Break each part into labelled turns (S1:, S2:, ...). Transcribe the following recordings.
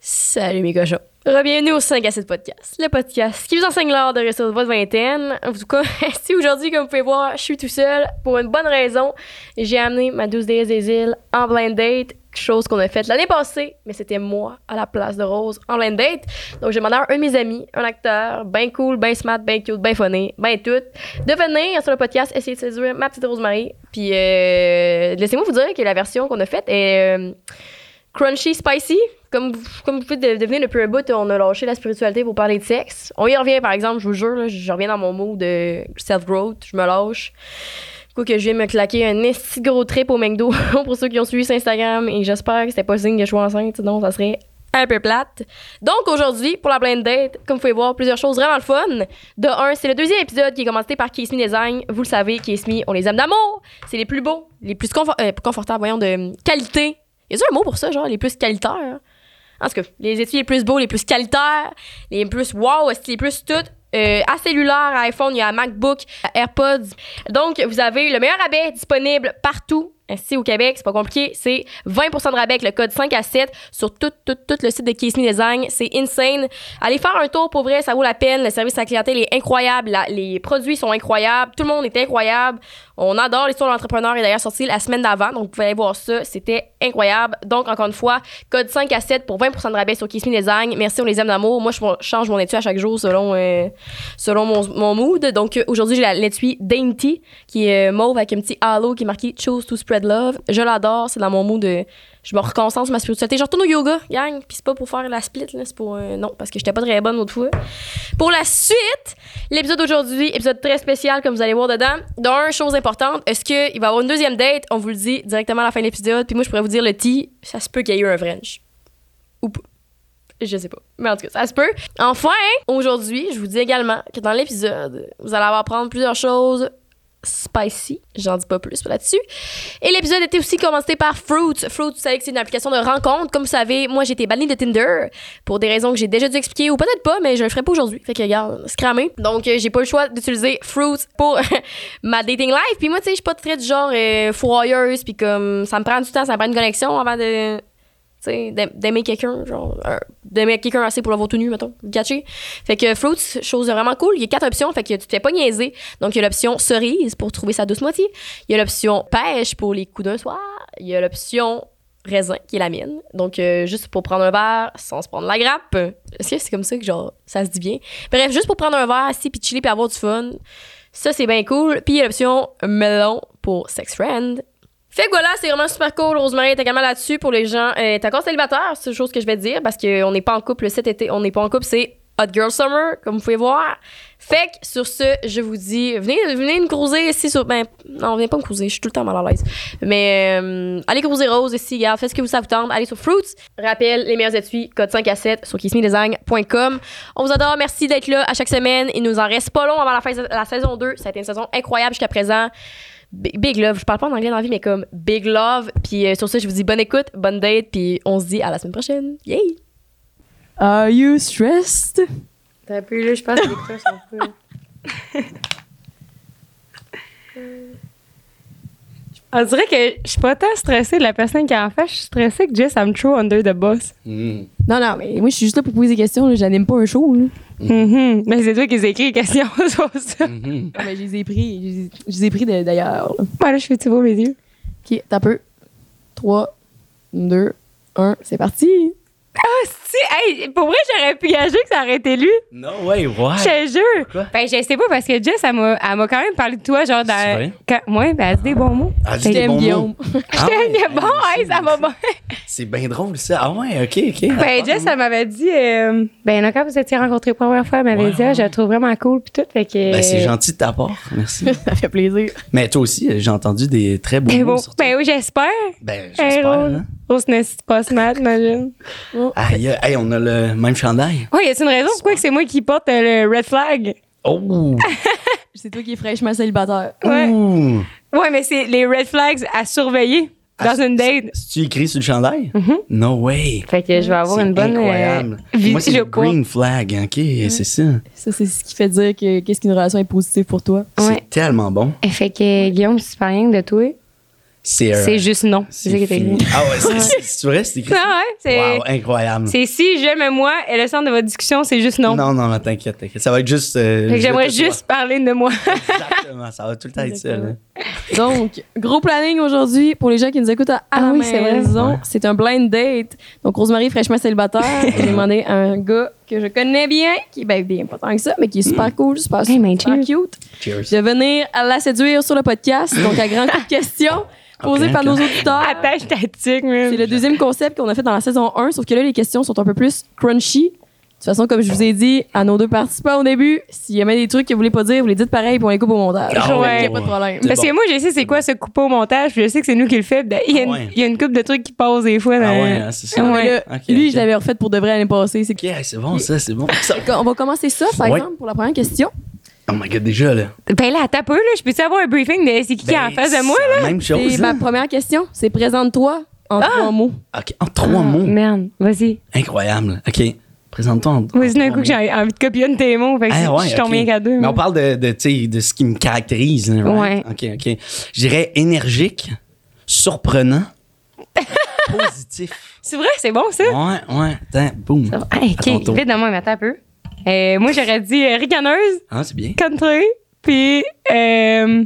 S1: Salut mes cochons. Bienvenue au 5 à 7 podcast, le podcast qui vous enseigne l'art de rester de votre vingtaine. En tout cas, si aujourd'hui, comme vous pouvez voir, je suis tout seul pour une bonne raison. J'ai amené ma 12 déesse des îles en blind date, chose qu'on a faite l'année passée, mais c'était moi à la place de Rose en blind date. Donc j'ai demandé à un de mes amis, un acteur, ben cool, ben smart, ben cute, ben funny, ben tout, de venir sur le podcast essayer de séduire ma petite Rosemary. Puis euh, laissez-moi vous dire que la version qu'on a faite est... euh, crunchy, spicy. Comme, vous- comme vous pouvez de- deviner, depuis un bout, on a lâché la spiritualité pour parler de sexe. On y revient, par exemple, je vous jure, là, je reviens dans mon mot de self-growth, je me lâche. Coup que je viens me claquer un esti gros trip au McDo pour ceux qui ont suivi sur Instagram et j'espère que c'était pas signe que je suis enceinte, sinon ça serait un peu plate. Donc aujourd'hui, pour la blind date, comme vous pouvez voir, plusieurs choses vraiment le fun. De un, c'est le deuxième épisode qui est commenté par Kiss Me Design. Vous le savez, Kiss Me, on les aime d'amour. C'est les plus beaux, les plus confort- euh, confortables, voyons, de qualité y a un mot pour ça, genre les plus qualitaires? En tout cas, les études les plus beaux, les plus qualitaires, les plus wow, est-ce que les plus toutes. euh, à cellulaire, à iPhone, il y a à MacBook, à AirPods. Donc, vous avez le meilleur rabais disponible partout. Ainsi, au Québec, c'est pas compliqué. C'est 20 de rabais avec le code 5 à 7 sur tout, tout, tout le site de Kiss Me Design. C'est insane. Allez faire un tour, pour vrai, ça vaut la peine. Le service à la clientèle est incroyable. La- les produits sont incroyables. Tout le monde est incroyable. On adore l'histoire de l'entrepreneur. Il est d'ailleurs sorti la semaine d'avant, donc vous pouvez aller voir ça. C'était incroyable. Donc, encore une fois, code 5 à 7 pour 20 de rabais sur Kiss Me Design. Merci, on les aime d'amour. Moi, je mon- change mon étui à chaque jour selon, euh, selon mon, mon mood. Donc, euh, aujourd'hui, j'ai la- l'étui Dainty, qui est euh, mauve avec un petit halo qui est marqué Choose to Spread Love. Je l'adore. C'est dans mon mood de. Je me reconcentre sur ma spiritualité. Je retourne au yoga, gang. Puis c'est pas pour faire la split, là. C'est pour. euh, non, parce que j'étais pas très bonne l'autre fois. Pour la suite, l'épisode d'aujourd'hui, épisode très spécial, comme vous allez voir dedans. D'un, chose importante, est-ce qu'il va y avoir une deuxième date? On vous le dit directement à la fin de l'épisode. Puis moi, je pourrais vous dire le T, ça se peut qu'il y ait eu un French. Ou pas. Je sais pas. Mais en tout cas, ça se peut. Enfin, aujourd'hui, je vous dis également que dans l'épisode, vous allez avoir à apprendre plusieurs choses spicy. J'en dis pas plus là-dessus. Et l'épisode était aussi commencé par Fruits. Fruits, vous savez que c'est une application de rencontre. Comme vous savez, moi, j'ai été bannie de Tinder pour des raisons que j'ai déjà dû expliquer, ou peut-être pas, mais je le ferai pas aujourd'hui. Fait que, regarde, cramé. Donc, euh, j'ai pas le choix d'utiliser Fruits pour ma dating life. Puis moi, tu sais, je suis pas très du genre euh, fourroyeuse, puis comme, ça me prend du temps, ça me prend une connexion avant de tu sais, d'aim- d'aimer quelqu'un, genre, euh, d'aimer quelqu'un assez pour l'avoir tout nu, mettons, catché. Fait que Fruits, chose vraiment cool, il y a quatre options, fait que tu te fais pas niaiser. Donc, il y a l'option cerise pour trouver sa douce moitié, il y a l'option pêche pour les coups d'un soir, il y a l'option raisin, qui est la mienne. Donc, euh, juste pour prendre un verre sans se prendre la grappe. Est-ce que c'est comme ça que, genre, ça se dit bien? Bref, juste pour prendre un verre, assis, puis chiller, puis avoir du fun. Ça, c'est bien cool. Puis, il y a l'option melon pour sex friend. Fait que voilà, c'est vraiment super cool. Rosemary est également là-dessus pour les gens. Euh, T'es encore célibataire, c'est une chose que je vais te dire parce qu'on n'est pas en couple cet été. On n'est pas en couple, c'est Hot Girl Summer, comme vous pouvez voir. Fait que sur ce, je vous dis, venez, venez me cruiser ici sur. Ben, non, venez pas me cruiser, je suis tout le temps mal à l'aise. Mais euh, allez cruiser Rose ici, regarde, faites ce que vous savez tendre. Allez sur Fruits. Rappel, les meilleurs étuis, code 5 à 7 sur kissmedesign.com. On vous adore, merci d'être là à chaque semaine. Il nous en reste pas long avant la fin de la saison 2. Ça a été une saison incroyable jusqu'à présent. Big, big love. Je parle pas en anglais dans la vie, mais comme big love. Puis euh, sur ça, je vous dis bonne écoute, bonne date, puis on se dit à la semaine prochaine. Yay!
S2: Are you stressed?
S3: T'as pu, là, je pense que les lecteurs sont peu. On dirait que je suis pas tant stressée de la personne qui est en face. Je suis stressée que Jess, elle me throw under the bus.
S2: Non, non, mais moi, je suis juste là pour poser des questions. là. J'anime pas un show. Là.
S4: Mm.
S3: Mhm. Mais c'est toi qui les écris les questions sur ça.
S2: Ah, mais je les ai pris. Je les ai- je les ai pris de- d'ailleurs. là.
S3: Moi, là, je fais-tu beau mes yeux?
S2: OK, t'as peu. 3, 2, 1, c'est parti.
S3: Ah, si! Hey, pour vrai, j'aurais pu gager que ça aurait été lui.
S4: No way, what?
S3: Je te jure.
S4: Pourquoi?
S3: Ben, je sais pas, parce que Jess, elle m'a elle m'a quand même parlé de toi, genre
S4: C'est
S3: dans.
S4: vrai?
S3: Quand... Ouais, ben, elle dit des bons mots.
S4: Ah,
S2: Je t'aime, Guillaume.
S3: Je t'aime, bon, hey, ça va bien.
S4: C'est bien drôle, ça. Ah ouais, OK, OK.
S3: Ben, Jess, elle m'avait dit, euh, ben, quand vous étiez rencontrés pour la première fois, elle m'avait
S4: Ouais,
S3: dit, ah,
S4: ouais,
S3: je la trouve vraiment cool, puis tout. Fait que.
S4: Ben, c'est gentil de ta part. Merci.
S2: Ça fait plaisir.
S4: Mais toi aussi, euh, j'ai entendu des très beaux
S3: Ben,
S4: mots.
S3: bon,
S4: surtout.
S3: ben oui, j'espère.
S4: Ben,
S3: Hey,
S4: j'espère.
S3: Rose.
S4: hein.
S3: Rose, ne c'est pas ce mat, imagine.
S4: Aïe, aïe, on a le même chandail.
S3: Ouais, y a-t-il une raison pourquoi que c'est moi qui porte euh, le red flag?
S4: Oh!
S2: C'est toi qui es fraîchement célibataire.
S3: Ouais.
S4: Ouh.
S3: Ouais, mais c'est les red flags à surveiller
S4: Ah,
S3: dans une
S4: c'est-
S3: date.
S4: Si tu écris sur le chandail? No way.
S3: Fait que je vais avoir
S4: C'est
S3: une bonne.
S4: incroyable.
S3: euh, vie-
S4: Moi, c'est
S3: le
S4: le
S3: cours.
S4: green flag. hein, OK, c'est ça.
S2: Ça, c'est ce qui fait dire que qu'est-ce qu'une relation est positive pour toi.
S3: Ouais. Eh,
S4: C'est tellement bon.
S3: Fait que, Guillaume, si tu parles rien que de toi,
S4: C'est un-
S3: C'est juste non. C'est ça qui est
S4: fini.
S3: écrit.
S4: Ah ouais, c'est- c'est c'est vrai, c'est écrit.
S3: Ah ouais, c'est.
S4: Wow, incroyable.
S3: C'est si j'aime et moi et le centre de votre discussion, c'est juste non.
S4: Non, non, mais t'inquiète, t'inquiète. Ça va être juste. euh,
S3: Fait que
S4: je
S3: j'aimerais
S4: vais te
S3: juste parler de moi.
S4: voir. Exactement, ça va tout le temps être ça. là.
S2: Donc, gros planning aujourd'hui pour les gens qui nous écoutent à
S3: Ah
S2: la
S3: oui, c'est vrai.
S2: maison.
S4: Ouais.
S2: C'est un blind date. Donc, Rosemary, fraîchement célibataire, j'ai demandé à un gars que je connais bien, qui, ben, bien, pas tant que ça, mais qui est super cool, super,
S3: Hey, mais
S2: super cute,
S4: Cheers.
S2: de venir à la séduire sur le podcast. Donc, à grand coup de questions posées
S4: Ok,
S2: par
S4: ok.
S2: nos auditeurs.
S3: Attache ta tique, man.
S2: C'est le deuxième concept qu'on a fait dans la saison 1, sauf que là, les questions sont un peu plus crunchy. De toute façon, comme je vous ai dit à nos deux participants au début, s'il y avait des trucs que vous voulez pas dire, vous les dites pareil, puis on les coupe au montage.
S4: Ah
S2: Donc,
S3: ouais.
S2: Il n'y a pas de problème.
S3: Parce que moi, je sais c'est quoi se couper au montage, puis je sais que c'est nous qui le fait. puis Il y a
S4: Ah
S3: une,
S4: ouais.
S3: il y a une couple de trucs qui passent des fois.
S4: Ah
S3: dans-
S4: ouais, hein, c'est ça.
S2: Non, mais
S3: euh, Ouais.
S2: là,
S4: Ok,
S2: lui,
S4: ok.
S2: je l'avais refait pour de vrai l'année passée. C'est
S4: Ok, c'est bon, ça, c'est bon. Ça-
S2: On va commencer ça, par
S4: Ouais.
S2: exemple, pour la première question.
S4: Oh my god, déjà, là.
S3: Ben là, t'as peu, là. Je peux-tu avoir un briefing de c'est qui qui est en
S4: Ben,
S3: face de moi?
S4: c'est la Même
S2: Et
S4: chose.
S2: ma
S4: là.
S2: première question, c'est présente-toi en trois mots.
S4: Ok,
S3: Ah,
S4: en trois mots.
S3: Merde, vas-y.
S4: Incroyable. Ok, présente-toi en.
S3: Vas-y, d'un
S4: en
S3: coup, que
S4: trois mots.
S3: j'ai envie de copier une de tes mots. Fait que
S4: Ah ouais,
S3: je suis tombée
S4: ok.
S3: qu'à deux.
S4: Mais on
S3: moi.
S4: parle de, de, tu sais, de ce qui me caractérise. là, right? OK, OK. Je dirais énergique, surprenant, positif.
S3: C'est vrai, c'est bon, ça?
S4: Ouais, ouais. Attends, boum.
S3: Ah,
S4: À ton
S3: ok,
S4: tour.
S3: vite de moi, mais attends un peu. Euh, moi, j'aurais dit euh, ricaneuse,
S4: Ah, c'est bien.
S3: country, puis euh,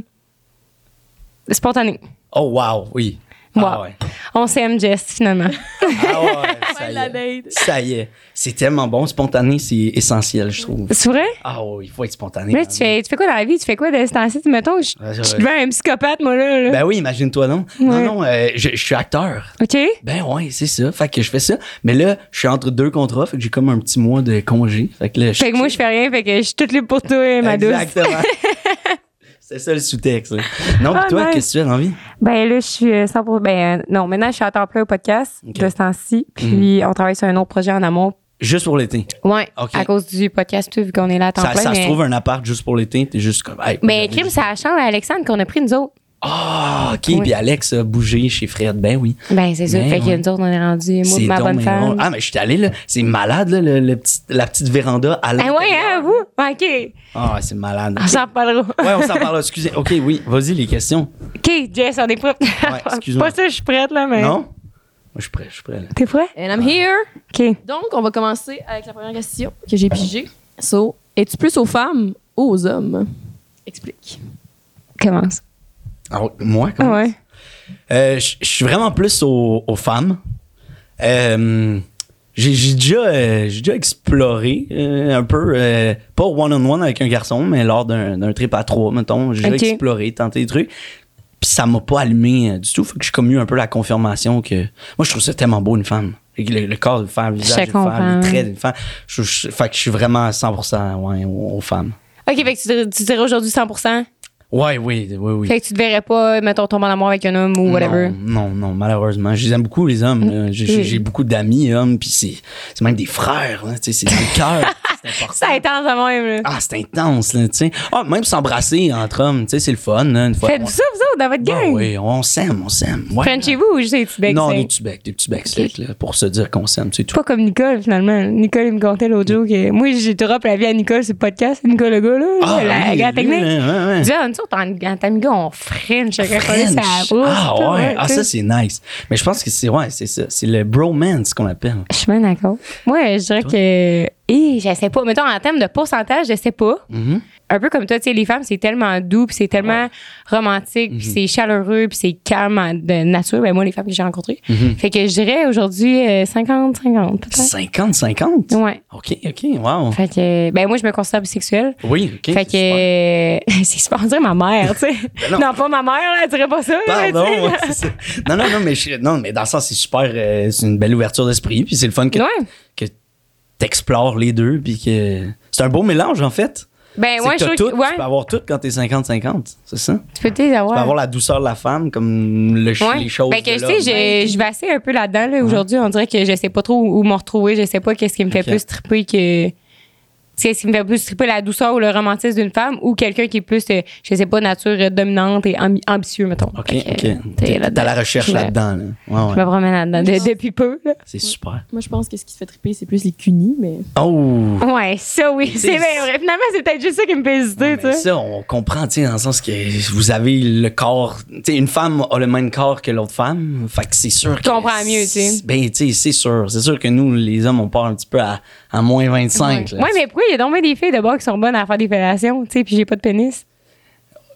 S3: spontanée.
S4: Oh, wow, oui. Ah
S3: Wow.
S4: ouais.
S3: On s'aime, Jess, finalement.
S4: Ah ouais, ça y est. Ça y est. C'est tellement bon. Spontané, c'est essentiel, je trouve.
S3: C'est vrai?
S4: Ah ouais, il faut être spontané.
S3: Mais là,
S4: dans
S3: tu
S4: la vie.
S3: fais, tu fais quoi dans la vie? Tu fais quoi de ce temps-ci? Tu- Mettons, je
S4: Ouais,
S3: je
S4: ouais.
S3: suis devant un psychopathe, moi, là. là.
S4: Ben oui, imagine-toi non.
S3: Ouais.
S4: Non, non, euh, je, je suis acteur.
S3: OK?
S4: Ben ouais, c'est ça. Fait que je fais ça. Mais là, je suis entre deux contrats. Fait que j'ai comme un petit mois de congé. Fait que là, je
S3: Fait que moi, je fais rien. Fait que je suis toute libre pour toi, ma douce.
S4: Exactement. C'est ça le sous-texte. hein. Non,
S3: Ah,
S4: pis toi,
S3: nice.
S4: qu'est-ce que tu as envie?
S3: Ben là, je suis euh, 100 pour- Ben euh, non, maintenant, je suis à temps plein au podcast
S4: OK.
S3: de ce temps-ci. Puis on travaille sur un autre projet en amont.
S4: Juste pour l'été.
S3: Ouais.
S4: OK.
S3: À cause du podcast, tout, vu qu'on est là à temps
S4: Ça,
S3: plein. hein.
S4: ça
S3: mais...
S4: se trouve un appart juste pour l'été. T'es juste comme. hey,
S3: Mais
S4: regardez.
S3: crime, c'est la chambre à Alexandre qu'on a pris nous autres.
S4: Ah, OK.
S3: Oui.
S4: Puis Alex a bougé chez Fred. Ben oui.
S3: Ben, c'est sûr.
S4: Ben,
S3: fait que
S4: ouais.
S3: nous autres, on est rendu, moi,
S4: C'est
S3: ma
S4: donc
S3: bonne
S4: bien
S3: femme.
S4: drôle. Ah, mais je suis allé, là. C'est malade, là, le, le petit- la petite véranda à
S3: Ah, ouais,
S4: l'intérieur.
S3: hein, vous? OK.
S4: Ah, c'est malade.
S3: On s'en reparlera.
S4: Ouais, on s'en parle. Excusez. OK, oui. Vas-y, les questions.
S3: OK, Jess, on est prête.
S4: excuse-moi.
S3: Pas sûr, que je suis prête, là, mais.
S4: Non? Moi, je suis prêt. Je suis prêt, là.
S3: T'es prêt?
S2: And I'm here.
S3: OK.
S2: Donc, on va commencer avec la première question que j'ai pigée. So, es-tu plus aux femmes ou aux hommes? Explique.
S3: Commence.
S4: Ah, moi,
S3: Ah,
S4: comment?
S3: ouais.
S4: Euh, je je suis vraiment plus aux, aux femmes. Euh, j'ai j'ai déjà, euh, j'ai déjà exploré euh, un peu, euh, pas one-on-one avec un garçon, mais lors d'un d'un trip à trois, mettons. J'ai déjà
S3: Ok.
S4: exploré, tenté des trucs. Puis ça m'a pas allumé euh, du tout. Faut que j'ai comme eu un peu la confirmation que. Moi, je trouve ça tellement beau, une femme. Le, le corps d'une femme, le visage
S3: te
S4: d'une femme,
S3: comprends.
S4: les traits d'une femme. Je, je- fait que je suis vraiment à 100% ouais, aux, aux femmes.
S3: OK, fait que tu, dirais- tu dirais aujourd'hui 100
S4: Ouais, oui, oui, oui.
S3: Fait que tu te verrais pas, mettons, tomber en amour avec un homme ou whatever.
S4: Non, non, non, malheureusement. Je les aime beaucoup, les hommes. là. J'ai- J'ai j'ai beaucoup d'amis hommes, puis c'est c'est même des frères. hein, tu sais, c'est dans le cœur. c'est important.
S3: Ça intense de même, là.
S4: Ah, c'est intense, là, tu sais. Ah, même s'embrasser entre hommes, tu sais, c'est le fun, là, une fois.
S3: Faites-vous ça, vous autres, dans votre
S4: Ah
S3: gang?
S4: oui, on s'aime, on s'aime. Ouais.
S3: Frenchie vous ou juste des petits becs
S4: non,
S3: secs?
S4: des petits becs, des petits becs secs, là, pour se dire qu'on s'aime, c'est tout.
S3: Pas comme Nicole, finalement. Nicole, il me contait l'autre jour que. Moi, j'ai drop la vie à Nicole sur le podcast. Nicole, le gars, là. la
S4: Ah, oui, hein.
S3: gars
S4: lui,
S3: technique.
S4: ouais, ouais, ouais.
S3: Tu vois, ah, nous autres, en, en Tamiga, on fringe. Chacun connaît sa
S4: French.
S3: bouche.
S4: Ah,
S3: tout,
S4: ouais. Ah,
S3: tout.
S4: ça, c'est nice. Mais je pense que c'est, ouais, c'est ça. C'est le bromance qu'on appelle.
S3: Je suis bien d'accord. Moi, je dirais que. Hé, je sais pas. Mettons, en termes de pourcentage, je sais pas.
S4: Mhm.
S3: Un peu comme toi, tu sais, les femmes, c'est tellement doux, puis c'est tellement romantique, puis
S4: Mm-hmm.
S3: c'est chaleureux, puis c'est calme en- de nature. Ben, moi, les femmes que j'ai rencontrées.
S4: Mhm.
S3: Fait que je dirais aujourd'hui euh, 50-50, peut-être.
S4: 50-50?
S3: Ouais.
S4: OK, OK, wow.
S3: Fait que, ben moi, je me considère bisexuelle.
S4: Oui,
S3: fait
S4: OK. c'est super.
S3: que, c'est super, on dirait ma mère, tu sais.
S4: non.
S3: non. pas ma mère, là, elle dirait pas ça. là, tu sais.
S4: Pardon. ouais, c'est ça. non, non, non, mais je- non, mais dans le sens, c'est super. euh, c'est une belle ouverture d'esprit. Puis c'est le fun que,
S3: Ouais.
S4: que t'explores les deux. Puis que c'est un beau mélange, en fait.
S3: Ben,
S4: C'est
S3: ouais,
S4: que
S3: je
S4: t'as
S3: trouve
S4: tout,
S3: que, ouais,
S4: Tu peux avoir tout quand t'es 50-50. C'est ça? Tu
S3: tu peux peut-être
S4: peux
S3: avoir.
S4: avoir la douceur de la femme, comme le, ch-
S3: Ouais.
S4: les choses.
S3: Ben que,
S4: de
S3: tu
S4: l'homme.
S3: sais, je, je vais assez un peu là-dedans, là, aujourd'hui. On dirait que je sais pas trop où, où m'en retrouver. Je sais pas qu'est-ce qui me fait
S4: Ok.
S3: plus triper que. Tu qu'est-ce qui me fait plus triper la douceur ou le romantisme d'une femme ou quelqu'un qui est plus, euh, je sais pas, nature euh, dominante et ambi- ambitieux, mettons.
S4: OK,
S3: Fait que,
S4: OK.
S3: euh, t'es
S4: T'es
S3: là-dedans.
S4: à la recherche
S3: Je me-
S4: là-dedans. là. Ouais,
S3: Je
S4: ouais.
S3: me promène là-dedans de- depuis peu. là.
S4: C'est super.
S2: Moi, je pense que ce qui te fait triper, c'est plus les cunis, mais.
S4: Oh!
S3: Ouais, ça oui,
S4: Tu sais,
S3: c'est bien vrai. Finalement, c'est peut-être juste ça qui me fait hésiter,
S4: Mais
S3: tu sais.
S4: ça, on comprend, tu sais, dans le sens que vous avez le corps. Tu sais, une femme a le même corps que l'autre femme. Fait que c'est sûr que.
S3: comprends mieux, tu sais.
S4: Ben, tu sais, c'est sûr. C'est sûr que nous, les hommes, on part un petit peu à, à moins 25.
S3: Ouais.
S4: là.
S3: Ouais, mais pourquoi il y a donc bien des filles de bord qui sont bonnes à faire des fellations, tu sais, puis j'ai pas de pénis?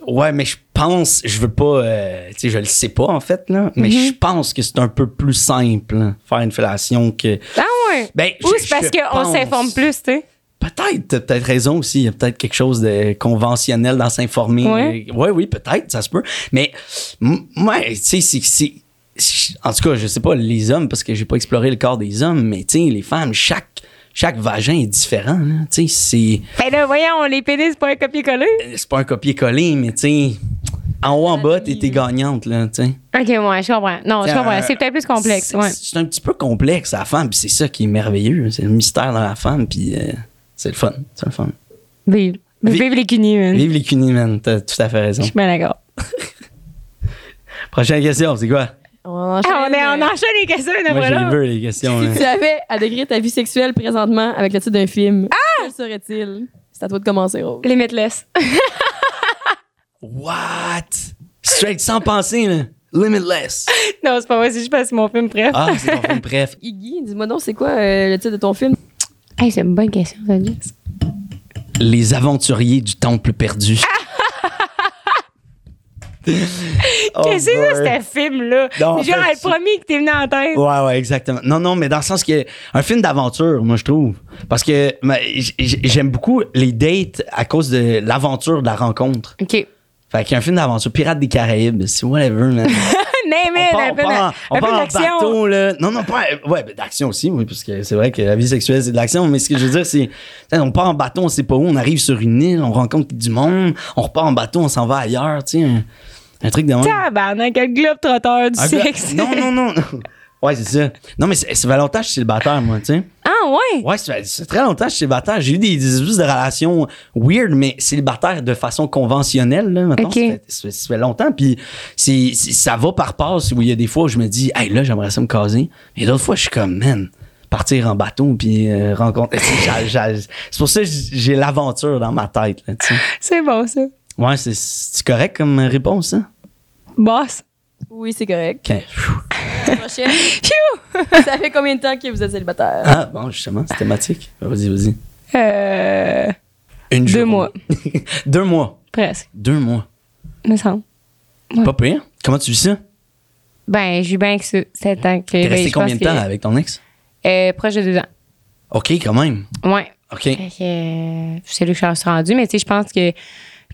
S4: Ouais, mais je pense, je veux pas, euh, tu sais, je le sais pas en fait, là, mais
S3: Mm-hmm.
S4: je pense que c'est un peu plus simple, hein, faire une fellation que.
S3: Ah ouais!
S4: Ben,
S3: Ou
S4: je-
S3: c'est
S4: je
S3: parce qu'on
S4: pense.
S3: s'informe plus, tu sais.
S4: Peut-être, t'as peut-être raison aussi, il y a peut-être quelque chose de conventionnel dans s'informer.
S3: Ouais.
S4: Euh, ouais, oui, peut-être, ça se peut. Mais, m- ouais, tu sais, c'est- c'est. c'est- En tout cas, je sais pas, les hommes, parce que j'ai pas exploré le corps des hommes, mais tu sais, les femmes, chaque, chaque vagin est différent, là, tu sais, c'est.
S3: Ben là, voyons, les pénis, c'est pas un copier-coller.
S4: C'est pas un copier-coller, mais tu sais, en haut, en bas, t'es t'es gagnante, là, tu sais.
S3: Ok, ouais, je comprends. Non, je
S4: C'est
S3: comprends.
S4: un-
S3: C'est peut-être plus complexe.
S4: euh, C'est
S3: Ouais.
S4: c'est un petit peu complexe, la femme, puis c'est ça qui est merveilleux. C'est le mystère dans la femme, puis euh, c'est le fun. C'est le fun.
S3: Vive.
S4: Vi-
S3: Vive les cunis, man.
S4: Vive les cunis, man. T'as tout à fait
S3: Je
S4: raison.
S3: suis bien d'accord.
S4: Prochaine question, c'est quoi?
S2: On,
S3: Ah, on, est, on
S2: euh,
S3: enchaîne les questions, une
S4: Moi,
S3: après
S4: j'ai les
S3: l'autre.
S4: veux, les questions.
S2: Si
S4: hein.
S2: tu avais à décrire ta vie sexuelle présentement avec le titre d'un film, quel serait-il? C'est à toi de commencer, Rose.
S1: Limitless.
S4: What? Straight, sans penser, là. Limitless.
S3: Non, c'est pas vrai, c'est juste parce que mon film préf.
S4: Ah, c'est ton film, bref.
S2: Iggy, dis-moi donc, c'est quoi euh, le titre de ton film?
S3: Hey, c'est une bonne question, ça, Jess.
S4: Les aventuriers du temple perdu. Oh,
S3: Qu'est-ce que
S4: boy.
S3: c'est, ce film-là? Genre,
S4: Non, en fait, Oh.
S3: le
S4: c'est-
S3: premier que t'es venu en tête.
S4: Ouais, ouais, exactement. Non, non, mais dans le sens que un film d'aventure, moi, je trouve. Parce que ma- j- j- j'aime beaucoup les dates à cause de l'aventure de la rencontre.
S3: Ok.
S4: Fait qu'un film d'aventure, Pirates des Caraïbes, c'est whatever, man.
S3: Name
S4: On
S3: it,
S4: part,
S3: un
S4: on
S3: peu
S4: part
S3: de-
S4: en-
S3: un
S4: on
S3: peu
S4: part en
S3: d'action.
S4: bateau, là. Non, non, pas. Ouais, ben, d'action aussi, oui, parce que c'est vrai que la vie sexuelle, c'est de l'action. Mais ce que je veux dire, c'est. t'sais, On part en bateau, on sait pas où, on arrive sur une île, on rencontre du monde, on repart en bateau, on s'en va ailleurs, tu sais. Un, un truc de même.
S3: Tabarnak, un globe trotteur du
S4: Un peu-
S3: sexe.
S4: Non, non, non. non. Ouais, c'est ça. Non, mais c'est c'est longtemps que je suis célibataire, moi, tu sais.
S3: Ah, ouais.
S4: Ouais, ça fait- ça fait très longtemps que je suis célibataire. J'ai eu des, des espèces de relations weird, mais célibataire de façon conventionnelle, là, maintenant.
S3: Ok.
S4: Ça, fait, ça fait- ça fait longtemps. Puis c'est- c'est- ça va par passe où il y a des fois où je me dis, hey, là, j'aimerais ça me caser. Et d'autres fois, je suis comme, man, partir en bateau, puis euh, rencontrer. J'a- j'a- c'est pour ça que j'ai l'aventure dans ma tête, là, tu sais.
S3: C'est bon, ça.
S4: Ouais, c'est- c'est correct comme réponse, ça?
S3: Boss.
S2: Oui, c'est correct.
S4: Ok. Pfiou.
S2: Prochaine. ça fait combien de temps que vous êtes célibataire?
S4: Ah, bon, justement, c'est thématique. Vas-y, vas-y.
S3: Euh,
S4: Une
S3: Deux
S4: journée.
S3: mois.
S4: Deux mois.
S3: presque,
S4: Deux mois.
S3: me semble. Ouais.
S4: Pas pire. Comment tu vis ça?
S3: Ben, j'ai bien que ça. Sept ans que.
S4: T'es
S3: ben,
S4: resté
S3: je pense
S4: combien de
S3: que-
S4: temps avec ton ex?
S3: Euh, proche de deux ans.
S4: OK, quand même.
S3: Ouais.
S4: OK.
S3: Fait que, euh, c'est là que je suis rendue, mais tu sais, je pense que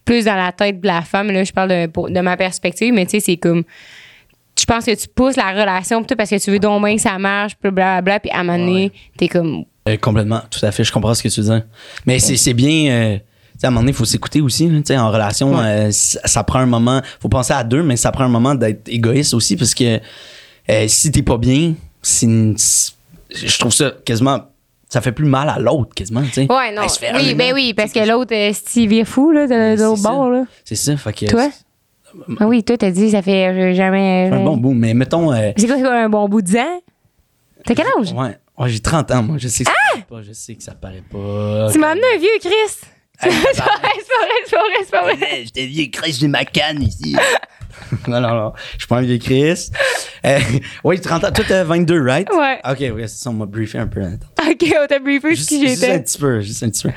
S3: plus dans la tête de la femme, là, je parle de, pour- de ma perspective, mais tu sais, c'est comme. Je pense que tu pousses la relation pis tout parce que tu veux donc bien que ça marche, puis blablabla, puis à un moment donné, t'es comme.
S4: Euh, complètement, tout à fait. Je comprends ce que tu veux dire. Mais c'est- c'est bien. euh, tu sais, à un moment donné, il faut s'écouter aussi. hein, tu sais, en relation, euh, ça, ça prend un moment. faut penser à deux, mais ça prend un moment d'être égoïste aussi parce que euh, si t'es pas bien, c'est une- c'est- je trouve ça quasiment. Ça fait plus mal à l'autre quasiment. tu sais.
S3: Ouais, non.
S4: Elle se fait
S3: Oui,
S4: rire,
S3: ben
S4: man.
S3: oui, parce que l'autre, euh, s'il vire fou, là, de, de
S4: C'est
S3: l'autre
S4: ça.
S3: bord, là.
S4: C'est ça. Fait que,
S3: Toi? Ah oui, toi, t'as dit, ça fait euh, jamais.
S4: c'est un bon bout. Mais mettons. euh,
S3: C'est quoi, c'est quoi, un bon bout de ans? T'as quel âge? Ah!
S4: ouais, ouais, j'ai 30 ans, moi. Je sais que ça paraît pas. Je sais que ça paraît pas.
S3: Tu m'as amené un vieux Chris!
S4: Hey,
S3: C'est pas vrai, c'est pas vrai, c'est pas vrai!
S4: Hey, J'étais vieux Chris, j'ai ma canne ici. non, non, non. Je suis pas un vieux Chris. Euh, oui, 30 ans. Toi, t'as 22, right?
S3: Ouais.
S4: Ok, oui, c'est ça, on m'a briefé un peu. Attends.
S3: Ok, on t'a briefé ce
S4: Juste,
S3: qui
S4: juste un
S3: j'étais.
S4: petit peu, juste un petit peu.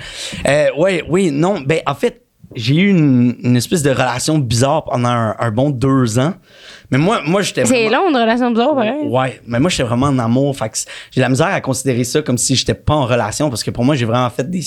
S4: Euh, oui, oui, non. Ben, en fait, j'ai eu une, une espèce de relation bizarre pendant un, un bon deux ans. Mais moi, moi j'étais.
S3: C'est
S4: vraiment-
S3: long une relation bizarre, pareil.
S4: Ouais, mais moi, j'étais vraiment en amour. Fait que j'ai la misère à considérer ça comme si j'étais pas en relation parce que pour moi, j'ai vraiment fait des,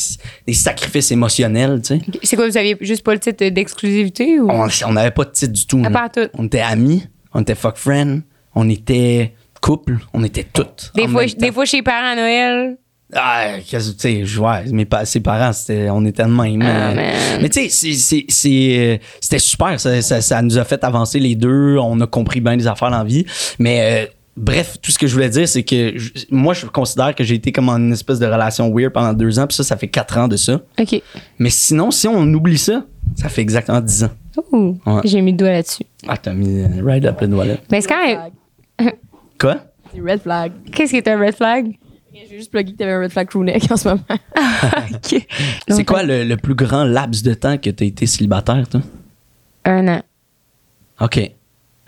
S4: des sacrifices émotionnels, tu sais.
S3: C'est quoi, vous aviez juste pas le titre d'exclusivité ou?
S4: on on n'avait pas de titre du tout.
S3: Ah,
S4: là.
S3: pas à tout.
S4: On était amis, on était fuck friend, on était couple, on était toutes.
S3: Des
S4: en
S3: fois,
S4: même
S3: des
S4: temps.
S3: fois, chez parents à Noël.
S4: Ah, qu'est-ce que tu sais, je- ouais, mes pa- ses parents, c'était, on était de même.
S3: Ah,
S4: euh,
S3: man.
S4: mais tu sais, c'est- c'est- c'est, euh, c'était super, ça, ça- ça nous a fait avancer les deux, on a compris bien des affaires dans la vie. Mais euh, Bref, tout ce que je voulais dire, c'est que je- moi, je considère que j'ai été comme en une espèce de relation weird pendant deux ans, puis ça, ça fait quatre ans de ça.
S3: OK.
S4: Mais sinon, si on oublie ça, ça fait exactement dix ans.
S3: Ouh,
S4: Ouais.
S3: J'ai mis le doigt là-dessus.
S4: Ah, t'as mis euh, right up le doigt là.
S3: Mais c'est quand
S2: Red
S3: même.
S2: flag.
S4: Quoi?
S2: Des red flags.
S3: Qu'est-ce qui est un red flag?
S2: J'ai juste plugué que t'avais un red flag crewneck en ce moment.
S3: OK.
S4: C'est
S3: Donc,
S4: quoi le, le plus grand laps de temps que t'as été célibataire, toi?
S3: Un an.
S4: OK.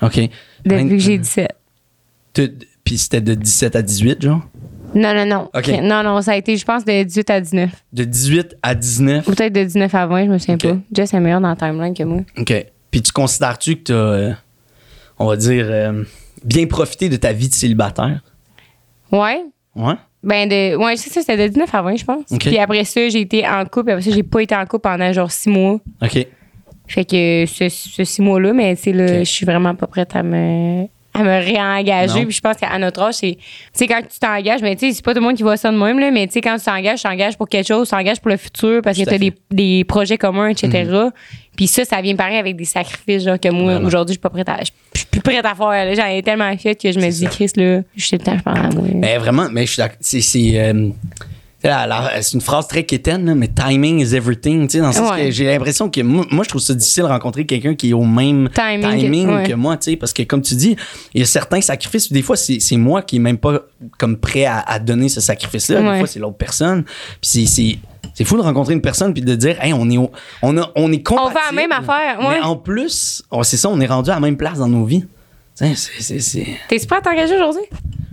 S4: OK.
S3: Depuis que
S4: Vingt-
S3: j'ai 17.
S4: Tu- Puis c'était de 17 à 18, genre?
S3: Non, non, non.
S4: OK.
S3: Non, non, ça a été, je pense, de 18 à 19.
S4: De 18 à 19.
S3: Ou peut-être de 19 à 20, je me souviens
S4: OK.
S3: pas. Jess est meilleur dans la timeline que moi.
S4: OK. Puis tu considères-tu que t'as, euh, on va dire, euh, bien profité de ta vie de célibataire?
S3: Ouais.
S4: Ouais.
S3: Ben, de. Ouais, c'est ça, c'était de 19 à 20, je pense.
S4: OK.
S3: Puis après ça, j'ai été en couple. Après ça, j'ai pas été en couple pendant genre 6 mois.
S4: OK.
S3: Fait que ce, ce six mois-là, mais tu sais, là,
S4: OK.
S3: je suis vraiment pas prête à me, à me réengager.
S4: Non.
S3: Puis je pense qu'à notre âge, c'est. Tu sais, quand tu t'engages, mais tu sais, c'est pas tout le monde qui voit ça de même, là, mais tu sais, quand tu t'engages, tu t'engages pour quelque chose, tu t'engages pour le futur parce
S4: Tout
S3: que
S4: à
S3: t'as
S4: fait. Mhm.
S3: des, des projets communs, etc. Puis ça, ça vient pareil avec des sacrifices, genre que moi,
S4: Vraiment.
S3: aujourd'hui, je suis pas prête à. Je suis plus prête à faire, là. J'en ai tellement fait que je me dis, Chris, là, je suis le temps, je parle à moi.
S4: Mais vraiment, mais je suis d'ac- c'est c'est euh, la- la- c'est une phrase très quétaine, là, mais timing is everything. Tu sais, dans le sens
S3: Ouais.
S4: que j'ai l'impression que moi, moi, je trouve ça difficile de rencontrer quelqu'un qui est au même
S3: Timing que-
S4: timing,
S3: ouais.
S4: que moi, tu sais, parce que comme tu dis, il y a certains sacrifices. Des fois, c'est c'est moi qui est même pas comme prêt à, à donner ce sacrifice-là.
S3: Ouais.
S4: Des fois, c'est l'autre personne. Puis c'est- c'est c'est fou de rencontrer une personne puis de dire, hey, on est, au- on a, on est
S3: On fait la
S4: compatibles,
S3: même affaire, ouais.
S4: Mais en plus, on- c'est ça, on est rendu à la même place dans nos vies. Tu sais, c'est- c'est- c'est
S3: T'es-tu prête à t'engager aujourd'hui?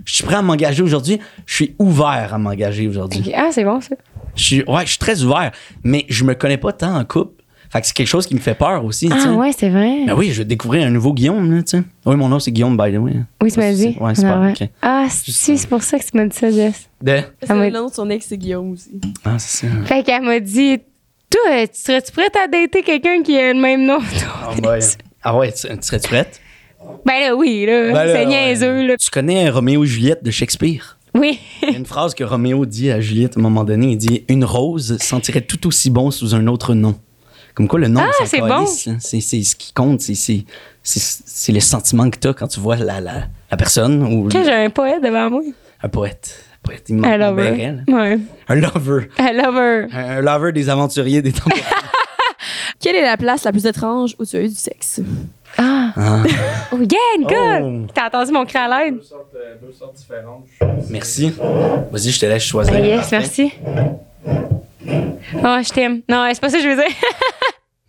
S4: je suis prêt à m'engager aujourd'hui. Je suis ouvert à m'engager aujourd'hui.
S3: OK. Ah, c'est bon, ça.
S4: Je suis, ouais, je suis très ouvert, mais je me connais pas tant en couple. Fait que c'est quelque chose qui me fait peur aussi. tu sais.
S3: Ah, ouais, c'est vrai.
S4: Ben oui, je vais découvrir un nouveau Guillaume, là, tu sais. Oui, mon nom, c'est Guillaume, by the way.
S3: Oui, tu
S4: Ça,
S3: m'as
S4: c'est-
S3: dit.
S4: Ouais, c'est
S3: Ah,
S4: pas,
S3: ouais.
S4: ok.
S3: Ah, si, c'est pour ça que tu m'as dit ça, Jess.
S4: De-
S2: C'est
S3: mais-
S2: le nom de son ex, c'est Guillaume aussi.
S4: Ah, c'est ça.
S3: Fait qu'elle m'a dit, toi, euh, tu serais-tu prête à dater quelqu'un qui a le même nom? que toi?
S4: Ah, ouais. Ah ouais, tu, tu serais-tu prête?
S3: ben là, oui, là,
S4: Ben là,
S3: c'est
S4: ouais.
S3: niaiseux, là.
S4: Tu connais Roméo et Juliette de Shakespeare?
S3: Oui.
S4: Il y a une phrase que Roméo dit à Juliette à un moment donné. Il dit Une rose sentirait tout aussi bon sous un autre nom. Comme quoi, le nom,
S3: Ah,
S4: on s'en
S3: c'est
S4: calisse, hein. c'est c'est ce qui compte. c'est- C'est c'est- c'est le sentiment que tu as quand tu vois la, la, la personne ou
S3: Tu sais, j'ai un poète devant moi.
S4: un poète. Un poète, il m'en-
S3: Un
S4: m'en
S3: lover.
S4: verrait, là.
S3: Ouais.
S4: Un lover.
S3: Un lover.
S4: Un, un lover des aventuriers des temps.
S2: Quelle est la place la plus étrange où tu as eu du sexe?
S3: Ah.
S4: Ah.
S3: Oh, yeah,
S4: Oh.
S3: good. T'as entendu mon cran à l'aide?
S5: deux sortes, euh, deux sortes différentes. je pense.
S4: Merci. Vas-y, je te laisse choisir.
S3: Ah, yes,
S4: Parfait.
S3: merci. Oh, je t'aime. Non, c'est pas ça que je veux dire.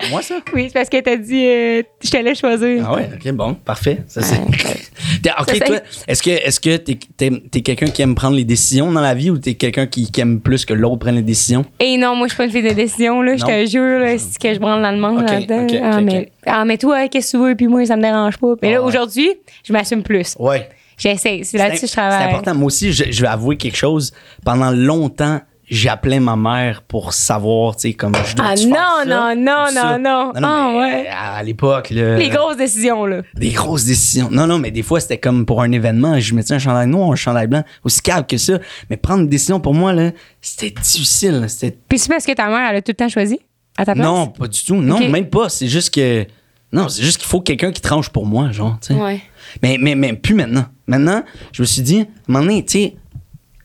S4: Moi, ça
S3: oui, c'est parce que t'as dit, euh, je t'allais choisir.
S4: Ah ouais, ok, bon, parfait. Ça, c'est... T'es- ok,
S3: Ça, c'est-
S4: toi, est-ce que est-ce que t'es, t'es- t'es quelqu'un qui aime prendre les décisions dans la vie ou t'es quelqu'un qui, qui aime plus que l'autre prenne les décisions?
S3: Et non, moi, je suis pas une fille de décision, là. Je
S4: Non.
S3: te jure, là, c'est que je branle l'allemand
S4: Ok,
S3: là-dedans.
S4: ok,
S3: ah,
S4: ok,
S3: mais,
S4: ok.
S3: ah, mais toi, qu'est-ce que tu veux? Puis moi, ça me dérange pas. Mais
S4: Ah
S3: là,
S4: ouais.
S3: aujourd'hui, je m'assume plus.
S4: Ouais.
S3: J'essaie. C'est là-dessus que je
S4: C'est
S3: travaille.
S4: important. Moi aussi, je, je vais avouer quelque chose. Pendant longtemps, j'appelais ma mère pour savoir, tu sais, comme je dois
S3: Ah
S4: faire
S3: non,
S4: ça,
S3: non, non,
S4: ou
S3: non,
S4: ça?
S3: non. Ah,
S4: mais
S3: ouais.
S4: À, à l'époque, là,
S3: Les grosses décisions, là.
S4: des grosses décisions. Non, non, mais des fois, c'était comme pour un événement. Je mettais un chandail noir, un chandail blanc, aussi calme que ça. Mais prendre une décision pour moi, là, c'était difficile. C'était
S3: Puis c'est parce que ta mère, elle a tout le temps choisi à ta place?
S4: Non, pas du tout. Non,
S3: Ok.
S4: même pas. C'est juste que. Non, c'est juste qu'il faut quelqu'un qui tranche pour moi, genre, tu sais.
S3: Ouais.
S4: Mais, mais, mais plus maintenant. Maintenant, je me suis dit, à un moment donné, tu sais,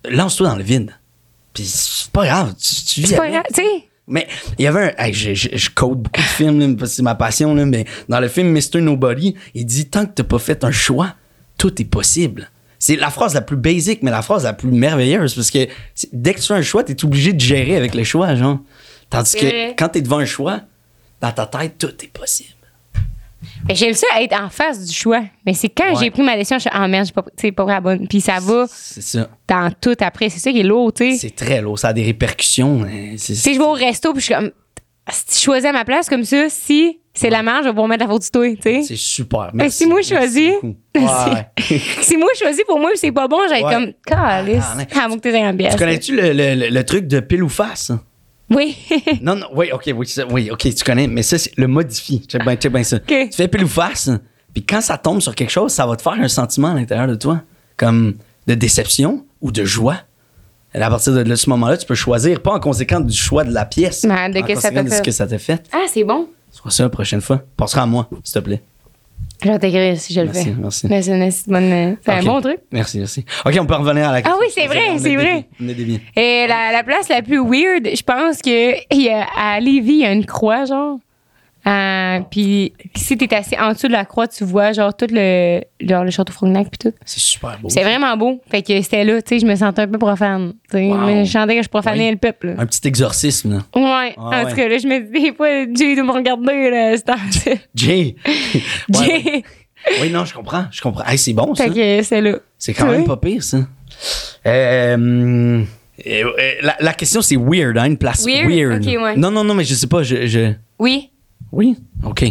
S4: lance-toi dans le vide. Puis c'est pas grave, tu, tu vis
S3: C'est pas
S4: avec.
S3: grave, tu sais.
S4: Mais il y avait un. hey, je, je, je code beaucoup de films, là, parce que c'est ma passion, là, mais dans le film Mr. Nobody, il dit Tant que t'as pas fait un choix, tout est possible. C'est la phrase la plus basique, mais la phrase la plus merveilleuse, parce que c'est- dès que tu fais un choix, t'es obligé de gérer avec le choix, genre. Tandis
S3: C'est
S4: que
S3: vrai.
S4: quand t'es devant un choix, dans ta tête, tout est possible.
S3: Mais J'aime ça être en face du choix. Mais c'est quand
S4: Ouais.
S3: j'ai pris ma décision, je suis ah merde, j'ai pas, tu sais, pas pris la bonne. Puis ça va
S4: C'est ça.
S3: dans tout après. C'est ça qui est lourd, tu sais.
S4: C'est très lourd, ça a des répercussions. hein. C'est-
S3: Si je vais au resto, puis je suis comme. Si je choisis à ma place comme ça, si c'est de la merde, je vais vous remettre la faute du toi, tu
S4: C'est
S3: sais.
S4: super.
S3: Mais
S4: Merci.
S3: si moi, je
S4: merci
S3: choisis-
S4: beaucoup. Ouais, ouais.
S3: Si moi, je choisis pour moi, puis c'est pas bon, j'ai
S4: Ouais.
S3: comme. Calice.
S4: Ah, mais-
S3: Ah, moi que t'es un biais.
S4: Tu connais-tu le, le- le- le truc de pile ou face? hein?
S3: Oui.
S4: Non, non, oui, ok, oui, ça, oui, ok, tu connais, mais ça, c'est le modifié. Check bien, check bien ça. Tu fais pile ou face, hein, puis quand ça tombe sur quelque chose, ça va te faire un sentiment à l'intérieur de toi, comme de déception ou de joie. Et à partir de, de ce moment-là, tu peux choisir, pas en conséquence du choix de la pièce,
S3: Mais de
S4: en
S3: que ça t'a
S4: conséquence de ce
S3: fait.
S4: que ça t'a fait.
S3: ah, c'est bon.
S4: Sois ça la prochaine fois. Passera à moi, s'il te plaît.
S3: Je vais t'écrire si je le
S4: Merci,
S3: fais.
S4: merci.
S3: Mais c'est une assez bonne, euh, c'est un
S4: Ok.
S3: bon truc. Ah
S4: Merci, merci. OK, on peut revenir à la question.
S3: oui, c'est vrai,
S4: On est
S3: c'est
S4: dévié,
S3: vrai.
S4: On est dévié.
S3: Et la, la place la plus weird, je pense que il y a- à Lévis, il y a une croix, genre. Euh, puis si t'es assis en dessous de la croix, tu vois genre tout le, genre, le château Frontenac puis tout.
S4: C'est super beau.
S3: C'est vraiment beau. Fait que c'était là, tu sais, je me sentais un peu profane. Tu sais,
S4: Wow.
S3: Mais je sentais que je profanais
S4: Oui.
S3: le peuple. là.
S4: Un petit exorcisme, là.
S3: Ouais.
S4: Ah,
S3: en
S4: ouais.
S3: tout cas, là, je me dis des fois, Jay doit me regarder, là, c'est en-
S4: Jay! Ouais,
S3: Jay.
S4: ouais. Oui, non, je comprends. Je comprends. Hey, c'est bon, ça.
S3: Fait que c'est là.
S4: C'est quand
S3: Oui.
S4: même pas pire, ça. Euh, hum, euh, euh, la, la question, c'est weird, hein, une place
S3: Weird?
S4: weird.
S3: Ok, ouais.
S4: Non, non, non, mais je sais pas. Je, je-
S3: Oui.
S4: Oui? OK.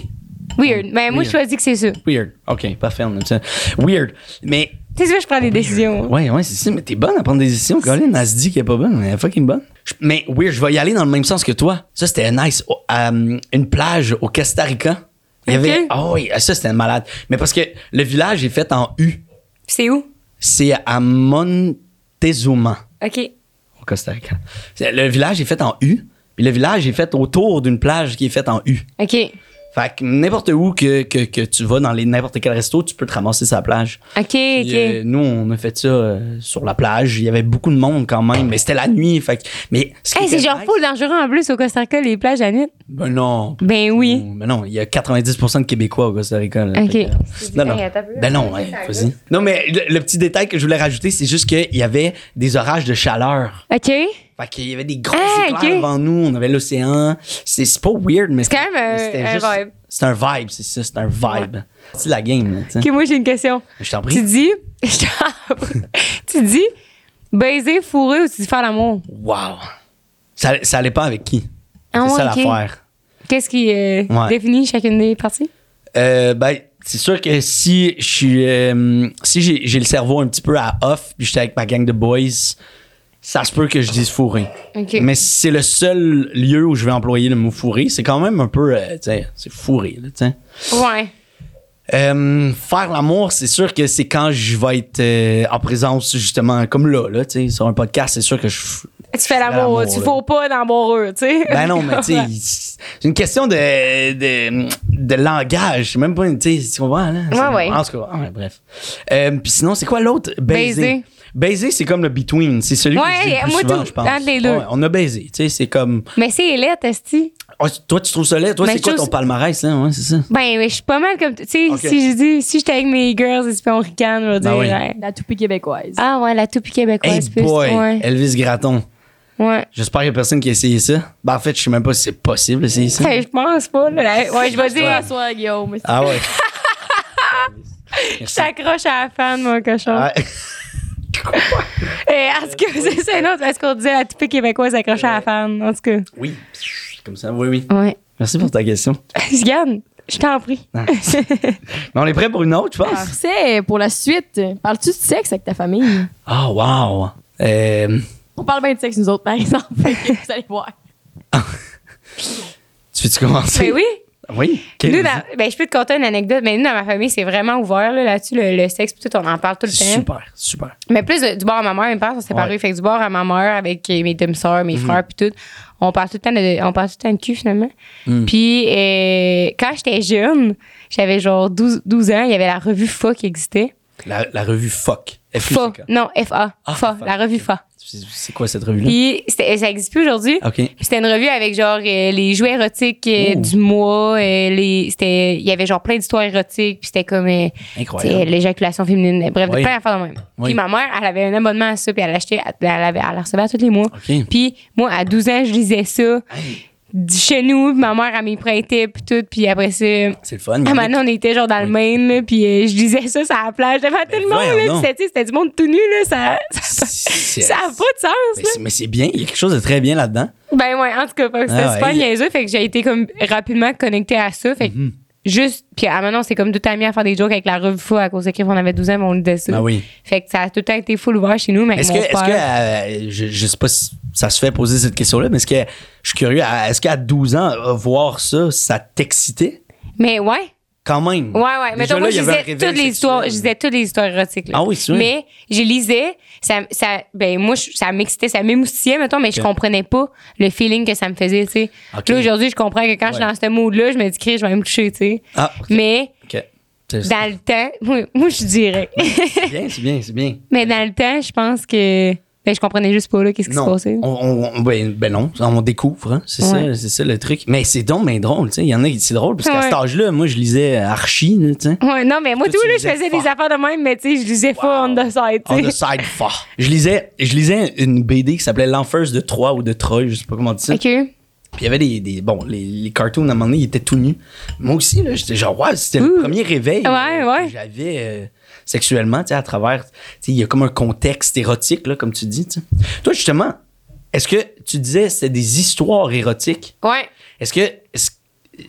S3: Weird. Mais moi,
S4: Oh, Weird.
S3: je choisis que c'est ça.
S4: Weird. OK, parfait, on aime ça. Weird. Mais.
S3: C'est ça, je prends des décisions.
S4: Oh, Ouais, ouais, c'est ça. Mais t'es bonne à prendre des décisions, Colin. Elle se dit qu'elle est pas bonne, mais elle est fucking bonne. Je- Mais weird, je vais y aller dans le même sens que toi. Ça, c'était nice. Oh, euh, une plage au Costa Rica. Il y
S3: Ok.
S4: avait. Ah oui, ça, c'était malade. Mais parce que le village est fait en U.
S3: C'est où?
S4: C'est à Montezuma.
S3: OK.
S4: au Costa Rica. C'est- Le village est fait en U, puis le village est fait autour d'une plage qui est faite en U.
S3: OK.
S4: Fait que n'importe où que, que, que tu vas dans les n'importe quel resto, tu peux te ramasser sa plage.
S3: OK, OK.
S4: Puis, euh, nous, on a fait ça euh, sur la plage. Il y avait beaucoup de monde quand même, mais c'était la nuit. Fait que, mais ce qui
S3: Hey, c'est
S4: était
S3: genre
S4: nice-
S3: full dangereux en plus au Costa Rica, les plages à nuit.
S4: Ben non.
S3: Ben oui.
S4: Ben non, il y a 90% de Québécois au Costa Rica. là.
S3: Ok.
S4: Fait que, euh,
S3: hein, C'est
S4: Non,
S3: du-
S4: non.
S3: Hey, attends un peu.
S4: Ben non, ouais, vas-y. Non, mais le, le petit détail que je voulais rajouter, c'est juste qu'il y avait des orages de chaleur.
S3: OK.
S4: Fait qu'il y avait des grosses
S3: Ah,
S4: éclairs
S3: ok.
S4: devant nous, on avait l'océan. C'est c'est pas weird, mais
S3: C'est quand même un-
S4: mais c'était
S3: un vibe.
S4: C'est un vibe, c'est ça, c'est un vibe. C'est la game, là, tu sais.
S3: OK, moi, j'ai une question.
S4: Je t'en
S3: Tu
S4: prie.
S3: dis. je t'en prie. tu dis baiser, fourrer ou tu dis faire l'amour?
S4: Wow. Ça, ça allait pas avec qui?
S3: Ah,
S4: c'est ça
S3: ouais, ok.
S4: l'affaire.
S3: Qu'est-ce qui euh,
S4: Ouais.
S3: définit chacune des parties?
S4: Euh, ben, c'est sûr que si je suis. euh, si j'ai j'ai le cerveau un petit peu à off, puis j'étais avec ma gang de boys, ça se peut que je dise fourré.
S3: Ok.
S4: Mais c'est le seul lieu où je vais employer le mot fourré. C'est quand même un peu. euh, tu sais, c'est fourré, là, tu sais.
S3: Ouais.
S4: Euh, faire l'amour, c'est sûr que c'est quand je vais être euh, en présence, justement, comme là, là, tu sais, sur un podcast, c'est sûr que je.
S3: Tu fais l'amour,
S4: l'amour,
S3: tu
S4: là.
S3: fourres pas dans l'amour, tu sais.
S4: Ben non, mais tu sais, c'est une question de, de, de langage. C'est même pas une. Tu sais, tu comprends, là? C'est-
S3: Ouais, ouais.
S4: En tout cas, ah, ouais, bref. Euh, Puis sinon, c'est quoi l'autre?
S3: Baiser.
S4: Baiser. Baiser, c'est comme le between. C'est celui que je dis
S3: Ouais,
S4: le plus
S3: moi,
S4: souvent,
S3: tout,
S4: je pense.
S3: entre les deux.
S4: Ouais, on a baisé. Tu sais, c'est comme.
S3: Mais c'est laid, Esti.
S4: Oh, toi, tu trouves ça laid? Toi,
S3: Mais Ben,
S4: c'est
S3: je
S4: quoi
S3: trouve-
S4: ton palmarès, là? Ouais, c'est ça.
S3: Ben, mais je suis pas mal comme. Tu sais,
S4: Ok.
S3: si je dis, si j'étais avec mes girls et puis on ricane, je vais dire.
S4: Ben oui.
S3: ouais.
S2: La toupie québécoise.
S3: Ah ouais, la toupie québécoise.
S4: hey
S3: plus,
S4: boy!
S3: Ouais.
S4: Elvis Gratton.
S3: ouais.
S4: J'espère qu'il y a personne qui a essayé ça. Ben, en fait, je sais même pas si c'est possible d'essayer ça.
S3: Hey, Ben, je pense pas. Là. La- Ouais, je vais dire,
S2: Bonsoir, Guillaume.
S4: Ah ouais.
S3: je t'accroche à la fan, mon cochon.
S4: Ah ouais.
S3: Eh, est-ce que c'est ça, non? Est-ce qu'on disait la toupie québécoise accrochée à la fan? En tout cas.
S4: Oui. Comme ça, oui, oui.
S3: Ouais.
S4: Merci pour ta question.
S3: Je garde. Je t'en prie.
S4: Ah. Mais on est prêt pour une autre, je pense.
S2: C'est pour la suite. Parles-tu de sexe avec ta famille?
S4: Ah, wow. Euh,
S2: On parle bien de sexe, nous autres, par exemple. Vous allez voir.
S4: tu veux-tu commencer?
S3: Mais Ben oui.
S4: Oui. Quelle-
S3: Nous, dans- ben, je peux te conter une anecdote, mais nous, dans ma famille, c'est vraiment ouvert là, là-dessus, le, le sexe, pis tout, on en parle tout le temps.
S4: Super, super.
S3: Mais plus de- du bord à ma mère, mes parents sont séparés.
S4: Ouais. Mhm.
S3: Fait que du bord à ma mère avec euh, mes demi-sœurs, mes frères, puis tout. On parle tout le temps de, on parle tout le temps de cul, finalement.
S4: Mhm.
S3: Puis euh, quand j'étais jeune, j'avais genre 12, 12 ans, il y avait la revue FA qui existait.
S4: La, la revue Fuck. F.U.C.K..
S3: FA. Non, FA.
S4: Ah,
S3: FA.
S4: FA.
S3: La revue FA.
S4: C'est c'est quoi cette revue-là?
S3: Puis c'était- ça n'existe plus aujourd'hui.
S4: OK.
S3: Puis C'était une revue avec genre euh, les jouets érotiques euh,
S4: Ouh.
S3: du mois. euh, les, c'était, il y avait genre plein d'histoires érotiques. Puis c'était comme euh,
S4: Incroyable.
S3: t'sais, l'éjaculation féminine. Bref, de
S4: Oui.
S3: plein d'affaires de même.
S4: Oui.
S3: Puis ma mère, elle avait un abonnement à ça. Puis elle l'achetait, elle, l'avait- elle la recevait à tous les mois.
S4: OK.
S3: Puis moi, à 12 ans, je lisais ça. du Chez nous, puis ma mère, elle m'y prêtait, puis tout. Puis après ça,
S4: C'est le fun.
S3: à un moment donné, on était genre dans le Maine, là, puis euh, je lisais ça sur la plage devant tout le monde.
S4: Ben voyons
S3: là, puis
S4: donc.
S3: c'était, tu sais, c'était du monde tout nu, là. Ça n'a
S4: C'est-
S3: pas de sens,
S4: Mais
S3: là.
S4: c'est- Mais c'est bien. Il y a quelque chose de très bien là-dedans.
S3: Ben ouais, en tout cas, fait que c'était
S4: Ah ouais. Mm-hmm.
S3: super niaiseux. Fait que j'ai été comme rapidement connectée à ça. Fait que juste, puis à maintenant, c'est comme tout amis à faire des jokes avec la revue Fou à cause de Criff, on avait 12 ans, mais on lisait ça.
S4: Ah oui.
S3: Fait que ça a tout le temps été full ouvert chez nous, mais avec
S4: Est-ce que,
S3: Ben, mon
S4: est-ce
S3: père.
S4: que euh, je, je sais pas si ça se fait poser cette question-là, mais est-ce que je suis curieux, à- est-ce qu'à 12 ans, euh, voir ça, ça t'excitait
S3: Mais ouais.
S4: quand même?
S3: Ouais, ouais.
S4: Déjà
S3: Mettons,
S4: là,
S3: moi,
S4: il y
S3: je
S4: avait un
S3: lisais
S4: réveil
S3: toutes les
S4: sexuel.
S3: histoires, je lisais toutes les histoires érotiques. là.
S4: Ah oui, c'est vrai.
S3: Mais je lisais, ça, ça, ben, moi, je- ça m'excitait, ça m'émoustillait, mettons, mais je
S4: Ok.
S3: comprenais pas le feeling que ça me faisait, tu sais.
S4: Ok.
S3: Là, aujourd'hui, je comprends que quand je suis
S4: Ouais.
S3: dans ce mood-là, je me dis, Chris, je vais aller me toucher, tu sais.
S4: Ah, ok.
S3: Mais,
S4: OK. C'est-
S3: Dans le temps, moi, moi, je dirais.
S4: C'est bien, c'est bien, c'est bien.
S3: Mais dans le temps, je pense que. Ben, je comprenais juste pas là qu'est-ce qui se
S4: Non,
S3: passait.
S4: on, on- on- ben, ben non, on découvre, hein, c'est
S3: Ouais.
S4: ça, c'est ça le truc. Mais c'est donc mais drôle, tu sais, il y en a qui c'est drôle parce qu'à
S3: Ouais.
S4: cet âge-là, moi je lisais Archie, là, tu sais.
S3: Ouais, non, mais moi,
S4: Toi,
S3: tout,
S4: tu
S3: là, je
S4: lisais
S3: faisais
S4: fort.
S3: des affaires de même, mais tu sais, je lisais pas on the side,
S4: On
S3: tu
S4: Ah, the
S3: sais.
S4: side fuck. Je lisais, je lisais une BD qui s'appelait L'Enfer de Troie ou de Troy, je sais pas comment dire ça.
S3: Ok.
S4: Puis il y avait des, des- bon, les, les cartoons à un moment donné, ils étaient tout nus. Moi aussi, là, j'étais genre, ouais, c'était le
S3: Ouh.
S4: premier réveil
S3: Ouais,
S4: euh,
S3: ouais.
S4: que j'avais euh, sexuellement, tu sais, à travers, tu sais, il y a comme un contexte érotique, là, comme tu dis, tu sais. Toi, justement, est-ce que tu disais c'était des histoires érotiques?
S3: Ouais.
S4: Est-ce que, est-ce,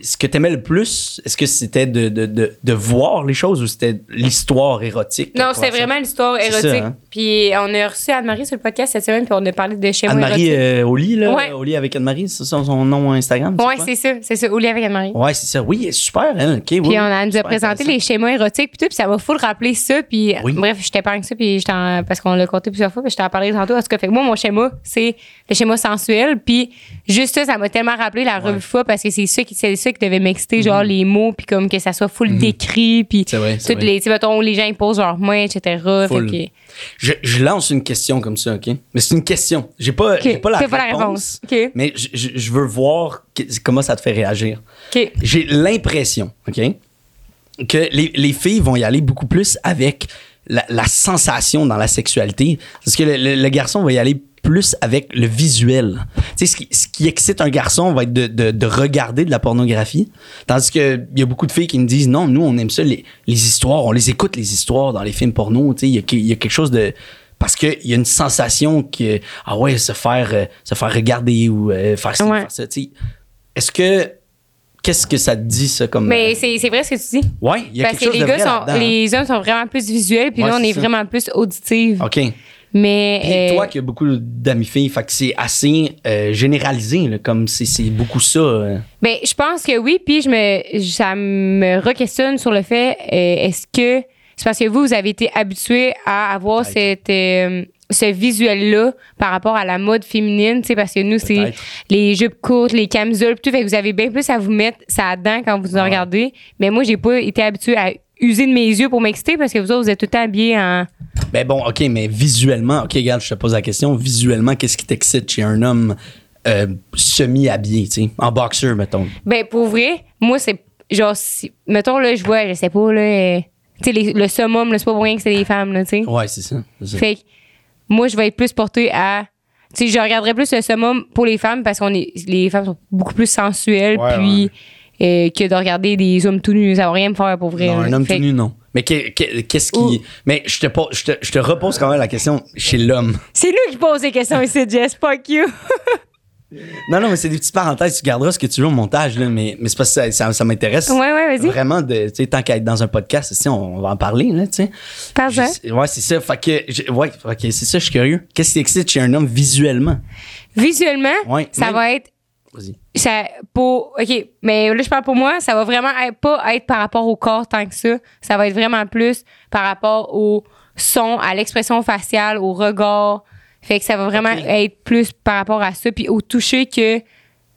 S4: ce que t'aimais le plus, est-ce que c'était de, de, de, de voir les choses ou c'était l'histoire érotique?
S3: Non,
S4: c'est
S3: c'est vraiment l'histoire
S4: C'est ça,
S3: érotique.
S4: hein.
S3: Puis on a reçu Anne-Marie sur le podcast cette semaine, puis on a parlé de chez moi.
S4: Anne-Marie
S3: érotique.
S4: euh, Oli, là,
S3: Ouais.
S4: Oli avec Anne-Marie, c'est ça son nom Instagram?
S3: ouais,
S4: euh, quoi?
S3: c'est ça. C'est ça. Au lit avec Anne-Marie.
S4: Ouais, c'est ça. Oui, super. Hein, ok,
S3: Puis
S4: oui, oui,
S3: on a, nous a
S4: super
S3: présenté
S4: intéressant.
S3: les schémas érotiques, puis tout, puis ça m'a full rappeler ça. Puis
S4: Oui.
S3: bref, je t'épargne ça, puis je t'en- parce qu'on l'a compté plusieurs fois, puis je t'en parlais tantôt. En tout cas, fait que moi, mon schéma, c'est le schéma sensuel. Puis juste ça, ça m'a tellement rappelé la revue fois, parce que c'est ça qui, c'est ça qui devait m'exciter, genre les mots, puis comme que ça soit full décrit, puis
S4: Mhm. C'est vrai, c'est
S3: toutes
S4: vrai.
S3: les, tu sais, mettons, les gens, ils posent leurs mains, etc. Fait
S4: Full.
S3: que-
S4: Je, je lance une question comme ça, OK? Mais c'est une question. J'ai pas, j'ai pas, la,
S3: t'as
S4: réponse,
S3: pas la réponse. OK.
S4: Mais je, je- je veux voir que- comment ça te fait réagir.
S3: OK.
S4: J'ai l'impression, OK? Que les, les filles vont y aller beaucoup plus avec la, la sensation dans la sexualité. Parce que le, le- le garçon va y aller plus avec le visuel. Tu sais, ce qui, ce qui excite un garçon va être de, de- de regarder de la pornographie. Tandis qu'il y a beaucoup de filles qui me disent non, nous, on aime ça, les, les histoires, on les écoute, les histoires dans les films porno. Tu sais, il y a que- il y, a quelque chose de. Parce qu'il y a une sensation que, ah ouais, se faire, euh, se faire regarder ou euh, faire ci,
S3: Ouais.
S4: faire ça. tu sais. Est-ce que. Qu'est-ce que ça te dit, ça, comme.
S3: Mais c'est c'est vrai ce que tu dis.
S4: euh, Ouais, il y a
S3: Parce
S4: quelque chose
S3: que les
S4: de
S3: gars
S4: vrai
S3: sont,
S4: là-dedans, hein.
S3: les hommes sont vraiment plus visuels, puis
S4: Ouais,
S3: là, on
S4: c'est
S3: est
S4: ça.
S3: vraiment plus auditive.
S4: OK.
S3: Mais.
S4: Puis
S3: euh,
S4: toi qui as beaucoup d'amis filles, fait que c'est assez euh, généralisé, là, comme c'est, c'est beaucoup ça. euh.
S3: Ben, je pense que oui, puis je me, ça me re-questionne sur le fait, euh, est-ce que c'est parce que vous, vous avez été habitué à avoir
S4: Peut-être.
S3: cette, euh, ce visuel-là par rapport à la mode féminine, tu sais, parce que nous, c'est
S4: Peut-être.
S3: les jupes courtes, les camisoles, puis tout, fait que vous avez bien plus à vous mettre ça dedans quand vous en
S4: Ouais.
S3: regardez, mais moi, j'ai pas été habitué à user de mes yeux pour m'exciter parce que vous autres, vous êtes tout le temps habillés en...
S4: Ben bon, OK, mais visuellement, OK, regarde, je te pose la question. Visuellement, qu'est-ce qui t'excite chez un homme euh, semi-habillé, tu sais, en boxeur, mettons?
S3: Ben, pour vrai, moi, c'est genre, si, mettons, là, je vois, je sais pas, là, euh, tu sais, les- le summum, là, c'est pas pour rien que c'est des femmes, là, tu sais.
S4: Ouais, c'est ça. c'est ça.
S3: Fait que moi, je vais être plus portée à. Tu sais, je regarderais plus le summum pour les femmes parce qu'on est. Les femmes sont beaucoup plus sensuelles,
S4: Ouais,
S3: puis. euh, que de regarder des hommes tout nus, ça va rien me faire pour vrai.
S4: Non,
S3: là.
S4: un homme
S3: Fait
S4: tout
S3: que-
S4: nu, non. Mais que- que- qu'est-ce
S3: Ou-
S4: qui. Mais je te, pose- je, te, je te repose quand même la question chez l'homme.
S3: C'est lui qui pose des questions ici, Jess, pas you.
S4: Non, non, mais c'est des petites parenthèses. Tu garderas ce que tu veux au montage, là, mais, mais c'est parce que ça, ça- ça m'intéresse.
S3: Ouais, ouais, vas-y.
S4: Vraiment, de, tu sais, tant qu'à être dans un podcast, si on, on va en parler, là, tu sais.
S3: Parfait.
S4: Je- Ouais, c'est ça. Fait que, je- ouais, ok, c'est ça, je suis curieux. Qu'est-ce qui excite chez un homme visuellement?
S3: Visuellement,
S4: Ouais,
S3: ça
S4: même-
S3: va être.
S4: Vas-y.
S3: Ça, pour, OK, mais là, je parle pour moi, ça va vraiment être- pas être par rapport au corps tant que ça. Ça va être vraiment plus par rapport au son, à l'expression faciale, au regard. Fait que ça va vraiment être plus par rapport à ça, puis au toucher que, tu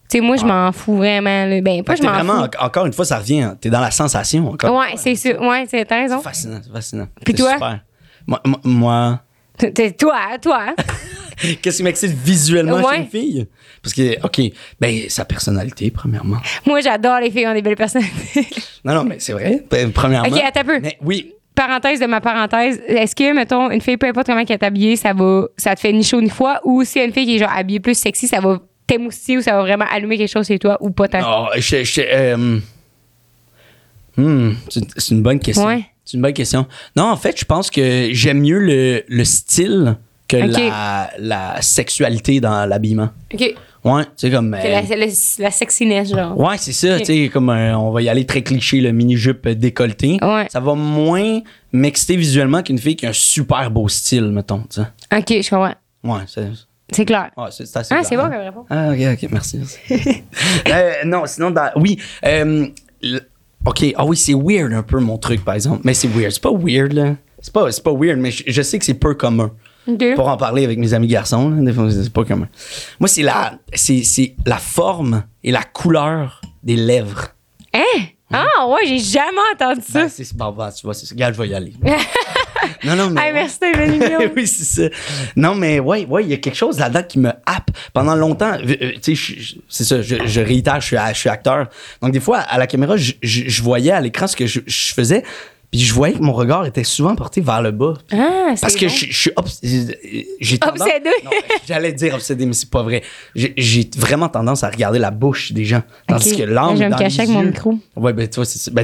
S3: sais, moi, je m'en fous vraiment. là. Ben, pas je
S4: Fait que t'es
S3: m'en
S4: vraiment,
S3: fous.
S4: en- encore une fois, ça revient. hein. T'es dans la sensation encore.
S3: Ouais, c'est sûr. Ouais, c'est- t'as raison.
S4: C'est fascinant, c'est fascinant.
S3: Puis
S4: C'est
S3: toi?
S4: super. Moi, moi- moi,
S3: T'es- t'es- Toi, toi.
S4: qu'est-ce qui m'excite visuellement
S3: Ouais.
S4: chez une fille? Parce que, OK, ben, sa personnalité, premièrement.
S3: moi, j'adore les filles qui ont des belles personnalités.
S4: Non, non, mais c'est vrai. Ben, premièrement.
S3: OK, attends un peu.
S4: Mais oui,
S3: parenthèse de ma parenthèse, est-ce que, mettons, une fille, peu importe comment elle est habillée, ça va, ça te fait ni chaud ni froid, ou si une fille qui est genre habillée plus sexy, ça va t'émoustiller ou ça va vraiment allumer quelque chose chez toi ou pas tant.
S4: Ah, je- je- euh, hmm, c'est c'est une bonne question.
S3: Ouais.
S4: C'est une bonne question. Non, en fait, je pense que j'aime mieux le, le style que
S3: Ok.
S4: la, la sexualité dans l'habillement.
S3: OK.
S4: Ouais, tu sais, comme. euh,
S3: La, la, la sexiness, genre.
S4: Ouais, c'est ça,
S3: Ok.
S4: tu sais, comme euh, on va y aller très cliché, le mini-jupe décolleté.
S3: Ouais.
S4: Ça va moins m'exciter visuellement qu'une fille qui a un super beau style, mettons, tu sais.
S3: OK, je comprends.
S4: Ouais, c'est.
S3: C'est clair.
S4: Ouais, c'est c'est assez
S3: Ah,
S4: clair,
S3: c'est bon
S4: hein.
S3: comme réponse.
S4: Ah, ok, ok, merci. merci. Euh, non, sinon, dans- oui. euh, l- ok, ah oui, c'est weird un peu mon truc, par exemple. Mais c'est weird. C'est pas weird, là. C'est pas, c'est pas weird, mais je, je sais que c'est peu commun.
S3: OK.
S4: Pour en parler avec mes amis garçons, là, des fois, c'est pas commun. Moi, c'est la, c'est, c'est la forme et la couleur des lèvres.
S3: Hein? Ah, ouais, j'ai jamais entendu ça.
S4: Ben, c'est bon, ben, tu vois, c'est ça. Regarde, je vais y aller. non, non, mais.
S3: Hey, merci d'être venu, Guillaume.
S4: oui, c'est ça. Non, mais ouais, ouais, il y a quelque chose là-dedans qui me happe. Pendant longtemps, euh, euh, tu sais, je- je- c'est ça, je, je réitère, je suis, je suis acteur. Donc, des fois, à la caméra, je, je- je voyais à l'écran ce que je, je faisais, puis je voyais que mon regard était souvent porté vers le bas.
S3: Ah, c'est
S4: Parce que
S3: bon.
S4: je, je suis obs- euh, j'ai tendance-
S3: Obsédé.
S4: Non, J'allais dire obsédé, mais c'est pas vrai. J'ai- J'ai vraiment tendance à regarder la bouche des gens. Tandis
S3: Ok.
S4: que l'âme.
S3: Je vais
S4: est
S3: me
S4: dans
S3: cacher
S4: les
S3: avec mon
S4: yeux.
S3: micro.
S4: Ouais, ben, toi, c'est ça. Ben,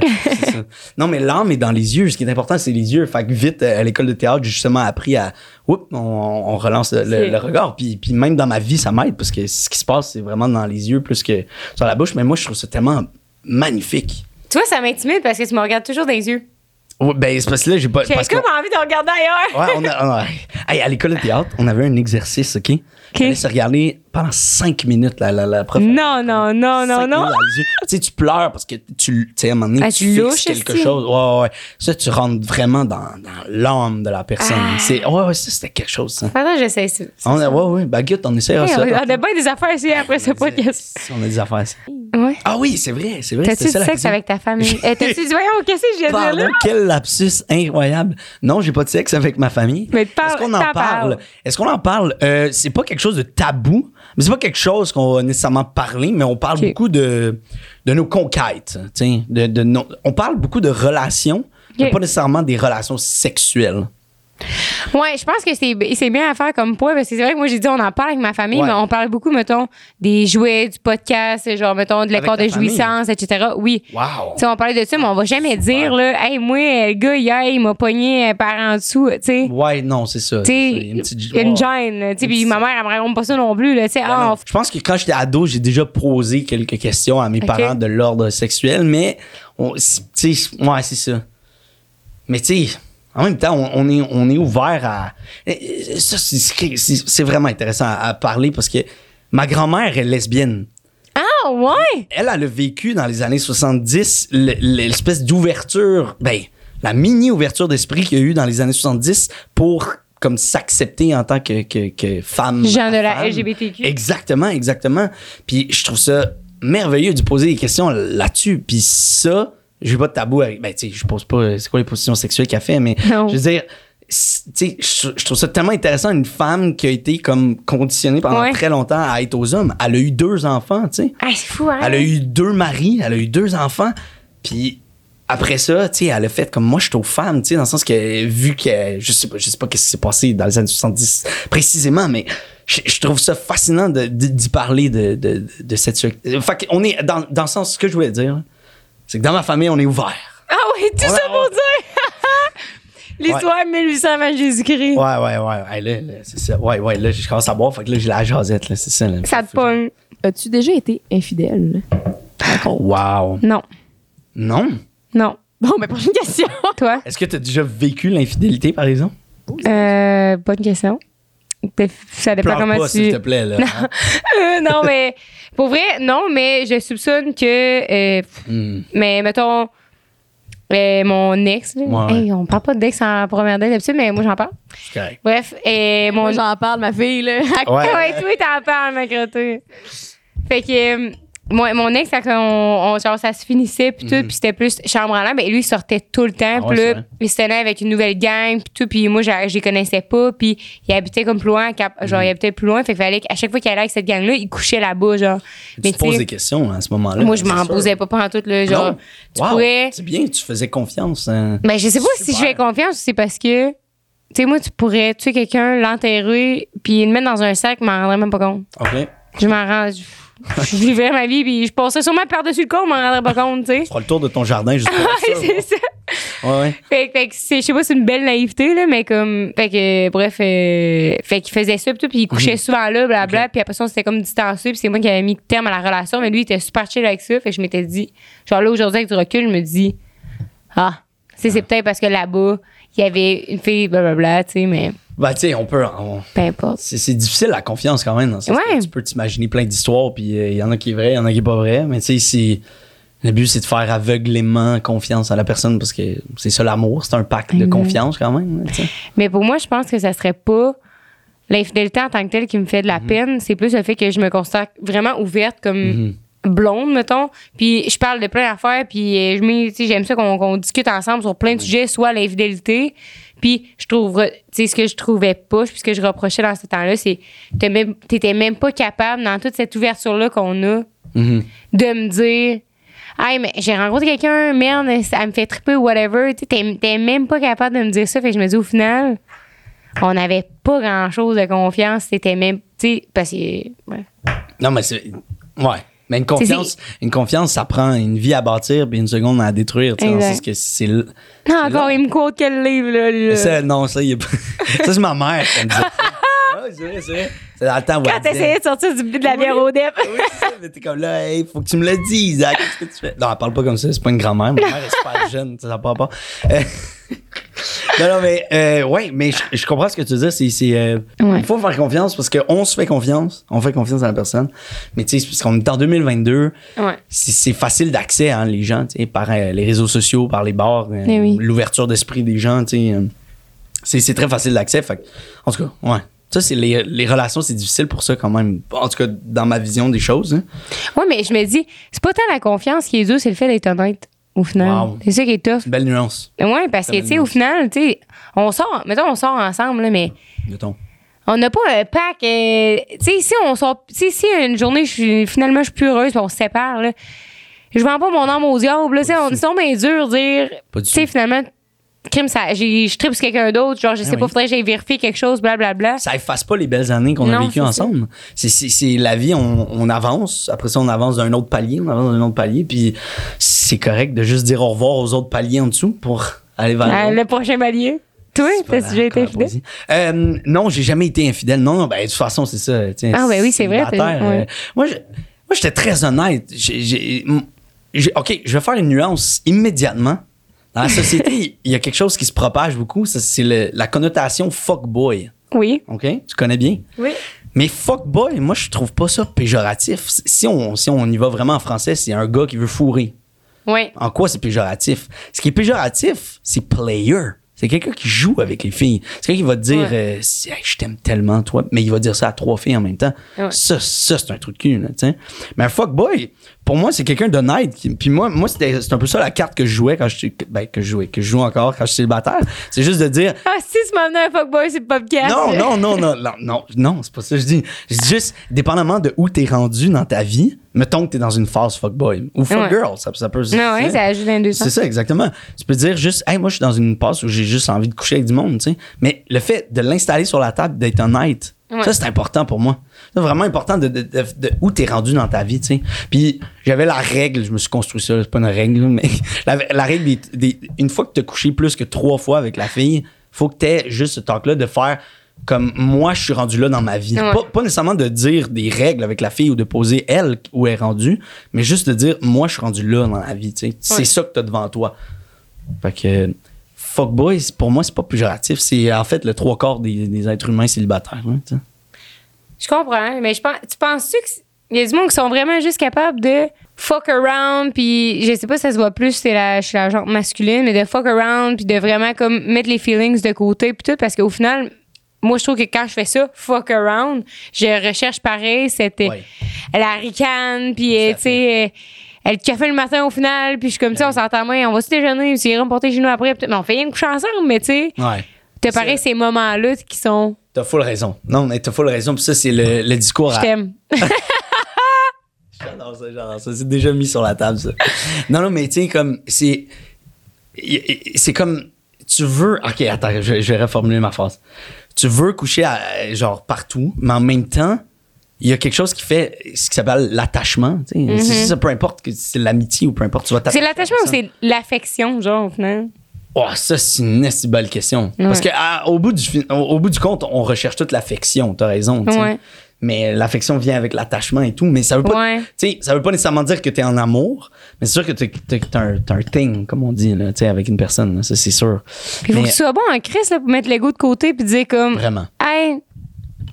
S4: c'est ça. Non, mais l'âme est dans les yeux. Ce qui est important, c'est les yeux. Fait que vite, euh, à l'école de théâtre, j'ai justement appris à. Oups, on, on relance le,
S1: C'est-
S4: le regard. Puis, puis même dans ma vie, ça m'aide parce que ce qui se passe, c'est vraiment dans les yeux plus que sur la bouche. Mais moi, je trouve ça tellement magnifique.
S3: Toi, ça m'intimide parce que tu me regardes toujours dans les yeux.
S4: Ouais, ben, c'est parce que là, j'ai pas.
S3: J'ai
S4: parce que-
S3: comme envie de regarder ailleurs.
S4: Ouais, on a, ouais. Hey, à l'école de théâtre, on avait un exercice, OK? On allait se regarder pendant cinq minutes, la, la, la prof.
S3: Non, non, non, non,
S4: Cinq
S3: non.
S4: minutes dans les yeux. Tu sais, tu pleures parce que tu, tu sais, à un moment donné,
S3: Ah,
S4: tu
S3: tu
S4: fixes
S3: louches,
S4: quelque
S3: esti.
S4: chose. Ouais, ouais, ouais. Ça, tu rentres vraiment dans, dans l'âme de la personne.
S3: Ah.
S4: C'est, ouais, ouais, ça, c'était quelque chose, ça.
S3: Attends, j'essaie ça. Hey,
S4: On a, ouais, ouais. Ben, good, on essaiera
S3: on, ah,
S4: ça.
S3: on a bien des affaires ici après ce podcast.
S4: On a des affaires, ça.
S3: Ouais.
S4: Ah oui, c'est vrai, c'est vrai.
S3: T'as-tu
S4: c'était
S3: du
S4: ça, la
S3: sexe
S4: question.
S3: avec ta famille? Euh, T'as-tu dit, voyons, qu'est-ce que j'ai dit
S4: Pardon,
S3: là?
S4: quel lapsus incroyable. Non, j'ai pas de sexe avec ma famille.
S3: Mais parle-
S4: Est-ce qu'on en
S3: t'en
S4: parle?
S3: parles.
S4: Est-ce qu'on en parle? Euh, c'est pas quelque chose de tabou, mais c'est pas quelque chose qu'on va nécessairement parler, mais on parle
S3: Ok.
S4: beaucoup de, de nos conquêtes. tu sais, De, de nos- on parle beaucoup de relations, mais
S3: Ok.
S4: pas nécessairement des relations sexuelles.
S3: Ouais, je pense que c'est c'est bien à faire comme point parce que c'est vrai que moi j'ai dit on en parle avec ma famille,
S4: Ouais.
S3: mais on parle beaucoup mettons des jouets, du podcast, genre mettons de l'accord de
S4: Avec ta famille.
S3: jouissance, etc. Oui.
S4: Wow!
S3: Tu sais, on parlait de ça, mais on va jamais dire là, hey moi euh, le gars hier il m'a pogné euh, par en dessous, tu sais.
S4: Ouais, non, c'est ça.
S3: Tu sais,
S4: C'est une petite- oh.
S3: une
S4: ouais.
S3: gêne, là, tu sais, puis
S4: Une petite-
S3: ma mère, elle me raconte pas ça non plus, là, tu sais,
S4: Ben
S3: ah,
S4: non.
S3: on
S4: Je pense que quand j'étais ado, j'ai déjà posé quelques questions à mes
S3: Ok.
S4: parents de l'ordre sexuel, mais on- c'est- tu sais, ouais, c'est ça. Mais tu sais, en même temps, on, on est, on est ouvert à. Ça, c'est- c'est c'est vraiment intéressant à, à parler parce que ma grand-mère est lesbienne.
S3: Ah, ouais!
S4: Elle, elle a vécu dans les années 70 le- l'espèce d'ouverture, ben, la mini-ouverture d'esprit qu'il y a eu dans les années 70 pour comme s'accepter en tant que, que, que femme.
S3: Genre de la
S4: femme.
S3: LGBTQ.
S4: Exactement, exactement. Puis je trouve ça merveilleux de poser des questions là-dessus. Puis ça, j'ai pas de tabou avec. Ben, tu sais, je pose pas euh, c'est quoi les positions sexuelles qu'elle fait, mais
S3: Non.
S4: je veux dire, c'est- tu sais, je je trouve ça tellement intéressant. Une femme qui a été comme conditionnée pendant
S3: Ouais.
S4: très longtemps à être aux hommes, elle a eu deux enfants, tu sais.
S3: Ah, c'est fou, hein?
S4: Elle a eu deux maris, elle a eu deux enfants. Puis après ça, tu sais, elle a fait comme moi, je suis aux femmes, tu sais, dans le sens que vu que je sais pas, je sais pas qu'est-ce qui s'est passé dans les années 70 précisément, mais je, je trouve ça fascinant de- de- d'y parler de, de, de cette. Fait qu'on est dans, dans le sens ce que je voulais dire, c'est que dans ma famille, on est ouvert.
S3: Ah, oui, tout ça pour dire! L'histoire 1800 avant Jésus-Christ.
S4: Ouais, ouais, ouais. Hey, là, là, c'est ça. Ouais, ouais, là, je commence à boire, fait que là, j'ai la jasette, là, c'est ça. là.
S3: Ça te pogne.
S2: As-tu déjà été infidèle?
S4: Wow.
S3: Non,
S4: Non.
S3: non.
S2: Bon, mais prochaine question.
S3: Toi?
S4: Est-ce que tu as déjà vécu l'infidélité, par exemple?
S3: Euh, bonne question. T'es- Ça dépend
S4: Pleure
S3: comment
S4: pas, s'il
S3: tu.
S4: te plaît, là. hein.
S3: Euh, non, mais pour vrai, non, mais je soupçonne que. euh,
S4: Hmm.
S3: mais mettons, euh, mon ex, là.
S4: Ouais, ouais.
S3: Hey, on parle pas d'ex en première date d'habitude, mais moi j'en parle.
S4: C'est correct.
S3: Bref, et mon.
S2: Moi, j'en parle, ma fille, là.
S4: Ouais.
S3: Ah ouais, toi, t'en parles, ma crotteuse. Fait que euh, mon, mon ex, quand on, on- genre, ça se finissait, puis tout, puis c'était plus chambre en l'air, mais lui, il sortait tout le temps,
S4: Mm. Ah ouais,
S3: puis là,
S4: c'est vrai.
S3: il se tenait avec une nouvelle gang, puis tout, puis moi, je, je les connaissais pas, puis il habitait comme plus loin, à Cap- genre,
S4: Mm.
S3: il habitait plus loin, fait qu'il fallait qu'à chaque fois qu'il allait avec cette gang-là, il couchait là-bas, genre.
S4: Tu te poses
S3: sais,
S4: des questions hein, à ce moment-là.
S3: moi, je
S4: c'est
S3: m'en
S4: sûr.
S3: posais pas pendant tout, là, genre.
S4: Non.
S3: Tu
S4: Wow,
S3: pourrais.
S4: C'est bien, tu faisais confiance. hein.
S3: Mais je sais pas si
S4: Super.
S3: je fais confiance, c'est parce que, tu sais, moi, tu pourrais tuer quelqu'un, l'enterrer, puis le mettre dans un sac, je m'en rendrais même pas compte.
S4: OK.
S3: Je m'en rends. Je, je vivais ma vie, puis je passais sûrement par-dessus le corps, on m'en rendrait pas compte, tu sais.
S4: Tu feras le tour de ton jardin juste pour être sûr.
S3: c'est ça.
S4: Ouais, ouais.
S3: Fait, que- fait que c'est, je sais pas, c'est une belle naïveté, là, mais comme. Fait que, euh, bref, euh, fait qu'il faisait ça, puis tout, puis il couchait souvent là, blabla, puis après ça, on s'était comme distancé, puis c'est moi qui avais mis terme à la relation, mais lui, il était super chill avec ça, fait que je m'étais dit, genre là, aujourd'hui, avec du recul, je me dis, ah, tu sais, c'est peut-être parce que là-bas, il y avait une fille, blablabla, tu sais, mais
S4: Ben, tu sais, on peut. on-
S3: peu importe.
S4: C'est, c'est difficile la confiance quand même. dans le sens que
S3: Ouais.
S4: Tu peux t'imaginer plein d'histoires, puis euh, il y en a qui est vrai, il y en a qui est pas vrai. Mais tu sais, c'est- le but, c'est de faire aveuglément confiance à la personne parce que c'est ça l'amour, c'est un pacte de
S3: Mhm.
S4: confiance quand même. tu sais.
S3: Mais pour moi, je pense que ça serait pas l'infidélité en tant que telle qui me fait de la peine, c'est plus le fait que je me constate vraiment ouverte comme. blonde, mettons, puis je parle de plein d'affaires, puis euh, je mets- tu sais, j'aime ça qu'on qu'on discute ensemble sur plein de sujets, soit l'infidélité, puis je trouve, tu sais, ce que je trouvais pas, puis ce que je reprochais dans ce temps-là, c'est que t'es même- t'étais même pas capable, dans toute cette ouverture-là qu'on a,
S4: Mhm.
S3: de me dire Hey, mais j'ai rencontré quelqu'un, merde, ça me fait triper ou whatever. Tu sais, t'es t'es même pas capable de me dire ça. Fait que je me dis, au final, on n'avait pas grand-chose de confiance. C'était même. Tu sais, parce que. ouais.
S4: Non, mais c'est. Ouais. Mais une confiance, une confiance, ça prend une vie à bâtir puis une seconde à détruire. tu sais, dans le
S3: Exact.
S4: sens que c'est. l-
S3: Non,
S4: C'est
S3: encore,
S4: long.
S3: il me quote quel livre, là. là.
S4: Ça, non, ça, il est pas- ça c'est ma mère qui me disait. ça. Ouais, c'est vrai, c'est vrai. C'est dans le temps où
S3: Quand
S4: elle disait-
S3: t'essayais de sortir du but de la bière
S4: Oui.
S3: au dep.
S4: Oui, c'est ça, mais t'es comme là, hey, faut que tu me le dises, Isaac, qu'est-ce que tu fais? Non, elle parle pas comme ça, c'est pas une grand-mère, ma mère est super jeune, ça n'a pas rapport. Euh, non, non, mais, euh, ouais, mais je, je comprends ce que tu dis, c'est, c'est, euh,
S3: Ouais.
S4: il faut faire confiance parce qu'on se fait confiance, on fait confiance à la personne, mais tu sais, c'est parce qu'on est en 2022,
S3: Ouais.
S4: c'est, c'est facile d'accès, hein, les gens, tu sais, par euh, les réseaux sociaux, par les bars, euh,
S3: Mais Eh oui.
S4: l'ouverture d'esprit des gens, tu sais, euh, c'est, c'est très facile d'accès, fait que, en tout cas, ouais. Ça, c'est les, les relations, c'est difficile pour ça quand même. En tout cas, dans ma vision des choses. hein.
S3: Ouais, mais je me dis, c'est pas tant la confiance qui est dure, c'est le fait d'être honnête, au final.
S4: Wow.
S3: C'est ça qui est tough.
S4: C'est une belle nuance
S3: Ouais, parce que, tu sais, au final, tu sais, on sort. Mettons, on sort ensemble, là, mais.
S4: de ton.
S3: On n'a pas un pack. euh, tu sais, si on sort. Tu sais, si une journée, je suis, finalement, je suis plus heureuse, puis on se sépare, là. Je vends pas mon âme au diable, là. Tu sais, on- c'est bien dur de dire.
S4: Pas
S3: Tu
S4: du
S3: sais,
S4: tout.
S3: finalement, crime, ça, j'ai- je tripe sur quelqu'un d'autre. Genre, je sais
S4: Ah
S3: pas,
S4: oui.
S3: faudrait que j'aille vérifier quelque chose, blablabla.
S4: Ça efface pas les belles années qu'on a
S3: Non, c'est
S4: vécues
S3: ça.
S4: ensemble. C'est, c'est, c'est la vie, on, on avance. Après ça, on avance d'un autre palier, on avance d'un autre palier. Puis c'est correct de juste dire au revoir aux autres paliers en dessous pour aller vers
S3: Ah,
S4: l'autre.
S3: le prochain balier. Toi,
S4: C'est pas
S3: t'as déjà été
S4: encore
S3: fidèle?
S4: posé. Euh, non, j'ai jamais été infidèle. Non, non, ben, de toute façon, c'est ça. tu sais,
S3: Ah, ben oui, c'est vrai,
S4: célibataire,
S3: t'as- ouais.
S4: euh, moi, je- moi, j'étais très honnête. J'ai- j'ai- m- j'ai- OK, je vais faire une nuance immédiatement. Dans la société, il y a quelque chose qui se propage beaucoup. ça, C'est le- la connotation fuckboy.
S3: Oui.
S4: OK? Tu connais bien?
S1: Oui.
S4: Mais fuckboy, moi, je trouve pas ça péjoratif. Si on, si on y va vraiment en français, c'est un gars qui veut fourrer.
S3: Oui.
S4: En quoi c'est péjoratif? Ce qui est péjoratif, c'est player. C'est quelqu'un qui joue avec les filles. C'est quelqu'un qui va te dire euh, si- hey, je t'aime tellement, toi, mais il va dire ça à trois filles en même temps.
S3: Ouais.
S4: Ça, ça c'est un truc de cul, là, tu sais. Mais un fuckboy, pour moi, c'est quelqu'un d'honnête. qui- Puis moi, moi c'était c'est un peu ça la carte que je jouais quand je, ben, que je jouais, que je joue encore quand je suis célibataire. C'est juste de dire
S3: Ah, si tu m'as amené un fuckboy, c'est podcast.
S4: non, non, non, non, non, non, non, c'est pas ça que je dis. Je dis juste, dépendamment de où t'es rendu dans ta vie, mettons que t'es dans une phase fuckboy ou fuckgirl, ça, ça peut
S3: Non, ouais, ça ajoute dans les deux
S4: C'est
S3: sens.
S4: ça, exactement. Tu peux dire juste, hey, moi, je suis dans une passe où j'ai juste envie de coucher avec du monde, tu sais. Mais le fait de l'installer sur la table, d'être honnête,
S3: Ouais.
S4: ça, c'est important pour moi. C'est vraiment important de, de, de, de où t'es rendu dans ta vie, tu sais. Puis j'avais la règle, je me suis construit ça, c'est pas une règle, là, mais la, la règle des, des- Une fois que t'as couché plus que trois fois avec la fille, faut que t'aies juste ce talk-là de faire comme moi, je suis rendu là dans ma vie.
S3: Ouais.
S4: Pas, pas nécessairement de dire des règles avec la fille ou de poser elle où elle est rendue, mais juste de dire moi, je suis rendu là dans la vie, tu sais.
S3: Ouais.
S4: C'est ça que t'as devant toi. Fait que fuckboy, c'est- pour moi, c'est pas péjoratif. C'est en fait le trois quarts des, des êtres humains célibataires. hein, tu sais.
S3: Je comprends, mais je pense, tu penses-tu qu'il y a du monde qui sont vraiment juste capables de fuck around, puis je sais pas si ça se voit plus c'est la, chez la genre masculine, mais de fuck around, puis de vraiment comme mettre les feelings de côté, puis tout, parce qu'au final, moi, je trouve que quand je fais ça, fuck around, je recherche pareil, c'était
S4: Ouais.
S3: la ricane, puis euh,
S4: à
S3: tu sais, euh, le café le matin au final, puis je suis comme, tu sais, on s'entend moins, on va se déjeuner, puis tu iras me porter chez nous après, peut-être, mais on fait rien de coucher ensemble, mais tu sais,
S4: Ouais.
S3: t'as pareil ces moments-là qui sont,
S4: T'as full raison. Non, mais t'as full raison. Puis ça, c'est le, le discours
S3: je
S4: à-
S3: t'aime.
S4: J'adore ça, j'adore ça. C'est déjà mis sur la table, ça. non, non, mais tu sais, comme, c'est. y- y- C'est comme. Tu veux. Ok, attends, je, je vais reformuler ma phrase. Tu veux coucher, à- genre, partout, mais en même temps, il y a quelque chose qui fait ce qui s'appelle l'attachement. tu sais. C'est ça, peu importe que c'est l'amitié ou peu importe, tu vas
S3: Mm-hmm. C'est
S4: t'attacher à
S3: l'attachement ou
S4: personne.
S3: c'est l'affection, genre, au final?
S4: Oh, ça, c'est une si belle question. Parce que à- au, bout du, fi- au, au bout du compte, on recherche toute l'affection, t'as raison. tu sais.
S3: Ouais.
S4: Mais l'affection vient avec l'attachement et tout. Mais ça veut pas,
S3: Ouais.
S4: tu sais, ça veut pas nécessairement dire que t'es en amour, mais c'est sûr que t'es- t'es- t'as un, t'as un thing, comme on dit, là, tu sais, avec une personne, là, ça c'est sûr.
S3: Puis faut
S4: Mais
S3: que tu sois bon en crise là, pour mettre l'ego de côté puis dire comme
S4: Vraiment.
S3: Hey,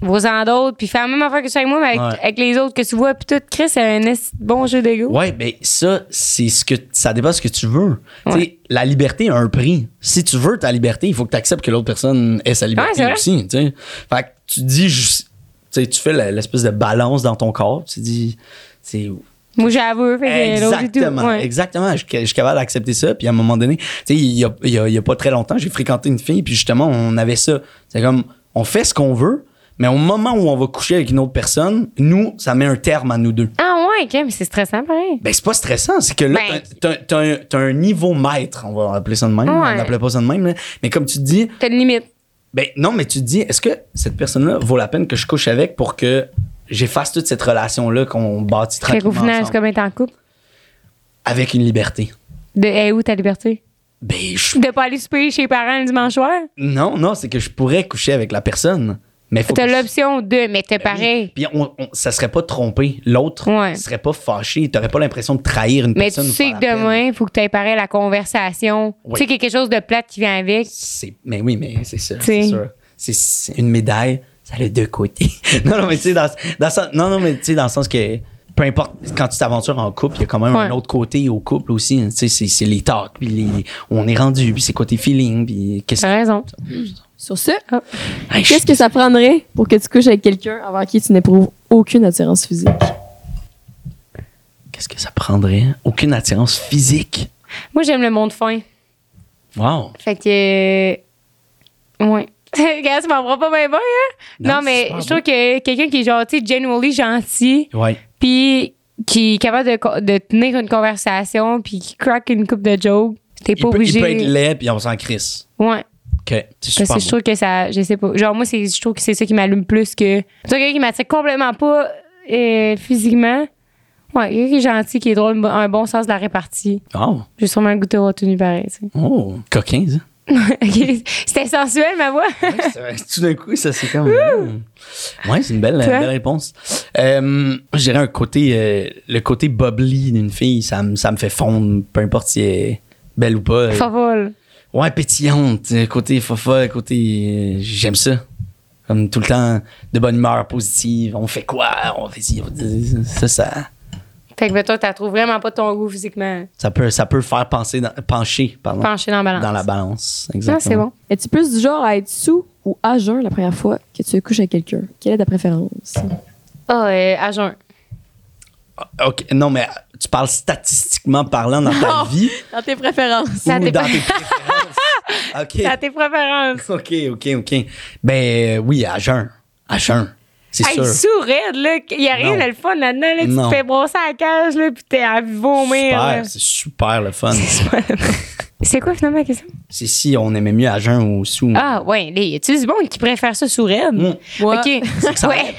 S3: vas-en d'autres, puis faire la même affaire que tu fais avec moi, mais avec,
S4: Ouais.
S3: avec les autres que tu vois, puis tout, Chris, c'est un esti de bon jeu d'ego.
S4: Ouais, ben ça, c'est ce que ça dépend de ce que tu veux. Tu sais, La liberté a un prix. Si tu veux ta liberté, il faut que tu acceptes que l'autre personne ait sa
S3: Ouais,
S4: liberté
S3: c'est vrai.
S4: aussi. tu sais. Fait que tu dis juste- tu sais, tu fais la- l'espèce de balance dans ton corps, tu dis c'est
S3: Moi, j'avoue. Fait que l'autre et tout.
S4: Exactement,
S3: Ouais.
S4: exactement. Je, je suis capable d'accepter ça. Puis à un moment donné, tu sais, il y a, il y a- il y a pas très longtemps, j'ai fréquenté une fille, puis justement, on avait ça. C'est comme, on fait ce qu'on veut, mais au moment où on va coucher avec une autre personne, nous, ça met un terme à nous deux.
S3: Ah ouais, ok, mais c'est stressant pareil.
S4: Ben, c'est pas stressant, c'est que là,
S3: Ben-
S4: t'as- t'as- t'as un- t'as un niveau maître, on va appeler ça de même,
S3: Ouais.
S4: on n'appelait pas ça de même, là. mais comme tu te dis,
S3: T'as une limite.
S4: ben non, mais tu te dis, est-ce que cette personne-là vaut la peine que je couche avec pour que j'efface toute cette relation-là qu'on bâtit
S3: Fait
S4: tranquillement
S3: qu'au final, c'est
S4: ensemble,
S3: comme être en couple.
S4: avec une liberté?
S3: De, hey, où ta liberté?
S4: Ben, je-
S3: De pas aller souper chez les parents le dimanche soir?
S4: non, non, c'est que je pourrais coucher avec la personne, mais faut
S3: T'as
S4: que je-
S3: l'option de, mais t'es
S4: Ben oui.
S3: pareil.
S4: Puis on, on- ça serait pas trompé. L'autre
S3: Ouais.
S4: serait pas fâché. T'aurais pas l'impression de trahir une
S3: Mais tu
S4: personne. ou
S3: sais
S4: faire
S3: que
S4: la peine.
S3: demain, il faut que t'aies pareil la conversation.
S4: Oui.
S3: Tu sais qu'il y a quelque chose de plate qui vient avec.
S4: C'est- mais oui, mais c'est ça,
S3: sais.
S4: c'est sûr. C'est- C'est une médaille, ça a les deux côtés. non, non, mais tu sais, dans, dans le sens- non, non, mais tu sais, dans le sens que peu importe, quand tu t'aventures en couple, il y a quand même
S3: Ouais.
S4: un autre côté au couple aussi. hein. Tu sais, c'est- c'est les talks, puis les, où on est rendu, puis c'est côté feeling, puis qu'est-ce
S3: T'as raison.
S2: Sur ce,
S4: Hey, je-
S2: qu'est-ce que ça prendrait pour que tu couches avec quelqu'un envers qui tu n'éprouves aucune attirance physique?
S4: qu'est-ce que ça prendrait? Aucune attirance physique.
S3: Moi, j'aime le monde fin.
S4: Wow.
S3: Fait que. euh, Ouais. Regarde, tu m'en prends pas bien bien, hein?
S4: Non,
S3: Non,
S4: c'est
S3: mais
S4: super
S3: je
S4: beau.
S3: trouve que quelqu'un qui est genre, tu sais, genuinely gentil,
S4: Ouais.
S3: puis qui est capable de, co- de tenir une conversation, puis qui craque une coupe de jokes, t'es
S4: Il
S3: pas
S4: peut, il
S3: obligé.
S4: peut être laid, puis on s'en crisse.
S3: Ouais.
S4: OK. C'est
S3: Parce
S4: super
S3: que je
S4: beau.
S3: trouve que ça. Je sais pas. Genre, moi, c'est, je trouve que c'est ça qui m'allume plus que. Tu vois, quelqu'un qui m'attire complètement pas euh, physiquement. Ouais, quelqu'un qui est gentil, qui est drôle, a un bon sens de la répartie.
S4: Wow.
S3: J'ai sûrement le goût de retenu pareil, tu sais.
S4: Oh, coquin, ça.
S3: Ok. C'était sensuel, ma voix.
S4: Ouais, c'est vrai. Tout d'un coup, ça, c'est comme. Hmm. Ouais, c'est une belle, une
S3: Toi?
S4: belle réponse. Euh, je dirais un côté. euh, le côté bubbly d'une fille, ça, me- ça me fait fondre, peu importe si elle est belle ou pas.
S3: Favole.
S4: Ouais, pétillante. euh, Côté fofa, côté. euh, J'aime ça. Comme tout le temps, de bonne humeur, positive. On fait quoi On fait ci, on fait ça. Ça, ça,
S3: Fait que ben, toi, t'as trouves vraiment pas ton goût physiquement.
S4: ça peut, ça peut faire penser dans- pencher pardon,
S3: Penché dans la balance.
S4: dans la balance. Exactement.
S3: Ah, c'est bon.
S2: Es-tu plus du genre à être sous ou à jeun la première fois que tu couches avec quelqu'un? Quelle est ta préférence?
S3: Ah, euh, à jeun.
S4: Ah, Ok, non, mais euh, tu parles statistiquement parlant dans ta
S2: Non.
S4: vie.
S2: Dans tes préférences.
S3: Ça
S4: ou
S3: dépend-
S4: dans tes préférences. OK.
S3: T'as tes préférences.
S4: OK, OK, OK. Ben euh, oui, à jeun. À jeun. C'est
S3: Hey,
S4: sûr.
S3: sourire, là. Y a rien
S4: Non.
S3: de le fun là-dedans, là. Tu
S4: Non.
S3: te fais brosser à la cage, là, pis t'es à vomir. là.
S4: Super, c'est super le fun.
S3: C'est quoi, finalement, la question?
S4: C'est si on aimait mieux à jeun ou sous.
S3: Ah, ouais. Les, tu du monde qui préfère ça sous raide?
S4: Mm.
S2: Moi,
S3: OK.
S4: C'est que ça,
S3: Ouais.
S4: enlève,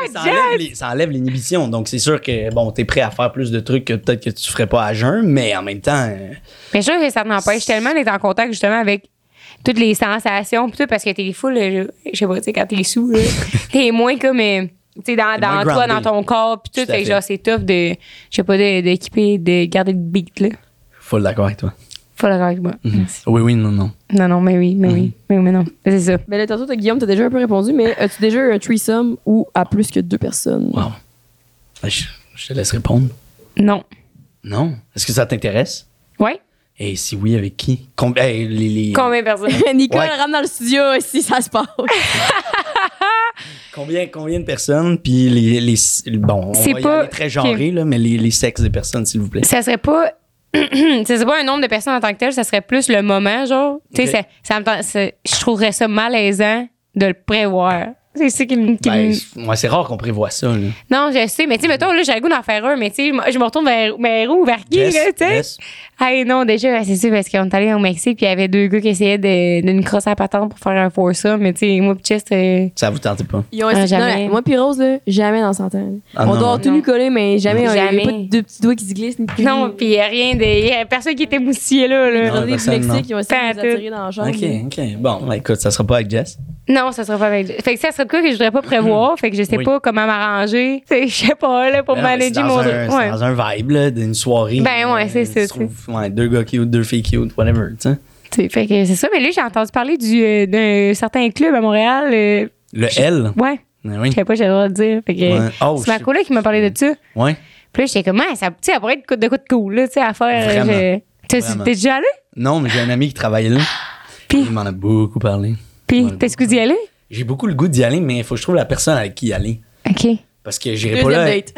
S4: mais ça enlève les- ça enlève l'inhibition. Donc, c'est sûr que, bon, t'es prêt à faire plus de trucs que peut-être que tu ferais pas à jeun, mais en même temps, euh,
S3: Mais je trouve que ça t'empêche tellement d'être en contact, justement, avec toutes les sensations, pis tout, parce que t'es fou, là. Je, je sais pas, tu sais, quand t'es sous, là, t'es moins comme. euh, tu sais, dans,
S4: T'es moins
S3: dans toi,
S4: groundé.
S3: dans ton corps, pis tout.
S4: Tout à
S3: Fait que,
S4: fait.
S3: genre, c'est tough de, je sais pas, de- d'équiper, de, garder le beat, là.
S4: full d'accord avec toi.
S3: Faut le avec moi.
S4: Mhm. Oui, oui, non, non.
S3: Non, non, mais oui, mais oui, mais oui, mais non. C'est ça.
S2: Mais Ben là, tantôt, t'as- Guillaume, t'as déjà un peu répondu, mais as-tu déjà eu un threesome ou à plus que deux personnes?
S4: Wow. Ben, Je, je te laisse répondre.
S3: Non.
S4: Non. Est-ce que ça t'intéresse?
S3: Ouais?
S4: Et si oui, avec qui? Combien? eh, les, les-
S3: Combien de personnes?
S2: Nicole,
S4: Ouais.
S2: rentre dans le studio si ça se passe.
S4: Combien, combien de personnes, puis les, les- bon, on
S3: C'est
S4: va y
S3: pas-
S4: aller très genré, là, mais les, les sexes des personnes, s'il vous plaît.
S3: ça serait pas. ça serait pas un nombre de personnes en tant que tel, ça serait plus le moment, genre. Tu sais,
S4: Ok.
S3: ça, ça me tente- ça- je trouverais ça malaisant de le prévoir. C'est ça qui me. qui
S4: Ben,
S3: me-
S4: c'est- ouais, c'est rare qu'on prévoit ça. Là.
S3: Non, je sais, mais tu sais, mettons, là, j'ai le goût d'en faire un, mais tu sais, moi, je me retourne vers, vers où, vers qui,
S4: Yes,
S3: là, tu sais?
S4: yes.
S3: Hey, non, déjà, c'est sûr, parce qu'on est allé au Mexique, puis il y avait deux gars qui essayaient de, de nous crosser à la patente pour faire un foursome, mais tu sais, moi, pis Chest, euh,
S4: Ça vous tentait pas.
S2: Ils ont
S3: Ah,
S2: essayé- non,
S3: jamais.
S2: là, moi, puis Rose, là, jamais dans 100 ans.
S4: Ah,
S2: on
S4: non.
S2: dort tout
S3: Non.
S2: nu collé, mais jamais. Il n'y a
S3: Jamais.
S2: pas de petits doigts qui se glissent. ni de
S3: non,
S2: plus.
S3: puis il y a rien de. Il y a personne qui était moussillé, là, là.
S4: Non,
S2: Regardez
S4: personne,
S2: les
S4: non.
S2: Flexiques, ils ont essayé de nous
S3: Pas à tout.
S2: attirer dans la jambe.
S4: OK, OK. Bon, ben, écoute, ça sera pas avec Jess.
S3: Non, ça serait pas avec. Fait que ça serait de quoi que je voudrais pas prévoir. Fait que je sais
S4: Mm-hmm. Oui.
S3: pas comment m'arranger. Tu sais, Je sais pas, là, pour
S4: Ben non, mais c'est
S3: manager
S4: dans,
S3: mon.
S4: un, c'est
S3: ouais.
S4: dans un vibe là, d'une soirée.
S3: Ben ouais, c'est
S4: euh,
S3: ça,
S4: tu trouves- ouais, deux gars cute, deux filles cute, whatever. tu sais.
S3: Tu sais, Fait que c'est ça. Mais là, j'ai entendu parler du, euh, d'un certain club à Montréal. euh,
S4: Le L.
S3: ouais.
S4: Ben oui.
S3: Je sais pas, j'ai le droit de dire. Fait que
S4: Ouais. Oh,
S3: c'est ma
S4: je-
S3: collègue qui m'a parlé de ça.
S4: Ouais.
S3: Puis là, j'étais comme, ah, ça, tu sais, ça pourrait être de quoi de cool, là, tu sais, à faire.
S4: Vraiment.
S3: euh, je- T'as-
S4: Vraiment.
S3: T'es déjà allé?
S4: Non, mais j'ai un ami qui travaille là.
S3: Puis-
S4: Il m'en a beaucoup parlé.
S3: Puis,
S4: Ouais,
S3: t'as ce que d'y aller?
S4: J'ai beaucoup le goût d'y aller, mais il faut que je trouve la personne avec qui y aller.
S3: OK.
S4: Parce que j'irai pas
S2: Deuxième
S4: là.
S2: date.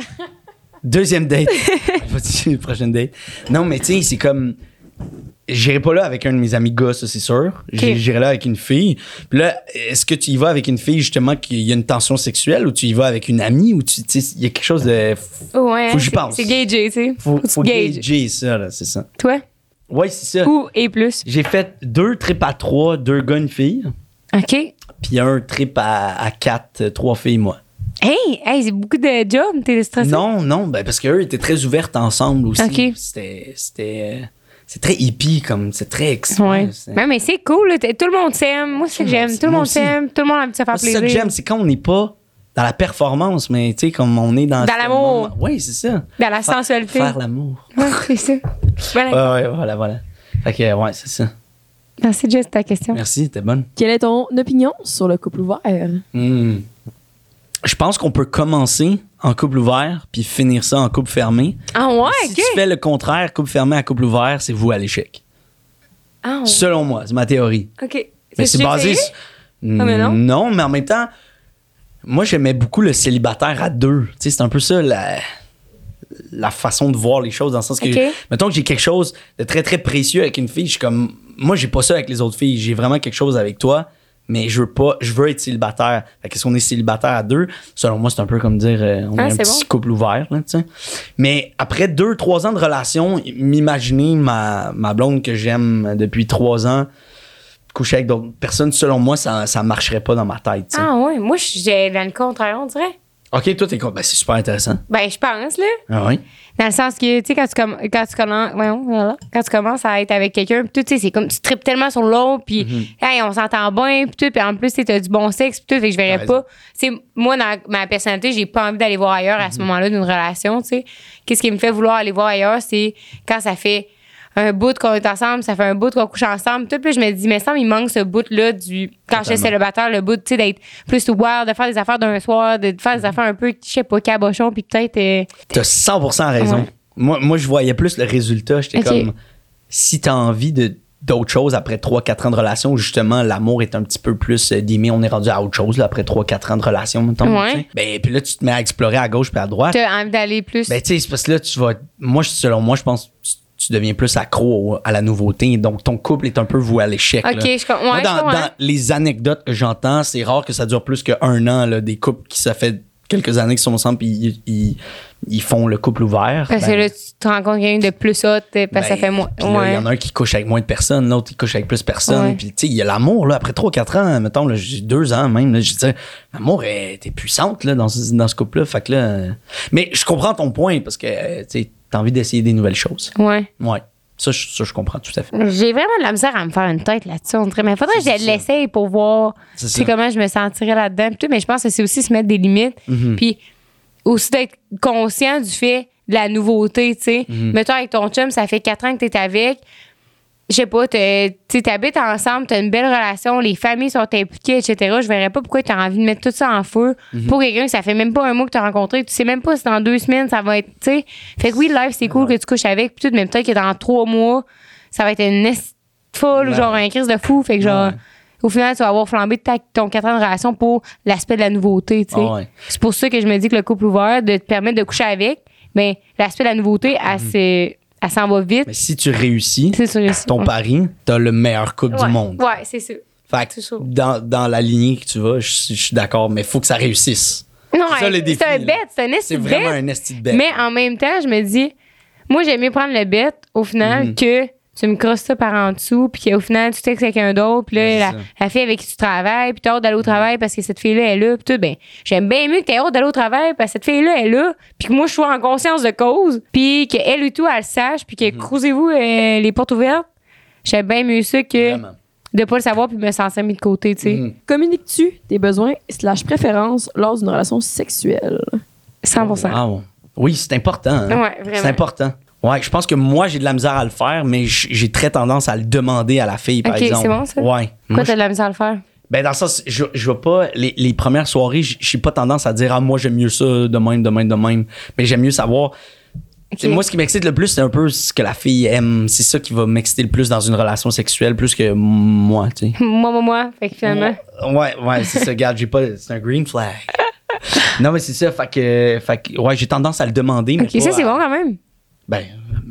S4: Deuxième date. On va dire prochaine date. Non, mais tu sais, c'est comme. J'irai pas là avec un de mes amis gars, ça c'est sûr. J-
S3: Ok.
S4: J'irai là avec une fille. Puis là, est-ce que tu y vas avec une fille justement qu'il y a une tension sexuelle ou tu y vas avec une amie ou tu tu sais, il y a quelque chose de.
S3: Ouais.
S4: Faut que j'y
S3: c'est-
S4: pense.
S3: C'est gagé, tu sais.
S4: Faut, faut
S3: tu gages.
S4: gager ça, là, c'est ça.
S3: Toi,
S4: Ouais, c'est ça.
S3: ou et plus.
S4: J'ai fait deux trips à trois, deux gars, une fille.
S3: OK.
S4: Puis un trip à, à quatre, euh, trois filles, moi.
S3: Hey, hey, c'est beaucoup de jobs. T'es stressé?
S4: Non, non, ben parce qu'eux étaient très ouvertes ensemble aussi.
S3: Ah, Ok.
S4: C'était. C'était. euh, C'est très hippie, comme. C'est très extrême.
S3: Ouais.
S4: C'est-
S3: Ouais, mais c'est cool. là. T'es- Tout le monde s'aime. Moi, c'est ça que j'aime. Tout le
S4: Moi
S3: monde
S4: aussi.
S3: s'aime. Tout le monde a envie de se faire
S4: Moi, C'est ça que
S3: plaisir.
S4: j'aime, c'est quand on n'est pas dans la performance, mais tu sais, comme on est dans.
S3: Dans l'amour.
S4: Oui, c'est ça.
S3: Dans la
S4: Fa-
S3: sensualité.
S4: Faire Euh, l'amour.
S3: Ouais, c'est ça. Voilà.
S4: Ouais, ouais, voilà, voilà. Fait que, ouais, c'est ça.
S3: Merci, Jess, de ta question.
S4: Merci, t'es bonne.
S2: Quelle est ton opinion sur le couple ouvert?
S4: Hmm. Je pense qu'on peut commencer en couple ouvert puis finir ça en couple fermé.
S3: Ah ouais,
S4: si
S3: OK.
S4: tu fais le contraire, couple fermé à couple ouvert, c'est vous à l'échec.
S3: Ah ouais,
S4: Selon moi, c'est ma théorie.
S3: OK.
S4: Mais
S3: Est-ce que
S4: c'est
S3: tu
S4: basé.
S3: l'as
S4: sur-
S3: essayé? Ah, mais non?
S4: non, mais en même temps, moi, j'aimais beaucoup le célibataire à deux. Tu sais, c'est un peu ça la, la façon de voir les choses, dans le sens que,
S3: Ok.
S4: mettons que j'ai quelque chose de très, très précieux avec une fille, je suis comme, moi, j'ai pas ça avec les autres filles, j'ai vraiment quelque chose avec toi, mais je veux pas, je veux être célibataire. Fait que si on est célibataire à deux, selon moi, c'est un peu comme dire, euh, on
S3: Ah,
S4: est un
S3: c'est
S4: petit couple ouvert, là, tu sais. Mais après deux, trois ans de relation, m'imaginer ma, ma blonde que j'aime depuis trois ans, coucher avec d'autres personnes, selon moi, ça, ça marcherait pas dans ma tête. tu sais.
S3: Ah ouais, moi, j'ai dans le contraire, on dirait.
S4: Ok, toi, t'es con. Ben, c'est super intéressant.
S3: Ben, je pense, là.
S4: Ah oui?
S3: Dans le sens que, tu sais, quand tu, comm- quand, tu collan- voyons, voilà. quand tu commences à être avec quelqu'un, pis tout, tu sais, c'est comme, tu tripes tellement sur l'autre, puis,
S4: Mm-hmm.
S3: hey, on s'entend bien, puis tout, puis en plus, tu sais, t'as du bon sexe, puis tout, fait que je verrais
S4: T'as
S3: pas. Tu sais, moi, dans ma personnalité, j'ai pas envie d'aller voir ailleurs
S4: Mm-hmm.
S3: à ce moment-là d'une relation, tu sais. Qu'est-ce qui me fait vouloir aller voir ailleurs, c'est quand ça fait un bout qu'on est ensemble, ça fait un bout qu'on couche ensemble, tout, puis je me dis, mais ça, il manque ce bout-là du, quand j'étais
S4: Totalement.
S3: célibataire, le bout, tu sais, d'être plus ouvert, de faire des affaires d'un soir, de faire
S4: Mm-hmm.
S3: des affaires un peu, je sais pas, cabochon, puis peut-être. euh,
S4: T'as 100% raison.
S3: Ouais.
S4: Moi, moi, je voyais plus le résultat. J'étais
S3: Ok.
S4: comme, si t'as envie de d'autres choses après 3-4 ans de relation, justement, l'amour est un petit peu plus euh, dimé. On est rendu à autre chose là, après 3-4 ans de relation, mettons.
S3: Ouais.
S4: tu sais. Ben, puis là, tu te mets à explorer à gauche puis à droite.
S3: T'as envie d'aller plus.
S4: Ben, tu sais, c'est parce que là, tu vas. Moi, je- selon moi, je pense que tu, tu deviens plus accro au- à la nouveauté. Donc, ton couple est un peu voué à l'échec.
S3: Ok,
S4: là.
S3: je com- ouais,
S4: Moi,
S3: je
S4: dans,
S3: comprends.
S4: dans les anecdotes que j'entends, c'est rare que ça dure plus qu'un an, là, des couples qui, ça fait quelques années qu'ils sont ensemble, puis ils, ils- ils font le couple ouvert.
S3: parce que
S4: Ben,
S3: là, tu te rends compte qu'il y en a une de plus haute, parce que ça
S4: ben,
S3: fait moins.
S4: puis là, Il
S3: Ouais.
S4: y en a un qui couche avec moins de personnes, l'autre qui couche avec plus de
S3: Ouais.
S4: personnes. Puis, tu sais, il y a l'amour, là, après 3-4 ans, mettons, là, j'ai deux ans même, là, je disais, l'amour, euh, t'es puissante, là, dans ce, dans ce couple-là. Fait que là. euh, Mais je comprends ton point, parce que, euh, tu sais, t'as envie d'essayer des nouvelles choses.
S3: Ouais.
S4: Ouais. Ça, je- ça, je comprends tout à fait.
S3: J'ai vraiment de la misère à me faire une tête là-dessus, on dirait. Mais faudrait que je l'essaye pour voir
S4: C'est
S3: tu
S4: ça.
S3: sais, comment je me sentirais là-dedans. puis tout. Mais je pense que c'est aussi se mettre des limites.
S4: Mhm.
S3: Puis aussi d'être conscient du fait de la nouveauté, tu sais.
S4: Mm-hmm.
S3: Mettons avec ton chum, ça fait quatre ans que t'es avec. Je sais pas, t'es- tu sais, t'habites ensemble, t'as une belle relation, les familles sont impliquées, etc. Je verrais pas pourquoi t'as envie de mettre tout ça en feu
S4: Mhm.
S3: pour quelqu'un que ça fait même pas un mois que t'as rencontré. Tu sais même pas si dans deux semaines ça va être, tu sais. Fait que oui, live, c'est cool que tu couches avec, puis tout, mais peut-être que dans trois mois, ça va être une esti de folle ou
S4: Ouais.
S3: genre un crise de fou. Fait que genre,
S4: Ouais.
S3: au final, tu vas avoir flambé ta- ton quatre ans de relation pour l'aspect de la nouveauté, tu sais.
S4: Ah ouais.
S3: C'est pour ça que je me dis que le couple ouvert, de te permettre de coucher avec, mais l'aspect de la nouveauté, elle se- elle s'en va vite.
S4: Mhm. Mais si tu réussis
S3: C'est sûr.
S4: ton pari, t'as le meilleur couple du monde.
S3: Ouais, c'est sûr.
S4: Fait
S3: c'est
S4: que
S3: sûr.
S4: dans, dans la lignée que tu vas, je, suis- je suis d'accord, mais faut que ça réussisse.
S3: Non,
S4: C'est ça,
S3: hey,
S4: le défi,
S3: c'est un
S4: là.
S3: bet, c'est un
S4: C'est
S3: esti de
S4: vraiment
S3: bet.
S4: un esti de bête.
S3: Mais en même temps, je me dis, moi, j'aime mieux prendre le bet au final
S4: Mhm.
S3: que tu me crosses ça par en dessous, puis au final, tu textes quelqu'un d'autre, puis là,
S4: Ouais, Ben, c'est
S3: la,
S4: ça.
S3: la fille avec qui tu travailles, puis t'as hâte d'aller au travail parce que cette fille-là est là, puis tout, ben, j'aime bien mieux que t'aies hâte d'aller au travail parce que cette fille-là est là, puis que moi, je sois en conscience de cause, puis qu'elle et tout, elle le sache, puis
S4: Mhm.
S3: que croisez-vous euh, les portes ouvertes. J'aime bien mieux ça que
S4: Vraiment.
S3: de pas le savoir puis me sentir mis de côté, tu sais.
S4: Mhm.
S2: Communiques-tu tes besoins slash préférences lors d'une relation sexuelle?
S3: 100%.
S4: Wow. Oui, c'est important. hein.
S3: Ouais, vraiment.
S4: C'est important. Ouais, je pense que moi, j'ai de la misère à le faire, mais j- j'ai très tendance à le demander à la fille, par
S3: Ok,
S4: exemple.
S3: c'est bon, ça?
S4: Ouais. Moi,
S3: Pourquoi t'as de la misère à le faire?
S4: Ben dans le sens, je, je vois pas les, les premières soirées, j- j'ai pas tendance à dire ah moi j'aime mieux ça de même, de même, de même. Mais j'aime mieux savoir. Tu sais, Moi, ce qui m'excite le plus, c'est un peu ce que la fille aime. C'est ça qui va m'exciter le plus dans une relation sexuelle, plus que moi, tu sais.
S3: Moi, moi, moi. Fait que finalement.
S4: Ouais, ouais, c'est ça, regarde, j'ai pas. C'est un green flag. Non, mais c'est ça. Fait que, fait que, ouais, j'ai tendance à le demander. Mais
S3: Ok, ça,
S4: pas
S3: c'est
S4: à-
S3: bon quand même.
S4: Ben,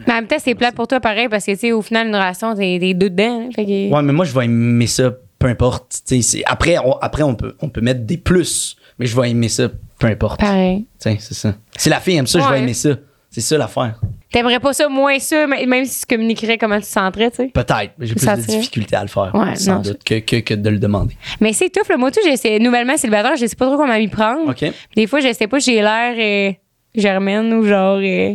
S3: Mais en même temps, c'est plate pour toi pareil parce que, tu sais, au final, une relation, t'es t'es deux dedans. hein, fait que-
S4: ouais, mais moi, je vais aimer ça, peu importe. Tu sais, c'est- Après, on, après on, peut, on peut mettre des plus, mais je vais aimer ça, peu importe.
S3: Pareil.
S4: Tu sais, C'est ça. Si la fille aime ça, je
S3: Ouais.
S4: vais aimer ça. C'est ça l'affaire.
S3: T'aimerais pas ça moins ça, mais- même si tu communiquerais comment tu te sentirais, tu sais.
S4: Peut-être, mais j'ai plus
S3: Ça
S4: de
S3: tire.
S4: difficultés à le faire,
S3: Ouais,
S4: sans
S3: non,
S4: doute, que, que, que de le demander.
S3: Mais c'est tough, le mot tout, j'essaie. Nouvellement célibataire, je sais pas trop comment m'y prendre.
S4: OK?
S3: Des fois, je sais pas, j'ai l'air euh, germaine ou genre. euh,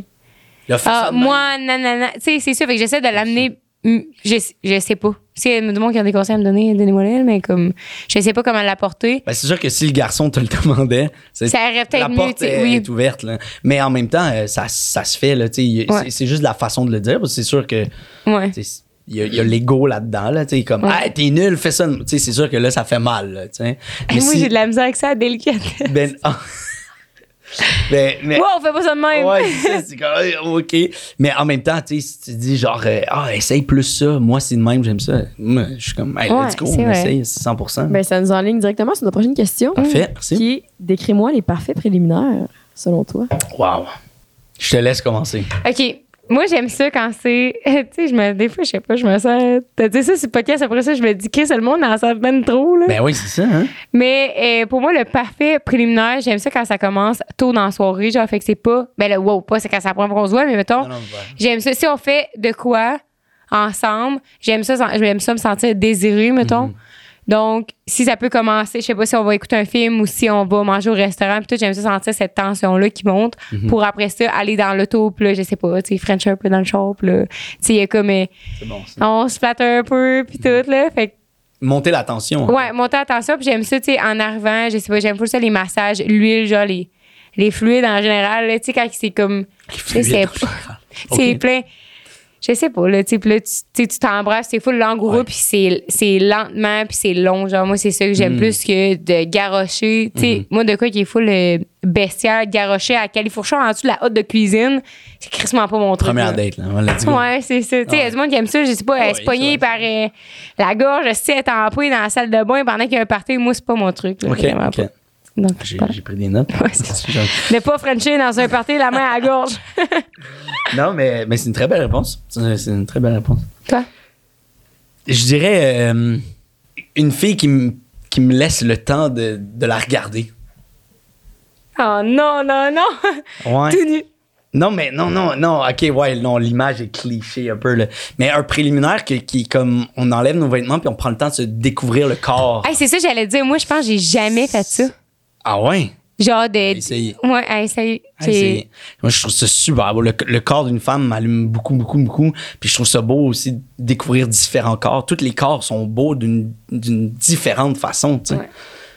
S4: Le
S3: ah,
S4: façon de-
S3: moi, nanana. Tu sais, c'est ça. Fait que j'essaie de l'amener. mm, Je, je sais pas. Si elle me demande qu'il y a des conseils à me donner, donnez-moi les, mais comme. Je sais pas comment l'apporter.
S4: Ben, c'est sûr que si le garçon te le demandait, c'est-
S3: Ça aurait peut-être
S4: la
S3: mieux,
S4: porte
S3: tu sais,
S4: est,
S3: oui.
S4: est ouverte. là. Mais en même temps, euh, ça, ça se fait. là, tu sais, y-
S3: Ouais.
S4: c'est- C'est juste la façon de le dire. parce que C'est sûr que
S3: Ouais.
S4: tu sais, il y a, il y a l'ego là-dedans. Là, tu sais, comme,
S3: Ouais.
S4: Hey, t'es nul, fais ça. de- Tu sais, C'est sûr que là, ça fait mal. là, tu sais. Mais
S3: Eh, Moi,
S4: si-
S3: j'ai de la misère avec ça, la délicatesse.
S4: ben, ah. Ben, mais-
S3: Wow, on fait pas ça de même.
S4: Ouais, c'est ça, c'est comme, ah, OK. Mais en même temps, tu sais, si tu dis genre, euh, ah, essaye plus ça. Moi, c'est de même, j'aime ça. Moi, je suis comme, hey,
S3: Ouais,
S4: let's go,
S3: c'est
S4: on
S3: vrai.
S4: essaye, c'est 100%.
S2: Ben, ça nous enligne directement sur notre prochaine question,
S4: Parfait, merci.
S2: qui est Décris-moi les parfaits préliminaires, selon toi.
S4: Wow. Je te laisse commencer.
S3: OK. Moi, j'aime ça quand c'est. Tu sais, je me. Des fois, je sais pas, je me sens. T'as dit ça, c'est podcast. Après ça, je me dis, qu'est-ce que le monde en savent même trop, là?
S4: Ben oui, c'est ça, hein?
S3: Mais euh, pour moi, le parfait préliminaire, j'aime ça quand ça commence tôt dans la soirée. Genre, fait que c'est pas. Ben, le wow, pas, c'est quand ça prend qu'on se voit, mais mettons,
S4: Non, non, ben.
S3: j'aime ça. Si on fait de quoi ensemble, j'aime ça, sen- j'aime ça me sentir désirée, mettons.
S4: Mhm.
S3: Donc, si ça peut commencer, je sais pas si on va écouter un film ou si on va manger au restaurant, puis tout, j'aime ça sentir cette tension-là qui monte
S4: Mhm.
S3: pour après ça aller dans l'auto, puis là, je sais pas, tu sais, French un peu dans le shop, puis là, tu sais, il y a comme, euh,
S4: C'est bon, ça.
S3: on se flatte un peu, puis tout, là. Fait que
S4: Monter la tension. hein.
S3: Ouais, monter à tension, puis j'aime ça, tu sais, en arrivant, je sais pas, j'aime plus ça, les massages, l'huile, genre les, les fluides en général, là, tu sais, quand c'est comme.
S4: Qui
S3: tu sais,
S4: fluide,
S3: c'est
S4: en général.
S3: c'est
S4: Ah, Ok.
S3: plein. Je sais pas, là, tu sais, puis là, tu tu sais, tu t'embrasses, c'est full langoureux,
S4: Ouais.
S3: puis c'est c'est lentement, puis c'est long. Genre, moi, c'est ça que
S4: Mm.
S3: j'aime plus que de garrocher. Tu
S4: Mm-hmm.
S3: sais, moi, de quoi qui est full euh, bestiaire, garrocher à califourchon en dessous de la hotte de cuisine, c'est crissement pas mon truc. là.
S4: Première date, là. Let's go.
S3: Ouais, c'est ça. Tu sais, il y a
S4: Ouais.
S3: du monde qui aime ça, je sais pas,
S4: Ouais,
S3: elle se pogner
S4: c'est vrai.
S3: par euh, la gorge, si elle est en pouille dans la salle de bain pendant qu'il y a un party, moi, c'est pas mon truc. là,
S4: OK,
S3: vraiment
S4: ok.
S3: pas. Donc,
S4: J'ai
S3: voilà.
S4: j'ai pris des notes.
S3: Ouais, c'est Ne pas frencher dans un party la main à la gorge.
S4: non, mais, mais c'est une très belle réponse. C'est c'est une très belle réponse.
S3: Toi?
S4: Je dirais euh, une fille qui me qui me laisse le temps de, de la regarder.
S3: Oh non, non, non!
S4: Ouais.
S3: Tout nu.
S4: Non, mais non, non, non, ok, ouais, non, l'image est cliché un peu. là. Mais un préliminaire qui, qui, comme, on enlève nos vêtements puis on prend le temps de se découvrir le corps.
S3: Hey, c'est ça, que j'allais dire. Moi, je pense que j'ai jamais fait ça.
S4: Ah ouais?
S3: Genre de.
S4: Essayez.
S3: Ouais, à essayer.
S4: Hey, c'est- Moi, je trouve ça super beau. Le, le corps d'une femme m'allume beaucoup, beaucoup, beaucoup. Puis je trouve ça beau aussi de découvrir différents corps. Tous les corps sont beaux d'une d'une différente façon, tu sais.
S3: Ouais.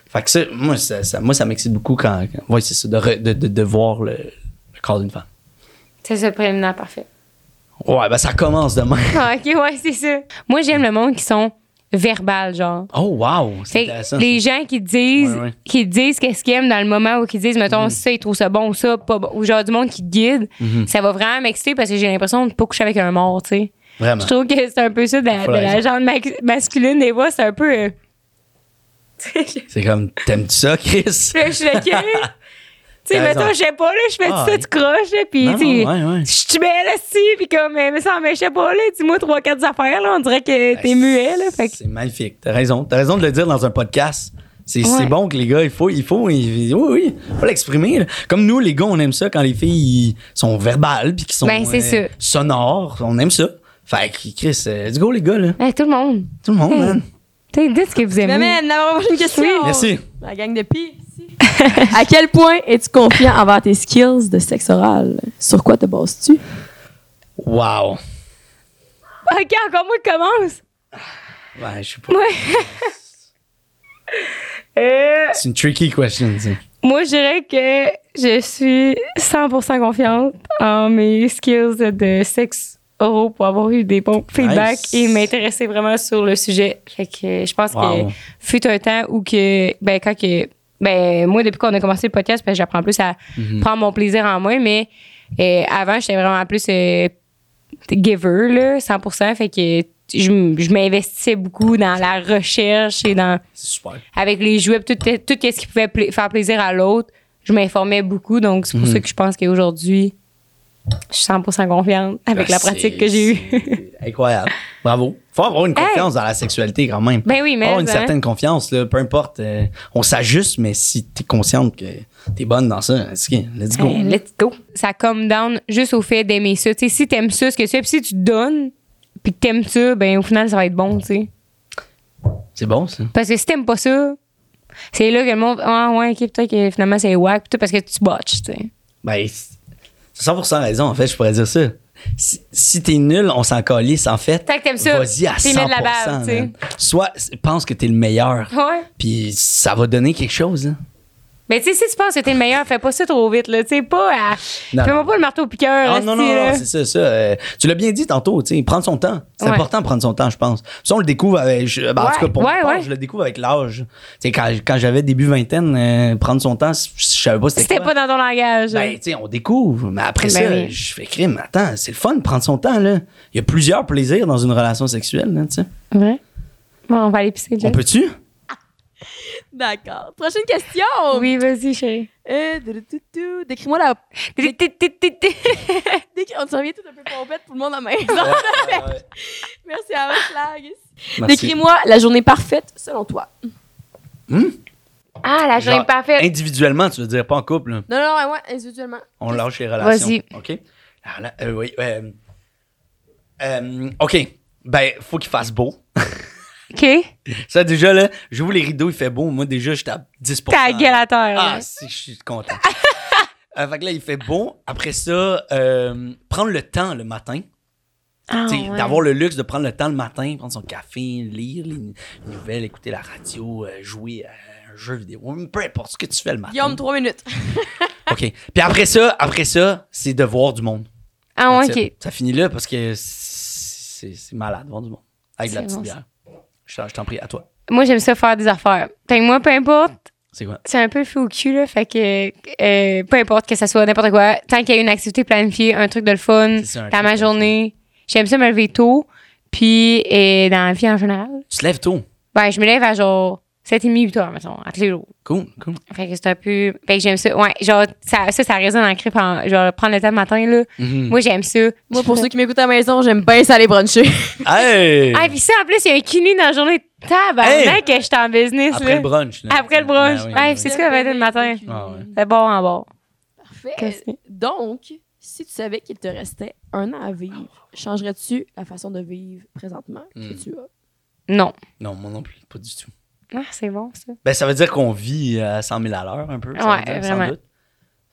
S4: Fait que ça, moi, ça, ça- moi, ça m'excite beaucoup quand. quand- ouais, c'est ça, de, re- de, de- de voir le, le corps d'une femme.
S3: C'est ça le préliminaire parfait.
S4: Ouais, ben ça commence demain.
S3: Ah, ok, ouais, c'est ça. Moi, j'aime le monde qui sont verbal, genre.
S4: Oh, wow! C'est
S3: Fait
S4: intéressant.
S3: que les gens qui disent
S4: Ouais, Mm. ouais.
S3: qui disent qu'est-ce qu'ils aiment dans le moment ou qui disent mettons ça ils trouvent ça bon ou ça pas bon ou genre du monde qui guide
S4: Mm-hmm.
S3: ça va vraiment m'exciter parce que j'ai l'impression de ne pas coucher avec un mort tu sais
S4: Vraiment.
S3: je trouve que c'est un peu ça de la,
S4: Faut
S3: de
S4: la
S3: la genre ma- masculine des voix c'est un peu euh,
S4: C'est comme, t'aimes-tu ça, Chris?
S3: je suis lequel tu sais
S4: T'as raison.
S3: mettons je sais pas là je fais
S4: Ah,
S3: ça
S4: ouais.
S3: tu croches là, puis
S4: Non,
S3: tu sais,
S4: ouais,
S3: je
S4: ouais.
S3: suis belle aussi puis comme euh, mais ça mais je sais pas là dis-moi trois quatre affaires là on dirait que t'es muet là fait que
S4: Ben, C'est magnifique. T'as raison. T'as raison de le dire dans un podcast. C'est c'est
S3: Ouais.
S4: bon que les gars, il faut, il faut, il- oui, oui, faut l'exprimer. là. Comme nous, les gars, on aime ça quand les filles ils sont verbales puis qui sont euh,
S3: Ben, c'est ça.
S4: sonores. On aime ça. Fait que, Chris, euh, let's go, les gars, là.
S3: Hey, tout le monde
S4: Tout le monde,
S3: Hmm.
S4: man.
S3: tu sais, dites ce que vous aimez
S2: M'amène à la prochaine question.
S3: Oh.
S4: Merci.
S2: La gang de pis ici. à quel point es-tu confiant envers tes skills de sexe oral? Sur quoi te bases-tu?
S4: Wow.
S3: ok encore moi je commence
S4: Ouais, je sais pas.
S3: Euh,
S4: C'est une tricky question, tu sais.
S3: moi, je dirais que je suis 100% confiante en mes skills de sexe oraux pour avoir eu des bons feedbacks
S4: Nice.
S3: et m'intéresser vraiment sur le sujet. Fait que je pense
S4: Wow.
S3: que fut un temps où que, ben, quand que, ben, moi, depuis qu'on a commencé le podcast, ben, j'apprends plus à
S4: Mhm.
S3: prendre mon plaisir en moi, mais euh, avant, j'étais vraiment plus euh, giver, là, 100%. Fait que je, m- je m'investissais beaucoup dans la recherche et dans
S4: C'est super.
S3: avec les jouets, pis tout, tout ce qui pouvait pla- faire plaisir à l'autre. je m'informais beaucoup. Donc, c'est pour
S4: Mhm.
S3: ça que je pense qu'aujourd'hui, je suis 100% confiante avec la
S4: Ben, C'est-
S3: pratique que j'ai eue.
S4: c'est Incroyable. Bravo. Faut avoir une confiance dans la sexualité quand même.
S3: Ben oui, mais.
S4: avoir une
S3: hein.
S4: certaine confiance, là, peu importe. euh, on s'ajuste, mais si t'es consciente que t'es bonne dans ça, let's go. Let's go.
S3: Hey, let's go. Ça come down juste au fait d'aimer ça. Tu sais, si t'aimes ça, ce que c'est, puis si tu te donnes, puis que t'aimes ça, ben au final, ça va être bon, tu sais.
S4: C'est bon, ça.
S3: Parce que si t'aimes pas ça, c'est là que le monde. Ah ouais, ok, peut-être que finalement, c'est wack, puis tout, parce que tu botches, tu sais.
S4: Ben, c'est 100% raison, en fait, je pourrais dire ça. Si, si t'es nul, on s'en calisse, en fait.
S3: Tant que t'aimes ça,
S4: Vas-y à
S3: t'y
S4: 100%.
S3: mets de la bave, tu sais.
S4: man. Soit pense que t'es le meilleur,
S3: Ouais.
S4: puis ça va donner quelque chose. hein.
S3: Mais Ben, tu sais, si tu penses que t'es le meilleur, fais pas ça trop vite, là. Tu sais, pas à.
S4: Non,
S3: Fais-moi
S4: non.
S3: pas le marteau au piqueur.
S4: Ah, non,
S3: hostie,
S4: non, non,
S3: là.
S4: c'est ça, ça. euh, tu l'as bien dit tantôt, tu sais, prendre son temps. C'est
S3: Ouais.
S4: important de prendre son temps, je pense. Ça, on le découvre avec. je- ben, En tout
S3: Ouais,
S4: cas, pour
S3: ouais,
S4: moi,
S3: ouais.
S4: je le découvre avec l'âge. Tu sais, quand, quand j'avais début vingtaine, euh, prendre son temps, je je savais pas c'était
S3: C'était
S4: quoi.
S3: pas dans ton langage.
S4: Ben, tu sais, on découvre. Mais après
S3: Ben
S4: ça,
S3: oui.
S4: je fais crime. Attends, c'est le fun de prendre son temps, là. Il y a plusieurs plaisirs dans une relation sexuelle, là, tu sais.
S3: Ouais. Bon, on va aller pisser,
S4: On
S3: Jess.
S4: peut-tu?
S2: D'accord. Prochaine question.
S3: Oh, Oui, vas-y, chérie.
S2: Euh, du- du- du- du. Décris-moi la. Décris- On s'en vient tout un peu pompette pour le monde à la maison. Merci à votre flag.
S4: Merci.
S2: Décris-moi la journée parfaite selon toi.
S1: Ah, la journée
S4: Genre,
S1: parfaite.
S4: Individuellement, tu veux dire, pas en couple. là.
S2: Non, non, moi, individuellement.
S4: On lâche les relations.
S3: Vas-y.
S4: OK? Alors là, euh, oui. euh, euh, OK. Ben, faut qu'il fasse beau.
S3: OK.
S4: Ça, déjà, là, j'ouvre les rideaux, il fait beau. Moi, déjà, je tape 10
S3: Ta gueule à terre. hein. là.
S4: Ah, si, je suis content. Euh, fait que là, il fait beau. Après ça, euh, prendre le temps le matin.
S3: Ah,
S4: T'sais,
S3: ouais.
S4: D'avoir le luxe de prendre le temps le matin, prendre son café, lire les n- nouvelles, écouter la radio, euh, jouer à un jeu vidéo, peu importe ce que tu fais le matin.
S2: Guillaume, trois minutes.
S4: OK. Puis après ça, après ça, c'est de voir du monde.
S3: Ah, ouais,
S4: That's
S3: OK.
S4: it. Ça finit là parce que c'est c'est malade, voir du monde. Avec de la
S3: C'est
S4: petite
S3: bon,
S4: bière. Je t'en- je t'en prie, à toi.
S3: Moi, j'aime ça faire des affaires. Fait que moi, peu importe,
S4: C'est quoi?
S3: c'est un peu fait au cul, là. Fait que euh, peu importe que ça soit n'importe quoi, tant qu'il y a une activité planifiée, un truc de le fun,
S4: C'est ça,
S3: dans
S4: un truc
S3: ma
S4: comme ça.
S3: journée, j'aime ça me lever tôt, puis et dans la vie en général.
S4: Tu te lèves tôt.
S3: Ben, je me lève à genre 7h30, 8 heures, mettons, à tous les jours.
S4: Cool, cool.
S3: Fait que c'est un peu. Fait que j'aime ça. Ouais, genre, ça, ça, ça résonne en crip, en- genre, prendre le temps le matin, là.
S4: Mhm.
S3: Moi, j'aime ça.
S2: Moi, pour ceux qui m'écoutent à la maison, j'aime bien ça aller bruncher.
S4: Hey!
S3: Ah, puis ça, en plus, il y a un kiné dans la journée. Tabarnak, que j'étais en business,
S4: Après
S3: là.
S4: le brunch. là.
S3: Après le brunch.
S4: Ben oui,
S3: Ouais,
S4: ben
S3: c'est
S4: oui.
S3: ça, à 20 le matin.
S4: Ah ouais.
S3: C'est bon en bord.
S2: Parfait.
S3: Qu'est-ce que-
S2: Donc, si tu savais qu'il te restait un an à vivre, changerais-tu la façon de vivre présentement que
S4: Hmm.
S2: tu as?
S3: Non.
S4: Non, moi non plus, pas du tout.
S3: Ah, c'est bon, ça.
S4: Ben, ça veut dire qu'on vit à 100 000 à l'heure un peu. ça
S3: Ouais,
S4: veut dire,
S3: vraiment.
S4: Sans doute.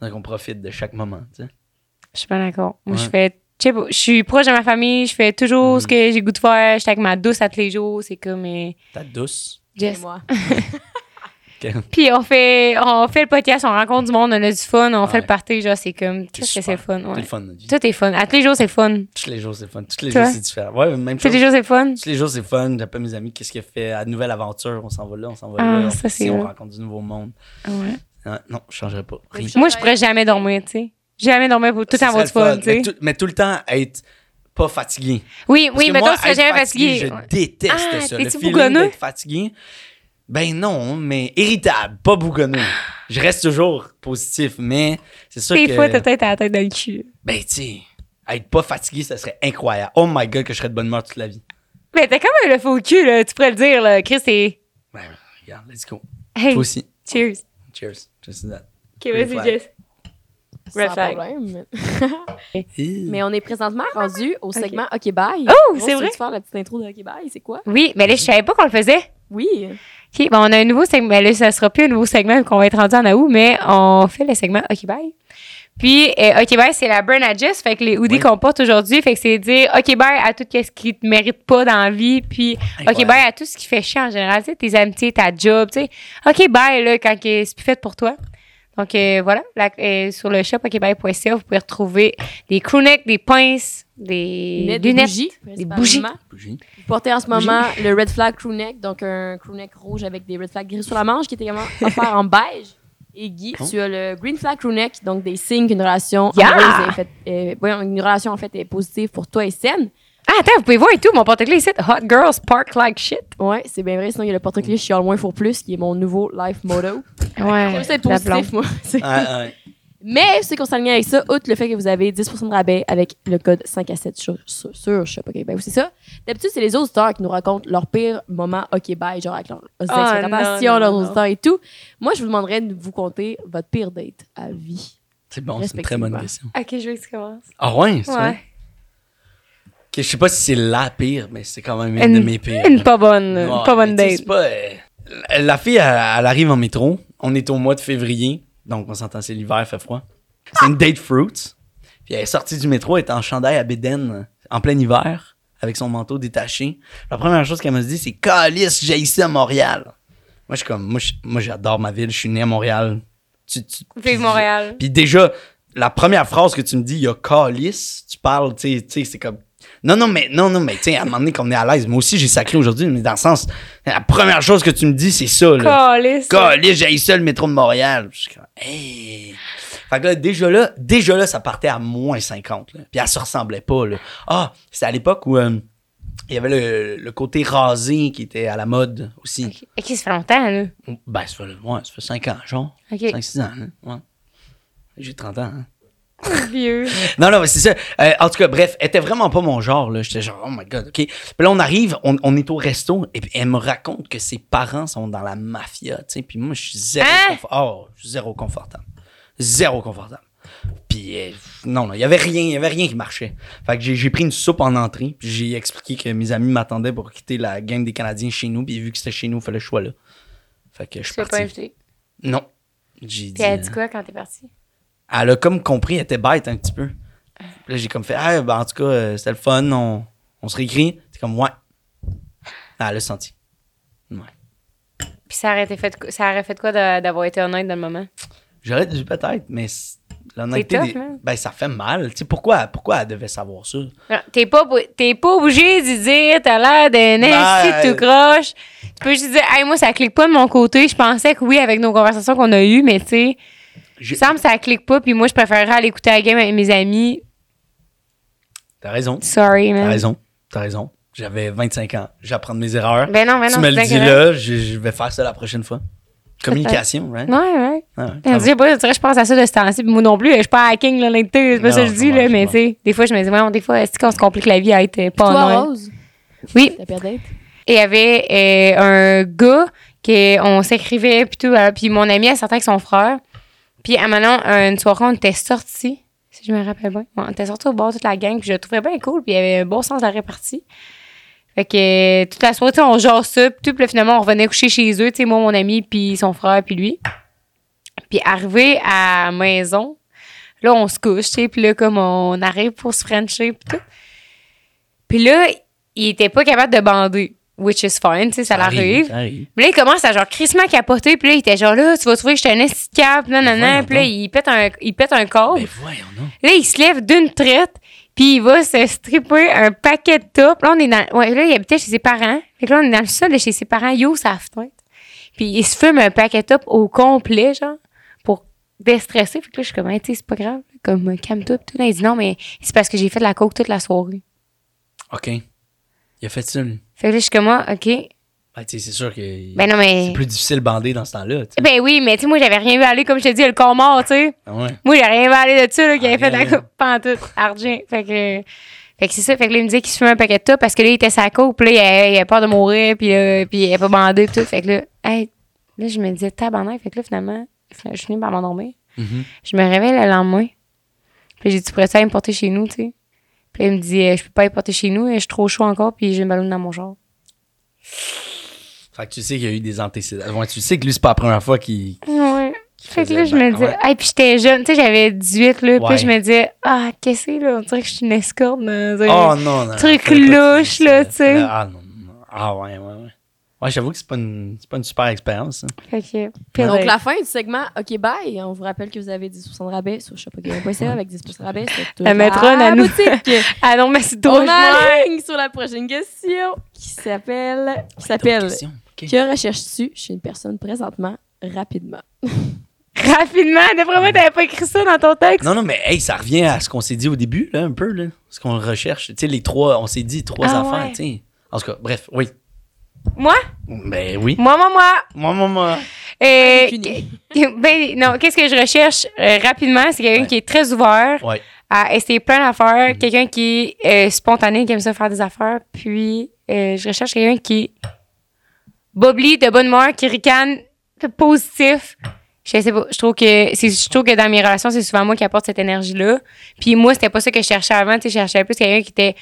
S4: Donc, on profite de chaque moment, tu sais.
S3: Je suis pas d'accord. Moi, je
S4: Ouais. Mhm.
S3: fais. Je sais pas, je suis proche de ma famille, je fais toujours ce que j'ai goût de faire, je suis avec ma douce à tous les jours, c'est comme. euh,
S4: T'as douce.
S2: Et
S3: Jess.
S2: moi.
S3: Puis on fait, on fait le podcast, on rencontre du monde, on a du fun, on fait
S4: Ouais.
S3: le party, genre, c'est comme. Tu sais que
S4: super.
S3: c'est le fun,
S4: C'est
S3: ouais.
S4: le fun, notre vie.
S3: Tout est fun. À tous les jours, c'est le fun.
S4: Tous les jours, c'est fun. Tous les
S3: Toi?
S4: jours, c'est différent. Ouais, même
S3: Tous
S4: chose.
S3: les jours, c'est le fun.
S4: Tous les jours, c'est fun. J'appelle mes amis, qu'est-ce qu'il fait? À nouvelle aventure, on s'en va là, on s'en va
S3: Ah,
S4: là. on
S3: ça,
S4: fait
S3: c'est
S4: ci, on
S3: vrai.
S4: rencontre du nouveau monde.
S3: Ouais.
S4: Ouais, Ah, non, je changerais pas. Rien.
S3: Moi, je pourrais jamais dormir, tu sais. Jamais dormir pour tout
S4: Ça
S3: avoir
S4: serait
S3: du fun,
S4: le
S3: tu sais.
S4: mais, tout, mais tout le temps, être pas fatigué.
S3: Oui,
S4: Parce
S3: oui,
S4: que
S3: mettons,
S4: moi,
S3: tu serais
S4: être
S3: jamais fatigué.
S4: Je
S3: ouais.
S4: déteste
S3: Ah,
S4: ça.
S3: t'es-tu
S4: Le feeling
S3: bougonneux?
S4: d'être fatigué. Ben non, mais irritable, pas bougonneux. Je reste toujours positif, mais c'est sûr
S3: Des
S4: que...
S3: fois, t'as peut-être la tête dans le cul.
S4: Ben, tu sais, être pas fatigué, ça serait incroyable. Oh my God, que je serais de bonne humeur toute la vie.
S3: Mais t'as quand même le faux cul, là. Tu pourrais le dire, là. Chris, c'est.
S4: Ben, regarde, let's go.
S3: Hey,
S4: Toi aussi.
S3: cheers.
S4: Cheers. Just that.
S3: Ok,
S4: Red
S3: vas-y,
S4: flag.
S3: Jess. Red
S2: Sans
S3: flag.
S2: problème.
S4: Mais
S2: Mais on est présentement rendu au segment OK Bye.
S3: Ah Oh,
S2: Rose,
S3: c'est vrai?
S2: Tu veux faire la petite intro de OK Bye, c'est quoi?
S3: Oui, mais là, je savais pas qu'on le faisait.
S2: Oui.
S3: euh, OK, bon, on a un nouveau segment. Ben là, ça sera plus un nouveau segment vu qu'on va être rendu en août, mais on fait le segment OK Bye. Puis, euh, OK Bye, c'est la burn à Jess, fait que les hoodies
S4: Oui.
S3: qu'on porte aujourd'hui, fait que c'est dire OK Bye à tout ce qui te mérite pas dans la vie, puis OK
S4: Incroyable.
S3: Bye à tout ce qui fait chier en général, tu sais, tes amitiés, ta job, tu sais. OK Bye, là, quand que c'est plus fait pour toi. Donc, euh, voilà, la- euh, sur le shop okbye.ca, vous pouvez retrouver des crewnecks, des pinces, des
S2: Lunettes,
S3: lunettes,
S2: des bougies,
S3: des bougies.
S2: principalement.
S4: Bougie.
S2: Vous portez en ce moment le Red Flag Crew Neck, donc un crew neck rouge avec des Red Flags gris sur la manche qui est également offert en beige. Et Guy,
S4: Cool.
S2: tu as le Green Flag Crew Neck, donc des signes qu'une relation
S3: Yeah!
S2: amoureuse est faite- est- voyons, une relation en fait est positive pour toi et saine.
S3: Ah, attends, vous pouvez voir et tout, mon porte-clés ici. Hot girls park like shit.
S2: Ouais, c'est bien vrai. Sinon, il y a le porte-clés Chial moins pour plus, qui est mon nouveau life motto.
S3: Ouais.
S2: J'aime ça être
S3: la
S2: positif, moi. C'est-
S4: Ouais, ouais.
S2: Mais ceux qui ont s'aligné avec ça, outre le fait que vous avez 10 de rabais avec le code 5 à 7 sur, sur, sur Shop OK Bye. Oui, c'est ça. D'habitude, c'est les auditeurs qui nous racontent leur pire moment OK Bye, genre avec leur
S1: Ah, non,
S2: passion,
S1: non,
S2: leurs
S1: non.
S2: auditeurs et tout. Moi, je vous demanderais de vous compter votre pire date à vie.
S4: C'est bon, c'est une très bonne
S2: Respectivement.
S4: question.
S1: Ok, je veux que tu commences.
S4: Ah ouais, c'est vrai?
S1: Ouais.
S4: Ok, je sais pas si c'est la pire, mais c'est quand même une,
S3: Une-
S4: de mes pires. hein.
S3: Une pas bonne,
S4: Ouais,
S3: une pas bonne
S4: mais tu
S3: date.
S4: sais, c'est pas, euh, la- la fille, elle, elle arrive en métro. On est au mois de février, donc on s'entend, c'est l'hiver, il fait froid. C'est une date fruit. Puis elle est sortie du métro, elle est en chandail à Bédène, en plein hiver, avec son manteau détaché. La première chose qu'elle m'a dit, c'est Calice, j'ai ici à Montréal. Moi, je suis comme, moi, je- moi, j'adore ma ville, je suis né à Montréal. Tu, tu- puis-
S3: Vive Montréal.
S4: Puis déjà, la première phrase que tu me dis, il y a calice, tu parles, tu sais, tu sais, c'est comme. Non, non, mais, non, non, mais, tu sais, à un moment donné, qu'on est à l'aise, moi aussi, j'ai sacré aujourd'hui, mais dans le sens, la première chose que tu me dis, c'est ça, là.
S1: Calisse.
S4: Calice, j'ai ça, le métro de Montréal. Je suis comme, hey. Fait que là, déjà là, déjà là, ça partait à moins 50, là. Puis elle se ressemblait pas, là. Ah, c'était à l'époque où. euh, il y avait le, le côté rasé qui était à la mode aussi.
S3: Et qui se fait longtemps, là?
S4: Ben, ça fait, ouais, ça fait 5 ans, genre.
S3: Ok.
S4: 5-6 ans, hein, ouais. J'ai 30 ans, hein.
S3: Oh,
S1: Vieux.
S4: Non, non, mais c'est ça. Euh, en tout cas, bref, elle était vraiment pas mon genre. là. J'étais genre, oh my God, OK. Puis là, on arrive, on, on est au resto, et puis elle me raconte que ses parents sont dans la mafia, tu sais. Puis moi, je suis zéro,
S3: Hein?
S4: confort- oh, je suis zéro confortable. Zéro confortable. Puis euh, non, non, il y avait rien, il y avait rien qui marchait. Fait que j'ai j'ai pris une soupe en entrée, puis j'ai expliqué que mes amis m'attendaient pour quitter la game des Canadiens chez nous, puis vu que c'était chez nous, il fallait le choix là. Fait que je suis
S3: Tu l'as pas
S4: parti.
S3: invité.
S4: Non. J'ai dit,
S3: Puis elle a
S4: euh,
S3: dit quoi quand t'es parti?
S4: elle a comme compris, elle était bête un petit peu. Puis Là, j'ai comme fait, ah, ben, en tout cas, euh, c'était le fun, on, on se réécrit. C'est comme, ouais. Ah, elle a senti. Ouais.
S3: Puis ça aurait, été fait, de- ça aurait fait de quoi de- d'avoir été honnête dans le moment?
S4: J'aurais dû peut-être, mais c- l'honnêteté.
S3: tough,
S4: des-
S3: hein?
S4: Ben, ça fait mal. Tu sais, pourquoi, pourquoi elle devait savoir ça?
S3: Non, T'es pas, bou- t'es pas obligé de dire, t'as l'air d'un
S4: Ben-
S3: esti de tout croche. Tu peux juste dire, hey, moi, ça clique pas de mon côté. Je pensais que oui, avec nos conversations qu'on a eues, mais tu sais,
S4: J'ai-
S3: il semble que ça clique pas. Puis moi, je préférerais aller écouter la game avec mes amis.
S4: T'as raison.
S3: Sorry,
S4: T'as
S3: man.
S4: raison. T'as raison. J'avais 25 ans. J'apprends de mes erreurs.
S3: Ben non, ben non,
S4: tu
S3: c'est
S4: me le dis
S3: incorrect.
S4: là, je, je vais faire ça la prochaine fois. Communication, right? Ah,
S3: Ouais, ouais.
S4: Ouais, ouais,
S3: On
S4: ça va.
S3: dirait, pas, on dirait, je pense à ça de ce temps-ci. puis Moi non plus, je suis pas hacking, là, l'honnêteté. C'est pas
S4: Non,
S3: ça que je
S4: je
S3: dis, là.
S4: comprends,
S3: Mais
S4: je
S3: tu sais, des fois, je me dis, voyons, des fois, est-ce qu'on se complique la vie à être euh, pas
S2: Toi,
S3: honnête?
S2: Rose,
S3: Oui.
S2: ta pire date?
S3: Et il y avait euh, un gars que on s'écrivait puis tout. euh, puis mon ami, elle sortait avec son frère. Puis à Manon, une soirée, on était sortis, si je me rappelle bien. Ouais, on était sortis au bord toute la gang. Puis je le trouvais bien cool. Puis il y avait un bon sens de la répartie. Fait que euh, toute la soirée, tu sais, on genre ça. Puis tout. Puis là, finalement, on revenait coucher chez eux. Tu sais, moi, mon ami, puis son frère, puis lui. Puis arrivé à la maison, là, on se couche. tu sais, Puis là, comme on arrive pour se frencher, puis tout. Puis là, il était pas capable de bander, which is fine, tu sais, ça, l'arrive.
S4: ça arrive. hein.
S3: Puis là, il commence à genre crissement capoter, puis là, il était genre là, tu vas trouver que j'étais un esti de cap, non, non,
S4: voyons
S3: non. Puis là,
S4: donc.
S3: il pète un, il pète un corps.
S4: Ben, voyons, non.
S3: Là, il se lève d'une traite, puis il va se stripper un paquet de top. Là, on est dans. Ouais, là, il habitait chez ses parents. Fait que là, on est dans le sol de chez ses parents, il ouvre sa fenêtre. Puis il se fume un paquet de top au complet, genre, pour déstresser. Fait que là, je suis comme, Hey, tu sais, c'est pas grave, comme, euh, calme-toi, puis tout. Là, il dit non, mais c'est parce que j'ai fait de la coke toute la soirée.
S4: OK. Il a fait ça, lui.
S3: Fait que là, je suis comme, Ah, OK.
S4: Ben, tu sais, c'est sûr que.
S3: Ben non, mais.
S4: C'est plus difficile de bander dans ce temps-là. tu sais.
S3: Ben oui, mais tu sais, moi, j'avais rien vu aller, comme je te dis, le corps mort, tu sais.
S4: Ouais.
S3: Moi, j'avais rien vu aller de ça, là, qui avait
S4: Ah,
S3: fait la
S4: rien.
S3: coupe pantoute, argent. Fait que. Fait que c'est ça. Fait que là, il me disait qu'il se fumait un paquet de tas parce que là, il était sa coupe, puis là, il avait, il avait peur de mourir, puis là, puis il avait pas bandé, tout. Fait que là, hey, là, je me disais tabarnak. Fait que là, finalement, je suis venue par m'endormir.
S4: Mhm.
S3: Je me réveille le lendemain. Puis j'ai dit, tu pourrais ça importer chez nous, tu sais. Puis là, il me dit, Euh, je peux pas importer chez nous, je suis trop chaud encore, puis j'ai une ballon dans mon genre.
S4: Fait que tu sais qu'il y a eu des antécédents. Ouais, tu sais que lui, c'est pas la première fois qu'il.
S3: Ouais. Fait que
S4: faisait
S3: là,
S4: le
S3: je me
S4: bac.
S3: disais,
S4: Ouais.
S3: hey, puis j'étais jeune, tu sais, j'avais 18, là, puis
S4: Ouais.
S3: je me disais, ah, qu'est-ce que c'est, là, on dirait que je suis une escorte dans un-
S4: Oh non, non.
S3: Truc
S4: fallait pas
S3: louche,
S4: que tu
S3: là,
S4: dises ça.
S3: tu sais.
S4: Ah non, non. Ah ouais, ouais, ouais. Ouais, j'avoue que c'est pas une, c'est pas une super expérience. hein. ça.
S3: Fait que, pire
S2: Donc,
S3: date.
S2: la fin du segment OK Bye. On vous rappelle que vous avez 10 de rabais sur shopokay.ca avec 10 de rabais sur toute
S3: La matrone, elle nous-
S2: boutique.
S3: Ah non, mais c'est trop
S2: On
S3: chouette.
S2: aligne sur la prochaine question qui s'appelle qui
S4: D'autres
S2: s'appelle
S4: questions? Ok.
S2: Que recherches-tu chez une personne présentement rapidement
S3: Rapidement, d'après moi, t'avais pas écrit ça dans ton texte.
S4: Non, non, mais hey, ça revient à ce qu'on s'est dit au début, là, un peu, là. Ce qu'on recherche. Tu sais, les trois, on s'est dit trois
S3: Ah
S4: affaires,
S3: ouais.
S4: tu sais. En tout cas, bref, oui.
S3: Moi?
S4: Ben oui.
S3: Moi, moi, moi.
S4: Moi, moi, moi.
S3: Euh,
S2: Cuny.
S3: que- ben, non, qu'est-ce que je recherche euh, rapidement? C'est quelqu'un
S4: Ouais.
S3: qui est très ouvert
S4: Ouais.
S3: à essayer plein d'affaires,
S4: Mhm.
S3: quelqu'un qui est euh, spontané, qui aime ça faire des affaires. Puis, euh, je recherche quelqu'un qui bobli, de bonne humeur, qui ricane, positif. Je sais pas, je trouve que c'est je trouve que dans mes relations, c'est souvent moi qui apporte cette énergie-là. Puis moi, c'était pas ça que je cherchais avant, tu sais, je cherchais plus quelqu'un qui était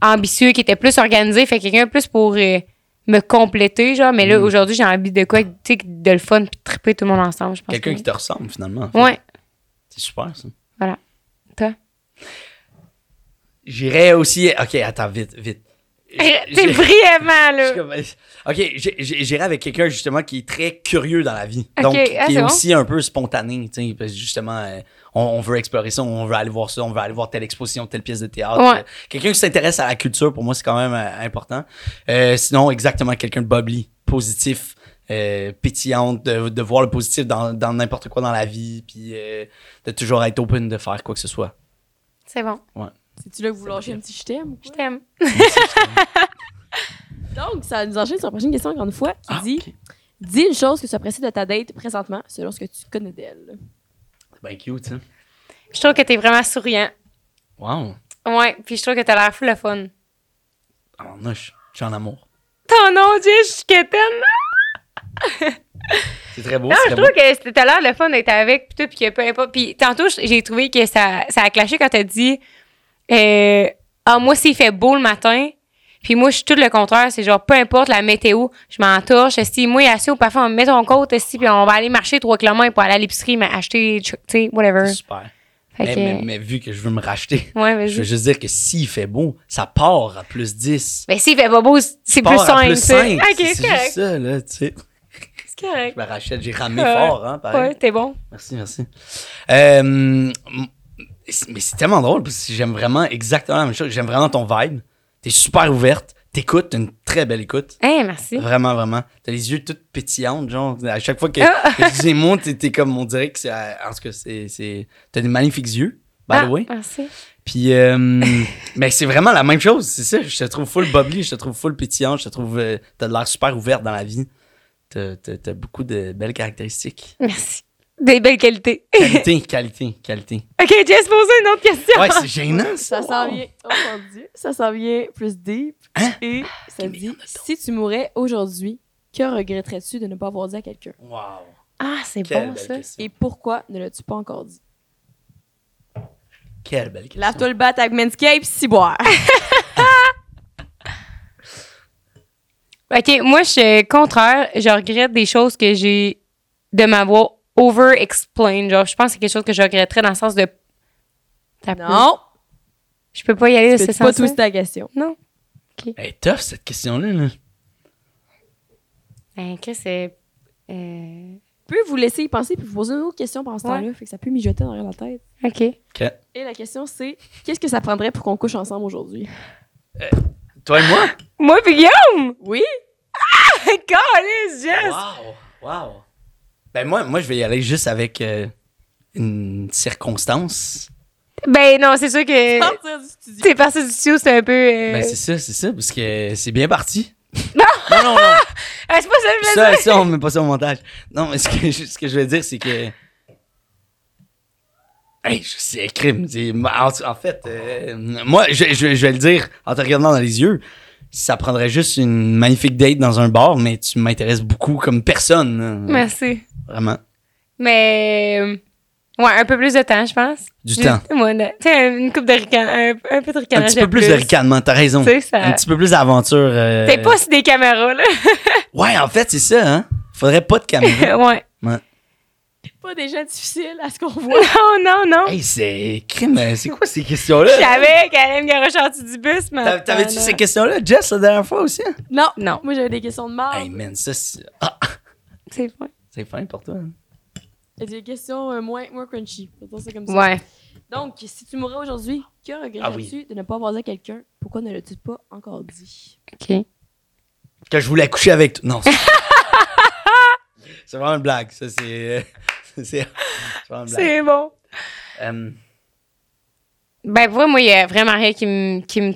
S3: ambitieux, qui était plus organisé, fait quelqu'un plus pour euh, me compléter genre, mais
S4: Mhm.
S3: là aujourd'hui, j'ai envie de quoi, tu sais, de le fun, puis de triper tout le monde ensemble, je pense.
S4: Quelqu'un
S3: que-
S4: qui te ressemble, finalement. en fait.
S3: Ouais,
S4: C'est super, ça.
S3: voilà. Toi.
S4: J'irais aussi. Ok, attends, vite, vite.
S3: T'es brièvement
S4: Je
S3: là.
S4: suis comme- Ok, j'ai- j'ai- j'irai avec quelqu'un justement qui est très curieux dans la vie.
S3: Ok,
S4: Donc,
S3: ah,
S4: qui
S3: c'est
S4: est
S3: bon.
S4: aussi un peu spontané, tu sais, parce que justement, euh, on, on veut explorer ça, on veut aller voir ça, on veut aller voir telle exposition, telle pièce de théâtre.
S3: Ouais.
S4: Euh, Quelqu'un qui s'intéresse à la culture, pour moi, c'est quand même euh, important. Euh, sinon, exactement, quelqu'un de bubbly, positif, euh, pétillante, de, de voir le positif dans dans n'importe quoi dans la vie, puis euh, de toujours être open de faire quoi que ce soit.
S3: C'est bon.
S2: C'est-tu là que vous lâchez un petit je t'aime? ou
S3: Je
S2: quoi?
S3: t'aime.
S2: Donc, ça nous enchaîne sur la prochaine question, encore une fois, qui
S4: Ah,
S2: dit
S4: ok.
S2: Dis une chose que tu apprécies de ta date présentement, selon ce que tu connais d'elle.
S4: C'est bien cute, hein?
S3: Je trouve que t'es vraiment souriant.
S4: Wow!
S3: Ouais, puis je trouve que t'as l'air fou le fun.
S4: Ah, non, je je suis en amour.
S3: Ton nom, Dieu, Oh je suis quétaine.
S4: C'est très beau,
S3: Non,
S4: c'est
S3: je
S4: très
S3: trouve
S4: beau.
S3: que c'était- t'as l'air le fun d'être avec, puis tout, puis que peu importe. Puis tantôt, j- j'ai trouvé que ça, ça a clashé quand t'as dit euh, Ah, moi, s'il fait beau le matin, puis moi, je suis tout le contraire. C'est genre, peu importe la météo, je m'entorche. Si moi, il y a assez au parfum, on me met ton côte, si, puis on va aller marcher 3 km pour aller à l'épicerie, mais acheter, tu sais, whatever.
S4: Super.
S3: Fait
S4: mais,
S3: que-
S4: mais- mais vu que je veux me racheter,
S3: Ouais, vas-y.
S4: je veux juste dire que s'il fait beau, ça part à plus 10.
S3: Mais ben, s'il fait pas beau, c'est plus
S4: Part à
S3: simple.
S4: plus
S3: tu sais.
S4: 5.
S3: Ok,
S4: c'est
S3: c'est
S4: juste
S3: correct.
S4: ça, là, tu sais.
S3: C'est correct.
S4: Je me rachète, j'ai ramé
S3: Ouais.
S4: fort, hein, pareil.
S3: Ouais, t'es bon.
S4: Merci, merci. Euh, m- c'est- mais c'est tellement drôle parce que j'aime vraiment exactement la même chose. J'aime vraiment ton vibe. T'es super ouverte. T'écoutes, t'as une très belle écoute.
S3: Eh, merci.
S4: Vraiment, vraiment. T'as les yeux toutes pétillantes, genre. À chaque fois que,
S3: Ah!
S4: que tu dis les mots, t'es, t'es comme, on dirait que c'est. euh, En tout cas, c'est, c'est- T'as des magnifiques yeux, by
S3: Ah,
S4: the way.
S3: Merci.
S4: Puis, euh, mais c'est vraiment la même chose, c'est ça. Je te trouve full bubbly, je te trouve full pétillant, je te trouve. euh, t'as de l'air super ouverte dans la vie. T'as, t'as- t'as beaucoup de belles caractéristiques.
S3: Merci. Des belles qualités.
S4: Qualité, qualité, qualité.
S3: OK, Jess, posez une autre question.
S4: Ouais, c'est gênant, ça.
S2: Ça s'en vient, oh mon Dieu, ça s'en vient plus deep. Et ça dit Si tu mourais aujourd'hui, que regretterais-tu de ne pas avoir dit à quelqu'un
S4: Wow.
S3: Ah, c'est bon,
S4: Quelle belle
S3: ça.
S4: question.
S2: Et pourquoi ne l'as-tu pas encore dit
S4: Quelle belle question.
S2: Lave-toi le bat avec Manscape, si boire.
S3: OK, moi, je suis contraire. Je regrette des choses que j'ai de m'avoir over-explained. Genre, je pense que c'est quelque chose que je regretterais dans le sens de... T'as peu-
S2: non,
S3: Je peux pas y aller de ce
S2: c'est pas
S3: sens
S2: tout ta question.
S3: Non.
S4: Elle est tough, cette question-là. là.
S3: Ben, Chris, c'est... euh,
S2: Je peux vous laisser y penser puis vous poser une autre question pendant ce
S3: Ouais.
S2: temps-là, fait que ça peut mijoter derrière la tête.
S3: OK.
S4: Ok.
S2: Et la question c'est qu'est-ce que ça prendrait pour qu'on couche ensemble aujourd'hui
S4: Toi et moi?
S3: Moi, puis Guillaume! Ah,
S2: Oui,
S3: Calisse, Jess!
S4: Wow, wow. Ben moi, moi, je vais y aller juste avec euh, une circonstance.
S3: Ben non, c'est sûr que...
S2: sortir du studio.
S3: C'est parti du studio, c'est un peu... euh,
S4: Ben c'est ça, c'est ça, parce que c'est bien parti. non, non, non.
S3: ah, c'est pas ça que je voulais
S4: Ça,
S3: dire.
S4: ça, on met pas ça au montage. Non, mais ce que, je- ce que je veux dire, c'est que... Hey, je- c'est crime. c'est- En, en fait, euh, moi, je, je- je vais le dire en te regardant dans les yeux, ça prendrait juste une magnifique date dans un bar, mais tu m'intéresses beaucoup comme personne. hein.
S3: Merci.
S4: Vraiment.
S3: Mais. euh, Ouais, un peu plus de temps, je pense.
S4: Du
S3: Juste-
S4: temps.
S3: Ouais, de- tu sais, une coupe de rican, un, un peu de
S4: Un
S3: ricanage
S4: petit peu plus de ricanement, t'as raison.
S3: Tu sais, ça-
S4: Un petit peu plus d'aventure. euh,
S3: T'es pas sur des caméras, là.
S4: Ouais, en fait, c'est ça, hein. Faudrait pas de caméra.
S3: ouais.
S4: Ouais.
S2: Pas des gens difficiles à ce qu'on voit.
S3: Non, non, non.
S4: Hey, c'est crime. euh, C'est quoi ces questions-là?
S3: Je savais qu'elle allait me garer sortie du bus, mais.
S4: T'av- T'avais-tu
S3: attends,
S4: ces
S3: là.
S4: questions-là, Jess, la dernière fois aussi? hein?
S2: Non,
S3: Non.
S2: Moi j'avais des questions de marde.
S4: Hey, man, ça, c'est. Ah,
S3: C'est vrai.
S4: c'est fin pour toi. hein?
S2: Et des questions euh, moins, moins crunchy. Mettons ça comme ça.
S3: Ouais.
S2: Donc, si tu mourais aujourd'hui, que regretterais-tu
S4: Ah oui.
S2: de ne pas avoir dit à quelqu'un Pourquoi ne l'as-tu pas encore dit
S3: OK.
S4: Que je voulais coucher avec toi. Non. c'est- c'est vraiment une blague. Ça, c'est. c'est vraiment une blague.
S3: C'est bon.
S4: Euh,
S3: Ben, pour vrai, moi, il y a vraiment rien qui me. qui me-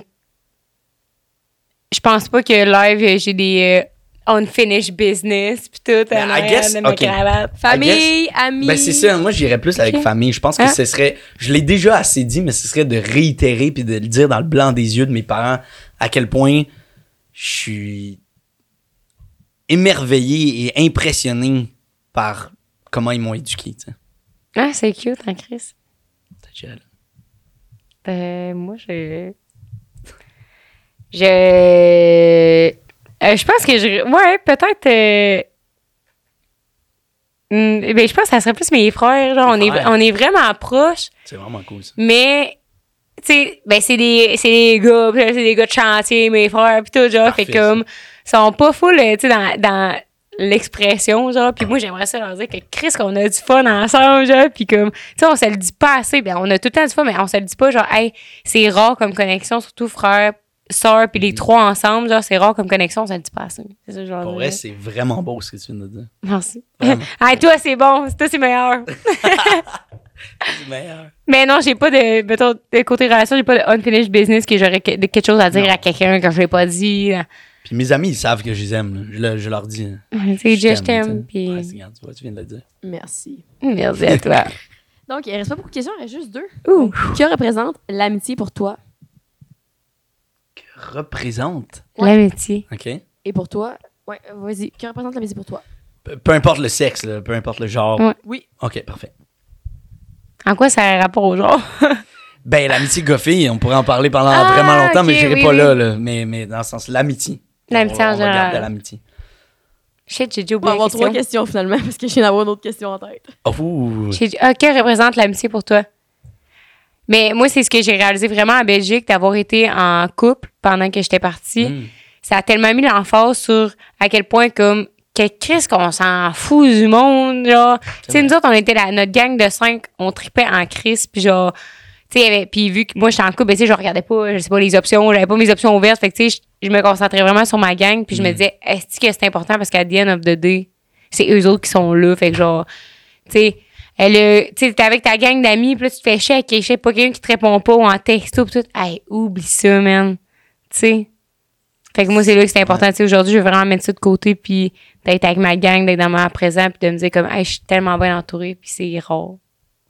S3: Je pense pas que live, euh, j'ai des euh, unfinished business, pis tout,
S4: Mais
S3: en
S4: I
S3: arrière
S4: guess-
S3: de ma
S4: ok.
S3: cravate.
S2: Famille, amis.
S4: Ben, c'est ça. Moi, j'irais plus avec
S3: Ok.
S4: famille. Je pense que
S3: Hein?
S4: ce serait. Je l'ai déjà assez dit, mais ce serait de réitérer puis de le dire dans le blanc des yeux de mes parents à quel point je suis émerveillé et impressionné par comment ils m'ont éduqué. tu sais.
S3: Ah, c'est cute, hein, Chris?
S4: T'as déjà, là.
S3: Ben, moi, je. Je. Euh, je pense que je. Ouais, peut-être. euh, hmm, Ben, je pense que ça serait plus mes frères. Genre, on,
S4: Tes
S3: est,
S4: frères.
S3: on est vraiment proches.
S4: C'est vraiment cool, ça.
S3: Mais, tu sais, ben, c'est des, c'est des gars, pis là, c'est des gars de chantier, mes frères, pis tout, genre.
S4: Parfait,
S3: fait comme, ils sont pas full, euh, tu sais, dans, dans l'expression, genre. Puis moi, j'aimerais ça leur dire que Chris, qu'on a du fun ensemble, genre. Puis comme, tu sais, on se le dit pas assez. Ben, on a tout le temps du fun, mais on se le dit pas, genre, hey, c'est rare comme connexion, surtout frère, sœur, puis les trois ensemble, genre, c'est rare comme connexion, on se le dit pas assez. C'est ça, genre. euh,
S4: Mm-hmm. Pour vrai, c'est vraiment beau ce que tu viens de dire.
S3: Merci.
S4: Vraiment.
S3: hey, toi, c'est bon. Toi, c'est meilleur.
S4: C'est meilleur.
S3: Mais non, j'ai pas de, mettons, de côté relation, j'ai pas de unfinished business que j'aurais que- de quelque chose à dire
S4: Non.
S3: à quelqu'un que je l'ai pas dit.
S4: Puis mes amis, ils savent que je les aime. là. Je, le- je leur dis. hein.
S3: Tu sais, Jess, je t'aime.
S4: tu sais. Ouais, c'est-
S3: Puis,
S4: regarde, tu vois, tu viens de le dire.
S2: Merci.
S3: merci à toi.
S2: Donc, il reste pas beaucoup de questions, il reste juste deux.
S3: Ouh.
S2: Que représente l'amitié pour toi?
S4: Représente.
S3: L'amitié.
S4: OK?
S2: Et pour toi? Ouais, vas-y. Que représente l'amitié pour toi?
S4: Peu, peu importe le sexe, là, peu importe le genre.
S3: Ouais.
S2: Oui.
S4: OK, parfait.
S3: En quoi ça a un rapport au genre?
S4: Ben, l'amitié goffée, on pourrait en parler pendant
S3: Ah,
S4: vraiment longtemps, mais
S3: ok,
S4: j'irai
S3: oui,
S4: pas
S3: oui.
S4: là, là. Mais, mais dans le sens, l'amitié.
S3: L'amitié en
S4: On- on va
S3: général.
S4: garder à l'amitié.
S3: Shit, j'ai déjà
S2: On va
S3: oublié la
S2: avoir trois
S3: question.
S2: questions finalement, parce que je viens d'avoir une autre question en tête.
S4: Oh, Ouh.
S3: J'ai dit, ah, que représente l'amitié pour toi? Mais moi, c'est ce que j'ai réalisé vraiment en Belgique, d'avoir été en couple pendant que j'étais partie.
S4: Mm.
S3: Ça a tellement mis l'emphase sur à quel point, comme, que qu'est-ce qu'on s'en fout du monde, genre. Tu sais,
S4: vrai.
S3: nous autres, on était la, notre gang de cinq, on tripait en crise, puis genre, tu sais, il y avait- puis vu que moi, j'étais en couple, ben, tu sais, je regardais pas, je sais pas, les options, j'avais pas mes options ouvertes, fait que, tu sais, je, je me concentrais vraiment sur ma gang, puis je me disais, est-ce que c'est important parce qu'à the end of the day, c'est eux autres qui sont là, fait que genre, tu sais, elle, euh, tu sais, t'es avec ta gang d'amis, puis là, tu te fais chier avec je sais pas quelqu'un qui te répond pas ou en texto, pis tout. Hey, oublie ça, man. Tu sais. Fait que moi, c'est là que c'est important. Tu sais, aujourd'hui, je veux vraiment mettre ça de côté, puis d'être avec ma gang, d'être dans mon présent, puis de me dire comme, hey, je suis tellement bien entourée, puis c'est rare.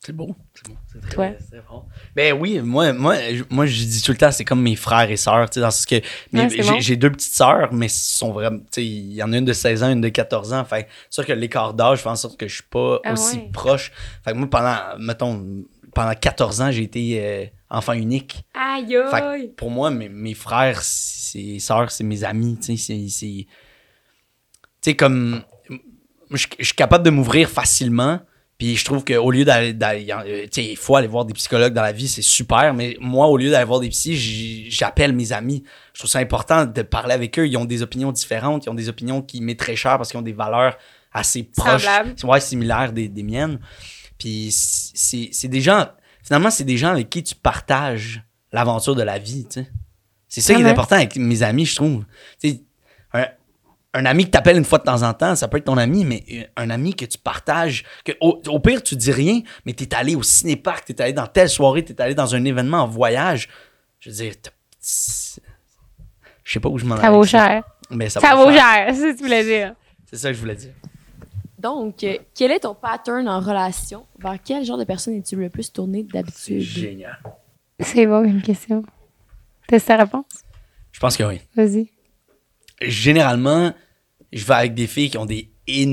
S4: C'est beau. C'est beau. C'est
S3: Toi?
S4: très, c'est bon. Ben oui, moi, moi, je- moi, je dis tout le temps, c'est comme mes frères et sœurs. tu sais, Dans ce que, mes-
S3: Ouais, c'est
S4: j'ai,
S3: bon.
S4: j'ai deux petites sœurs, mais sont vraiment. tu sais, Il y en a une de 16 ans, une de 14 ans. Fait c'est sûr que l'écart d'âge fait en sorte que je suis pas
S3: Ah
S4: aussi
S3: ouais.
S4: proche. Fait que moi, pendant, mettons, pendant 14 ans, j'ai été euh, enfant unique.
S3: Aïe,
S4: Fait que pour moi, mes, mes frères, c'est sœurs, c'est mes amis. Tu sais, c'est- c'est. Tu sais, comme. moi, Je je suis capable de m'ouvrir facilement. Puis je trouve qu'au lieu d'aller. d'aller- euh, Tu sais, il faut aller voir des psychologues dans la vie, c'est super. Mais moi, au lieu d'aller voir des psys, j'y- j'appelle mes amis. Je trouve ça important de parler avec eux. Ils ont des opinions différentes. Ils ont des opinions qui m'est très chères parce qu'ils ont des valeurs assez proches.
S3: Semblables.
S4: Ouais, similaires des, des miennes. Puis c'est c'est des gens. Finalement, c'est des gens avec qui tu partages l'aventure de la vie, tu sais. C'est ça qui est
S3: Vraiment.
S4: important avec mes amis, je trouve. Tu sais, un, un ami que t'appelles une fois de temps en temps, ça peut être ton ami, mais euh, un ami que tu partages, que au, au pire, tu dis rien, mais t'es allé au ciné-parc, t'es allé dans telle soirée, t'es allé dans un événement en voyage. Je veux dire, t'as- je sais pas où je m'en
S3: Ça
S4: allais
S3: vaut
S4: avec
S3: cher.
S4: Mais ça,
S3: Ça, vaut cher, c'est ce que tu voulais dire.
S4: C'est ça que je voulais dire.
S2: Donc, euh, quel est ton pattern en relation? Vers quel genre de personne es-tu le plus tourné d'habitude?
S4: Génial.
S3: C'est bon, une question. T'as ta réponse?
S4: Je pense que oui.
S3: Vas-y.
S4: généralement, je vais avec des filles qui ont des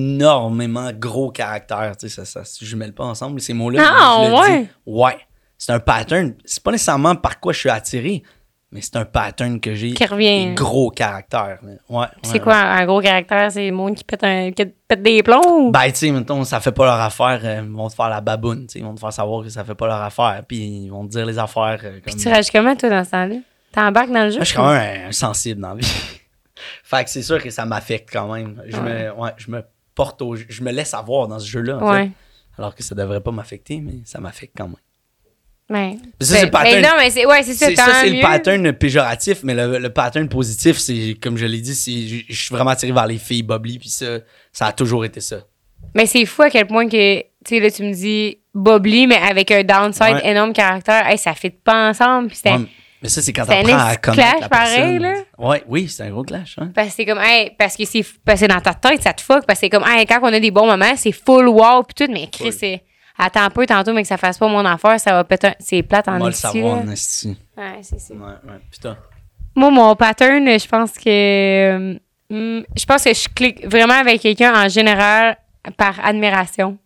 S4: énormément gros caractères. Tu sais, ça, ça se jumelle pas ensemble, ces mots-là.
S3: Ah,
S4: mais je le
S3: ouais.
S4: dis. ouais. C'est un pattern. C'est pas nécessairement par quoi je suis attiré, mais c'est un pattern que j'ai.
S3: Qui revient.
S4: Des gros caractères. là. Ouais.
S3: C'est
S4: ouais,
S3: quoi
S4: ouais.
S3: un gros caractère? C'est le monde qui pète, un, qui pète des plombs? ou-
S4: Ben, tu sais, mettons, ça fait pas leur affaire, euh, ils vont te faire la baboune, tu sais, ils vont te faire savoir que ça fait pas leur affaire, puis ils vont te dire les affaires euh,
S3: Puis
S4: comme...
S3: tu réagis comment, toi, dans ce temps-là? T'embarques dans le jeu?
S4: Moi, Ah, je suis quand même un, un sensible dans la vie. fait que c'est sûr que ça m'affecte quand même. Je, me, ouais, je me porte au, je me laisse avoir dans ce jeu-là. en
S3: Ouais.
S4: fait. Alors que ça devrait pas m'affecter, mais ça m'affecte quand même.
S3: Ouais.
S4: Mais ça, c'est le
S3: Ben, ben
S4: pattern.
S3: non, mais c'est, ouais, c'est ça.
S4: C'est- ça,
S3: tant
S4: c'est
S3: mieux.
S4: le pattern péjoratif, mais le, le pattern positif, c'est comme je l'ai dit, c'est je- je suis vraiment attiré vers les filles bobli, puis ça, ça a toujours été ça.
S3: Mais c'est fou à quel point que, tu tu sais, là, tu me dis Bob Lee, mais avec un downside
S4: Ouais.
S3: énorme caractère. Hey, ça fit pas ensemble. Puis c'était.
S4: Ouais, mais ça, c'est quand
S3: c'était Ben, un
S4: t'apprends à
S3: esti
S4: connaître
S3: clash
S4: la
S3: pareil,
S4: personne.
S3: là.
S4: Ouais, oui, c'est un gros clash. Hein?
S3: Parce que c'est comme, hey, parce que c'est parce que dans ta tête, ça te fuck. Parce que c'est comme, hey, quand on a des bons moments, c'est full wow pis tout. Mais Chris, c'est attends un peu tantôt, mais que ça fasse pas mon affaire, ça va peut-être. un- C'est plate en
S4: On va le
S3: esti,
S4: savoir,
S3: là.
S4: en esti.
S3: Ouais, c'est ça.
S4: Ouais, ouais. Putain.
S3: Moi, mon pattern, je pense que. euh, hmm, je pense que je clique vraiment avec quelqu'un en général par admiration.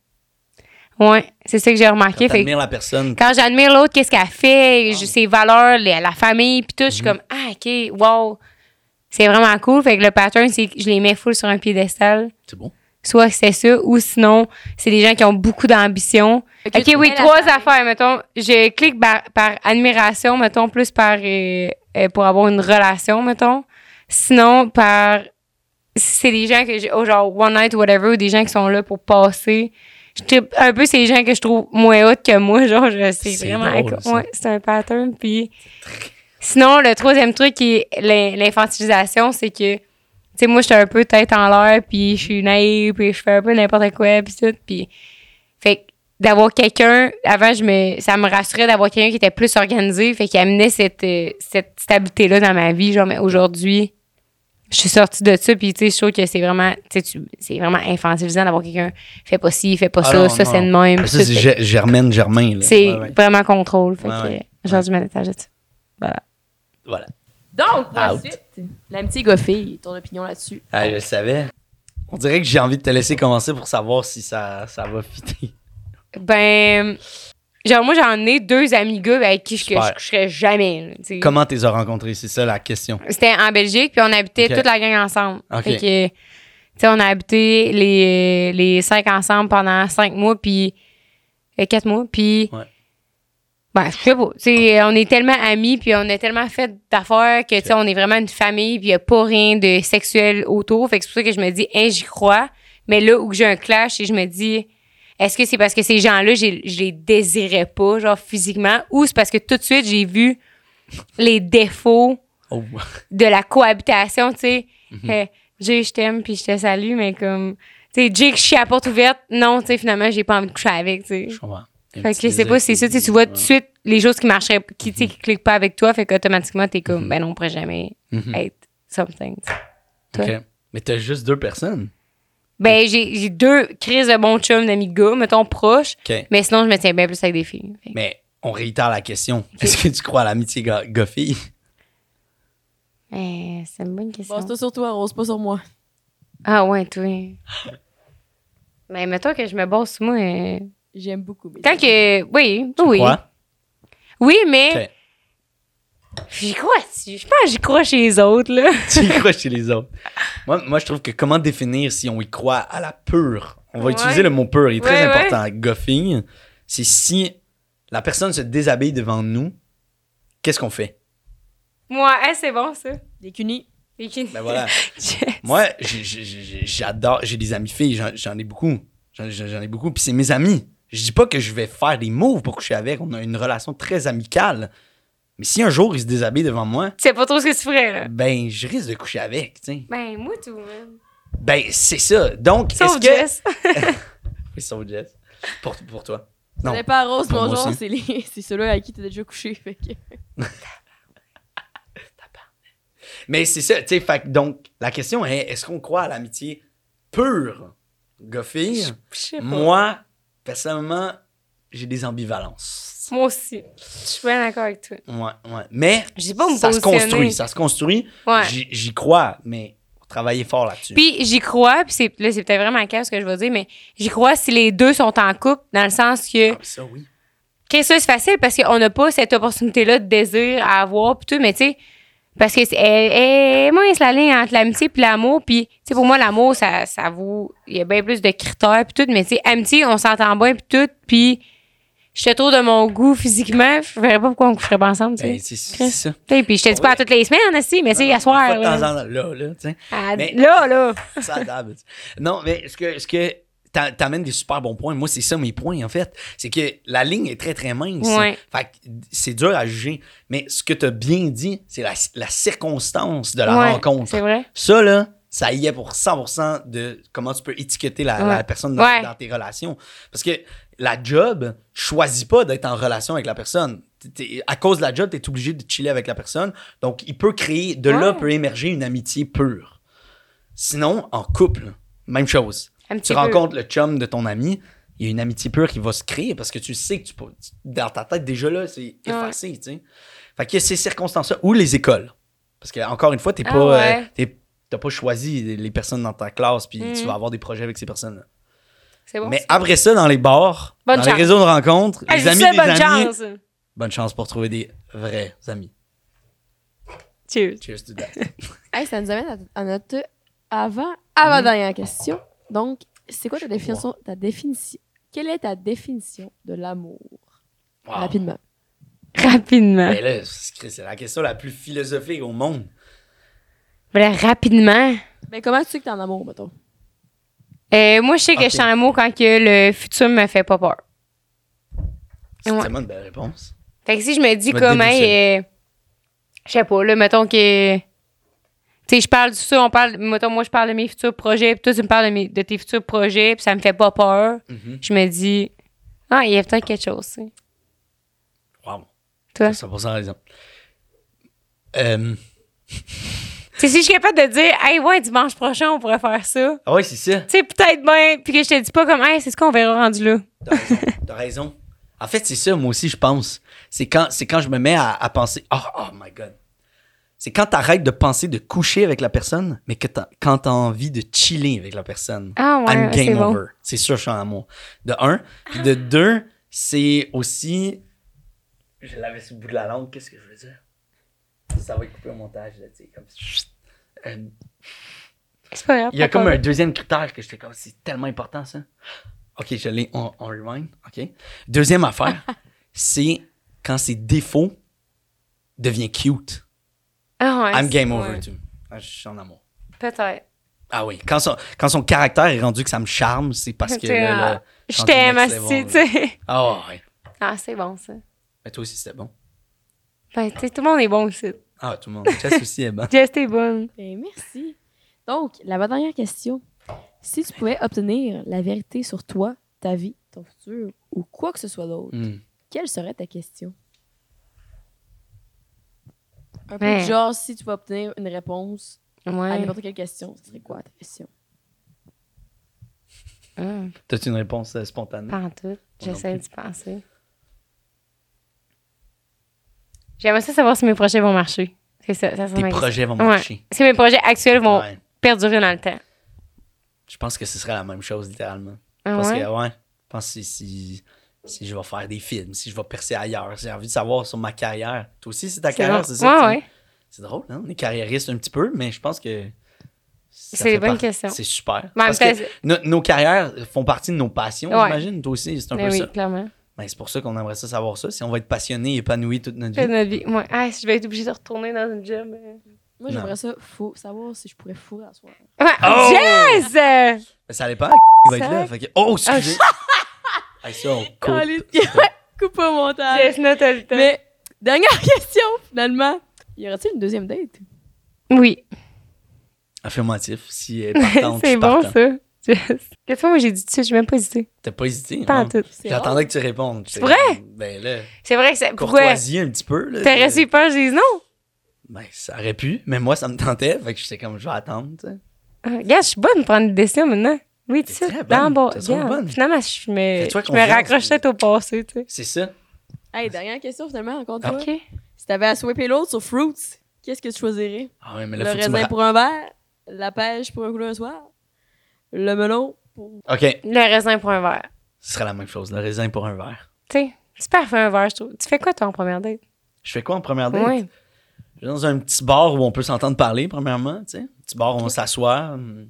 S3: Ouais, c'est ça que j'ai remarqué. Fait que-
S4: T'admires la personne.
S3: quand j'admire l'autre, qu'est-ce qu'elle fait, je- ses valeurs, les- la famille, puis tout, je suis comme, ah, OK, wow, c'est vraiment cool. Fait que le pattern, c'est que je les mets full sur un piédestal.
S4: C'est bon.
S3: Soit que c'est ça, ou sinon, c'est des gens qui ont beaucoup d'ambition.
S2: Ok,
S3: OK,
S2: tu
S3: oui,
S2: mets la
S3: trois
S2: famille.
S3: affaires, mettons. Je clique par, par admiration, mettons, plus par... euh, euh, pour avoir une relation, mettons. Sinon, par... si c'est des gens que j'ai... oh, genre, one night, whatever, ou des gens qui sont là pour passer. Je trippe un peu ces gens que je trouve moins hautes que moi, genre, je- c'est
S4: C'est
S3: vraiment...
S4: drôle, ça.
S3: ouais, c'est un pattern, puis... Sinon, le troisième truc qui est l'in- l'infantilisation, c'est que, tu sais, moi, j'étais un peu tête en l'air, puis je suis naïve, puis je fais un peu n'importe quoi, puis tout, puis... Fait que d'avoir quelqu'un, avant, je me, ça me rassurait d'avoir quelqu'un qui était plus organisé, fait qui amenait cette, euh, cette stabilité-là dans ma vie. Genre, mais aujourd'hui, je suis sortie de ça, puis tu sais, je trouve que c'est vraiment, tu sais, tu- c'est vraiment infantilisant d'avoir quelqu'un, fais pas ci, fais pas
S4: Ah
S3: ça,
S4: non,
S3: ça
S4: non.
S3: c'est de même.
S4: Ah,
S3: tout,
S4: Ça, c'est
S3: fait-
S4: Ge- Germaine Germain. là.
S3: c'est
S4: Ouais, ouais.
S3: vraiment contrôle. Fait
S4: Ouais,
S3: que,
S4: ouais.
S3: aujourd'hui, je me détache de ça.
S4: Voilà.
S2: Donc,
S4: Out.
S2: ensuite, l'amitié goffille, ton opinion là-dessus.
S4: Ah, je le savais. On dirait que j'ai envie de te laisser commencer pour savoir si ça, ça va fitter.
S3: Ben, genre, moi, j'en ai deux amis gars avec qui je, que je
S4: Super.
S3: coucherais jamais. là, tu sais.
S4: Comment t'es as rencontrés? C'est ça la question.
S3: C'était en Belgique, puis on habitait
S4: Ok.
S3: toute la gang ensemble.
S4: Ok.
S3: Fait que, tu sais, on a habité les, les cinq ensemble pendant cinq mois, puis euh, quatre mois, puis.
S4: Ouais.
S3: Ben, je sais pas. Tu sais, on est tellement amis, puis on a tellement fait d'affaires que, tu sais, on est vraiment une famille, puis il n'y a pas rien de sexuel autour. Fait que c'est pour ça que je me dis, hein, j'y crois. Mais là où que j'ai un clash, et je me dis, est-ce que c'est parce que ces gens-là, j'ai- je les désirais pas, genre physiquement, ou c'est parce que tout de suite, j'ai vu les défauts
S4: Oh.
S3: de la cohabitation, tu sais.
S4: Mhm.
S3: Euh, Jay, je t'aime, puis je te salue, mais comme, tu sais, Jake, je suis à porte ouverte. Non, tu sais, finalement, j'ai pas envie de coucher avec, tu sais.
S4: Je comprends. Un
S3: Fait
S4: petit
S3: que je sais pas, c'est ça,
S4: désir
S3: tu
S4: qui-
S3: sais, tu vois tout de
S4: Ouais.
S3: suite les choses qui marcheraient, qui, tu sais, qui cliquent pas avec toi, fait qu'automatiquement, t'es comme, ben non, on pourrait jamais
S4: Mhm.
S3: être something, tu sais.
S4: Ok. Mais t'as juste deux personnes.
S3: Ben, j'ai j'ai deux crises de bons chums d'amis de gars, mettons proches,
S4: OK.
S3: mais sinon, je me tiens bien plus avec des filles. Fait que-
S4: Mais on réitère la question. Est-ce que tu crois à l'amitié go- goffille?
S3: Eh, c'est une bonne question.
S2: Passe-toi sur toi, rose pas sur moi.
S3: ah ouais, toi. Mais mettons que je me bosse, moi. euh,
S2: J'aime beaucoup. mais-
S3: Quand que. Oui, oui.
S4: Quoi?
S3: Oui, mais.
S4: Ok.
S3: J'y crois, tu- je pense que j'y crois chez les autres, là.
S4: tu y crois chez les autres. Moi, moi, je trouve que comment définir si on y croit à la pure. On va
S3: Ouais.
S4: utiliser le mot pur, il est
S3: Ouais,
S4: très
S3: ouais.
S4: important. Goffing, c'est si la personne se déshabille devant nous, qu'est-ce qu'on fait?
S3: Moi, hein, c'est bon, ça.
S2: Des cunis.
S3: Et qui-
S4: Ben voilà.
S3: Je-
S4: moi, j'ai- j'ai- j'ai- j'adore, j'ai des amis filles, j'en- j'en ai beaucoup. J'en j'en- j'en ai beaucoup, puis c'est mes amis. Je dis pas que je vais faire des moves pour coucher avec, on a une relation très amicale. Mais si un jour ils se déshabillent devant moi,
S3: Tu sais pas trop ce que tu ferais, là.
S4: ben je risque de coucher avec, tu sais.
S3: Ben, moi, tout, man.
S4: Ben c'est ça. Donc, est-ce
S3: Sauf
S4: que.
S3: Jess.
S4: Oui, sauf Jess. Pour, pour toi.
S2: Ce
S4: Non.
S2: n'est pas à rose,
S4: Pour moi
S2: bonjour,
S4: aussi.
S2: c'est les... c'est ceux-là avec qui t'es déjà couché. Fait que...
S4: Mais c'est ça, tu sais, fait que donc, la question est, est-ce qu'on croit à l'amitié pure, goffille?
S3: Je sais pas. Moi,
S4: Moi, personnellement, j'ai des ambivalences.
S3: aussi. Je suis bien d'accord avec toi.
S4: Ouais, ouais. Mais
S3: Je sais pas où me
S4: ça se
S3: positionner.
S4: construit, ça se construit.
S3: Ouais.
S4: J'y j'y crois, mais faut travailler fort là-dessus.
S3: Puis j'y crois, puis c'est, là, c'est peut-être vraiment calme ce que je vais dire, mais j'y crois si les deux sont en couple, dans le sens que.
S4: Ah, ça, oui.
S3: Qu'est-ce que c'est facile parce qu'on n'a pas cette opportunité-là de désir à avoir, puis tout, mais tu sais, parce que c'est eh, eh, moi, c'est la ligne entre l'amitié puis l'amour, puis tu sais, pour moi, l'amour, ça, ça vaut, il y a bien plus de critères, puis tout, mais tu sais, amitié, on s'entend bien, puis tout, puis je te trouve de mon goût physiquement, je verrais pas pourquoi on coucherait pas ensemble, tu sais.
S4: Ben, c'est c'est ça.
S3: Tu sais, Puis je te dis pas à toutes les semaines, aussi, mais tu sais, à soir,
S4: Une fois de temps
S3: là,
S4: en temps, là, là, tu sais.
S3: à-
S4: Mais-
S3: là, là.
S4: Ça adapte. Non, mais ce que, ce que t'a- t'amènes des super bons points. Moi, c'est ça mes points, en fait. C'est que la ligne est très, très mince.
S3: Ouais.
S4: Fait que c'est dur à juger. Mais ce que t'as bien dit, c'est la, la circonstance de la
S3: Ouais,
S4: rencontre.
S3: C'est vrai.
S4: Ça, là, ça y est pour 100% de comment tu peux étiqueter la, la
S3: Ouais.
S4: personne dans,
S3: Ouais.
S4: dans tes relations. Parce que la job choisit pas d'être en relation avec la personne. T'es- t'es- à cause de la job, tu es obligé de chiller avec la personne. Donc, il peut créer, de là
S3: Ouais.
S4: peut émerger une amitié pure. Sinon, en couple, même chose.
S3: Un
S4: Tu
S3: petit peu.
S4: rencontres le chum de ton ami, il y a une amitié pure qui va se créer parce que tu sais que tu peux- tu- dans ta tête, déjà là, c'est effacé, tu sais. Fait qu'il y a ces circonstances-là, ou les écoles. Parce que, encore une fois, t'es
S3: Ah
S4: pas, euh,
S3: ouais.
S4: t'es- t'as pas choisi les personnes dans ta classe, puis tu
S3: Mhm.
S4: vas avoir des projets avec ces personnes-là.
S3: C'est bon.
S4: Mais après ça, dans les bars,
S1: Bonne
S4: dans
S1: chance.
S4: les réseaux de rencontres,
S3: Ah, je
S4: les amis
S3: sais,
S4: des
S3: bonne
S4: amis,
S3: chance.
S4: bonne chance pour trouver des vrais amis.
S3: Cheers.
S4: Cheers to that.
S2: Hey, ça nous amène à, à notre avant, avant-dernière question. Donc, c'est quoi ta
S4: Je vais
S2: définition, ta définition? Quelle est ta définition de l'amour?
S4: Wow.
S2: Rapidement.
S3: Rapidement.
S4: Mais là, c'est c'est la question la plus philosophique au monde.
S3: Mais là, rapidement.
S2: Mais Ben, comment tu sais que t'es en amour, mettons?
S3: Euh, moi, je sais que
S4: Ok.
S3: je suis en amour quand que le futur me fait pas peur.
S4: C'est
S3: Ouais.
S4: tellement une belle réponse.
S3: Fait que si je me dis
S4: Tu vas te
S3: comme, hey,
S4: débousser.
S3: euh, je sais pas, là, mettons que. Tu sais, je parle de ça, on parle. Mettons, moi, je parle de mes futurs projets, puis toi, tu me parles de, mes- de tes futurs projets, puis ça me fait pas peur.
S4: Mhm.
S3: Je me dis, ah, il y a peut-être quelque chose, tu sais.
S4: Wow.
S3: Toi?
S4: T'as 100% raison. Euh,
S3: Tu sais, si je suis capable de dire, hey, ouais, dimanche prochain, on pourrait faire ça.
S4: ah ouais, c'est ça.
S3: Tu sais, peut-être bien, puis que je te dis pas comme, hey, c'est ce qu'on verra rendu là.
S4: T'as raison. T'as raison. En fait, c'est ça, moi aussi, je pense. C'est quand, c'est quand je me mets à, à penser. Oh, oh my God. C'est quand t'arrêtes de penser de coucher avec la personne, mais que t'as- quand t'as envie de chiller avec la personne.
S3: Ah, ouais,
S4: I'm
S3: ouais, c'est
S4: game
S3: bon.
S4: over. C'est sûr, je suis en amour. De un. Puis de deux, c'est aussi. Je l'avais sous le bout de la langue, qu'est-ce que je veux dire? Ça va être coupé au montage, là, tu sais, comme. Euh,
S3: C'est pas grave.
S4: Il y a
S3: pas
S4: comme
S3: grave.
S4: un deuxième critère que j'étais comme, c'est tellement important ça. Ok, je l'ai, on, on rewind. Ok. Deuxième affaire, c'est quand ses défauts deviennent cute.
S3: Ah, ouais,
S4: I'm game
S3: c'est-
S4: over
S3: ouais.
S4: too. Ah, Je suis en amour.
S3: Peut-être.
S4: Ah oui, quand son, quand son caractère est rendu que ça me charme, c'est parce que.
S3: T'es
S4: là,
S3: en-
S4: là,
S3: Je
S4: rendu
S3: t'aime,
S4: next
S3: assis,
S4: level,
S3: tu
S4: là.
S3: sais.
S4: Ah ouais.
S3: Ah, c'est bon, ça.
S4: Mais toi aussi, c'était bon.
S3: Ben, tu sais, tout le monde est bon ici.
S4: Ah, tout le monde. Jess aussi est bon.
S3: Jess, t'es bonne.
S2: Ben, merci. Donc, la dernière question. Si tu pouvais obtenir la vérité sur toi, ta vie, ton futur ou quoi que ce soit d'autre,
S4: Hmm.
S2: quelle serait ta question? Un peu
S3: Ouais.
S2: du genre, si tu vas obtenir une réponse à
S3: Ouais.
S2: n'importe quelle question, ce serait quoi ta question?
S3: Hum,
S4: T'as-tu une réponse euh, spontanée?
S3: pas en tout.
S4: non
S3: J'essaie
S4: plus.
S3: d'y penser. J'aimerais ça savoir si mes projets vont marcher. C'est ça, ça serait
S4: Tes
S3: ma question.
S4: projets vont
S3: Ouais.
S4: marcher.
S3: Si mes projets actuels vont
S4: Ouais.
S3: perdurer dans le temps.
S4: Je pense que ce serait la même chose, littéralement.
S3: Ah,
S4: Parce
S3: ouais?
S4: que, ouais, je pense que si, si, si je vais faire des films, si je vais percer ailleurs, j'ai envie de savoir sur ma carrière. Toi aussi, c'est ta
S3: C'est bon.
S4: carrière, c'est ça? tu sais?
S3: Ouais, ouais.
S4: C'est drôle, hein? On est carriériste un petit peu, mais je pense que. ça
S3: C'est des
S4: fait
S3: bonnes
S4: partie-
S3: questions.
S4: C'est super.
S3: Mais en
S4: Parce
S3: même
S4: que
S3: temps,
S4: no- nos carrières font partie de nos passions,
S3: Ben, Ouais.
S4: j'imagine. Toi aussi, c'est un
S3: Ben
S4: peu
S3: oui,
S4: ça.
S3: clairement.
S4: Ben, c'est pour ça qu'on aimerait ça savoir ça. Si on va être passionné et épanoui toute notre
S3: Toute
S4: vie.
S3: notre vie. Ouais. Ah, si je vais être obligée de retourner dans une job. euh.
S2: Moi,
S4: Non.
S2: j'aimerais ça fou- savoir si je pourrais fourrer à soi.
S3: Ouais.
S4: Oh!
S3: Jess! Euh,
S4: Ben, ça dépend. Il va être là. Fait que... Oh, excusez.
S3: Ah,
S4: Hey, ça, on coupe.
S2: Colin. Coupe au montage!
S3: Jess, note le temps.
S2: Mais, dernière question, finalement. Y aura-t-il une deuxième date?
S3: Oui.
S4: Affirmatif. Si elle est partante, je
S3: c'est
S4: suis
S3: bon,
S4: partant.
S3: ça. Jess. Qu'est-ce que moi, j'ai dit tout de suite? Je même pas hésité.
S4: T'as pas hésité.
S3: Pas en
S4: hein?
S3: tout.
S2: C'est rare.
S4: J'attendais que tu répondes.
S3: C'est vrai?
S4: Ben là,
S3: C'est vrai que ça. Pourquoi?
S4: courtoisie un petit peu. là.
S3: T'as resté peur, j'ai dit non.
S4: Ben, ça aurait pu, mais moi, ça me tentait. Fait que j'étais comme, je vais attendre, tu sais.
S3: Ah, Regarde, je suis bonne pour prendre des décisions maintenant. Oui, tu
S4: T'es
S3: sais,
S4: très
S3: dans
S4: bonne.
S3: bon.
S4: T'es trop
S3: regarde.
S4: bonne.
S3: Finalement, je me,
S4: Fais-toi
S3: je me
S4: confiance.
S3: raccroche peut-être au passé, tu sais.
S4: C'est ça.
S2: Hey, dernière question, finalement, encore
S4: Ah.
S2: une fois.
S3: OK.
S2: Si t'avais à swapper l'autre sur Fruits, qu'est-ce que tu choisirais?
S4: Ah ouais, mais
S2: Le
S4: là, faut que tu me
S2: raisin
S4: ra-
S2: pour un verre, la pêche pour un coup d'un soir, le melon pour...
S4: OK,
S3: Le raisin pour un verre.
S4: ce serait la même chose. Le raisin pour un verre.
S3: Tu sais, c'est parfait un verre, je trouve. Tu fais quoi, toi, en première date?
S4: Je fais quoi en première date?
S3: Oui.
S4: Je vais dans un petit bar où on peut s'entendre parler, premièrement, tu sais. Un petit bar où on s'assoit. hum.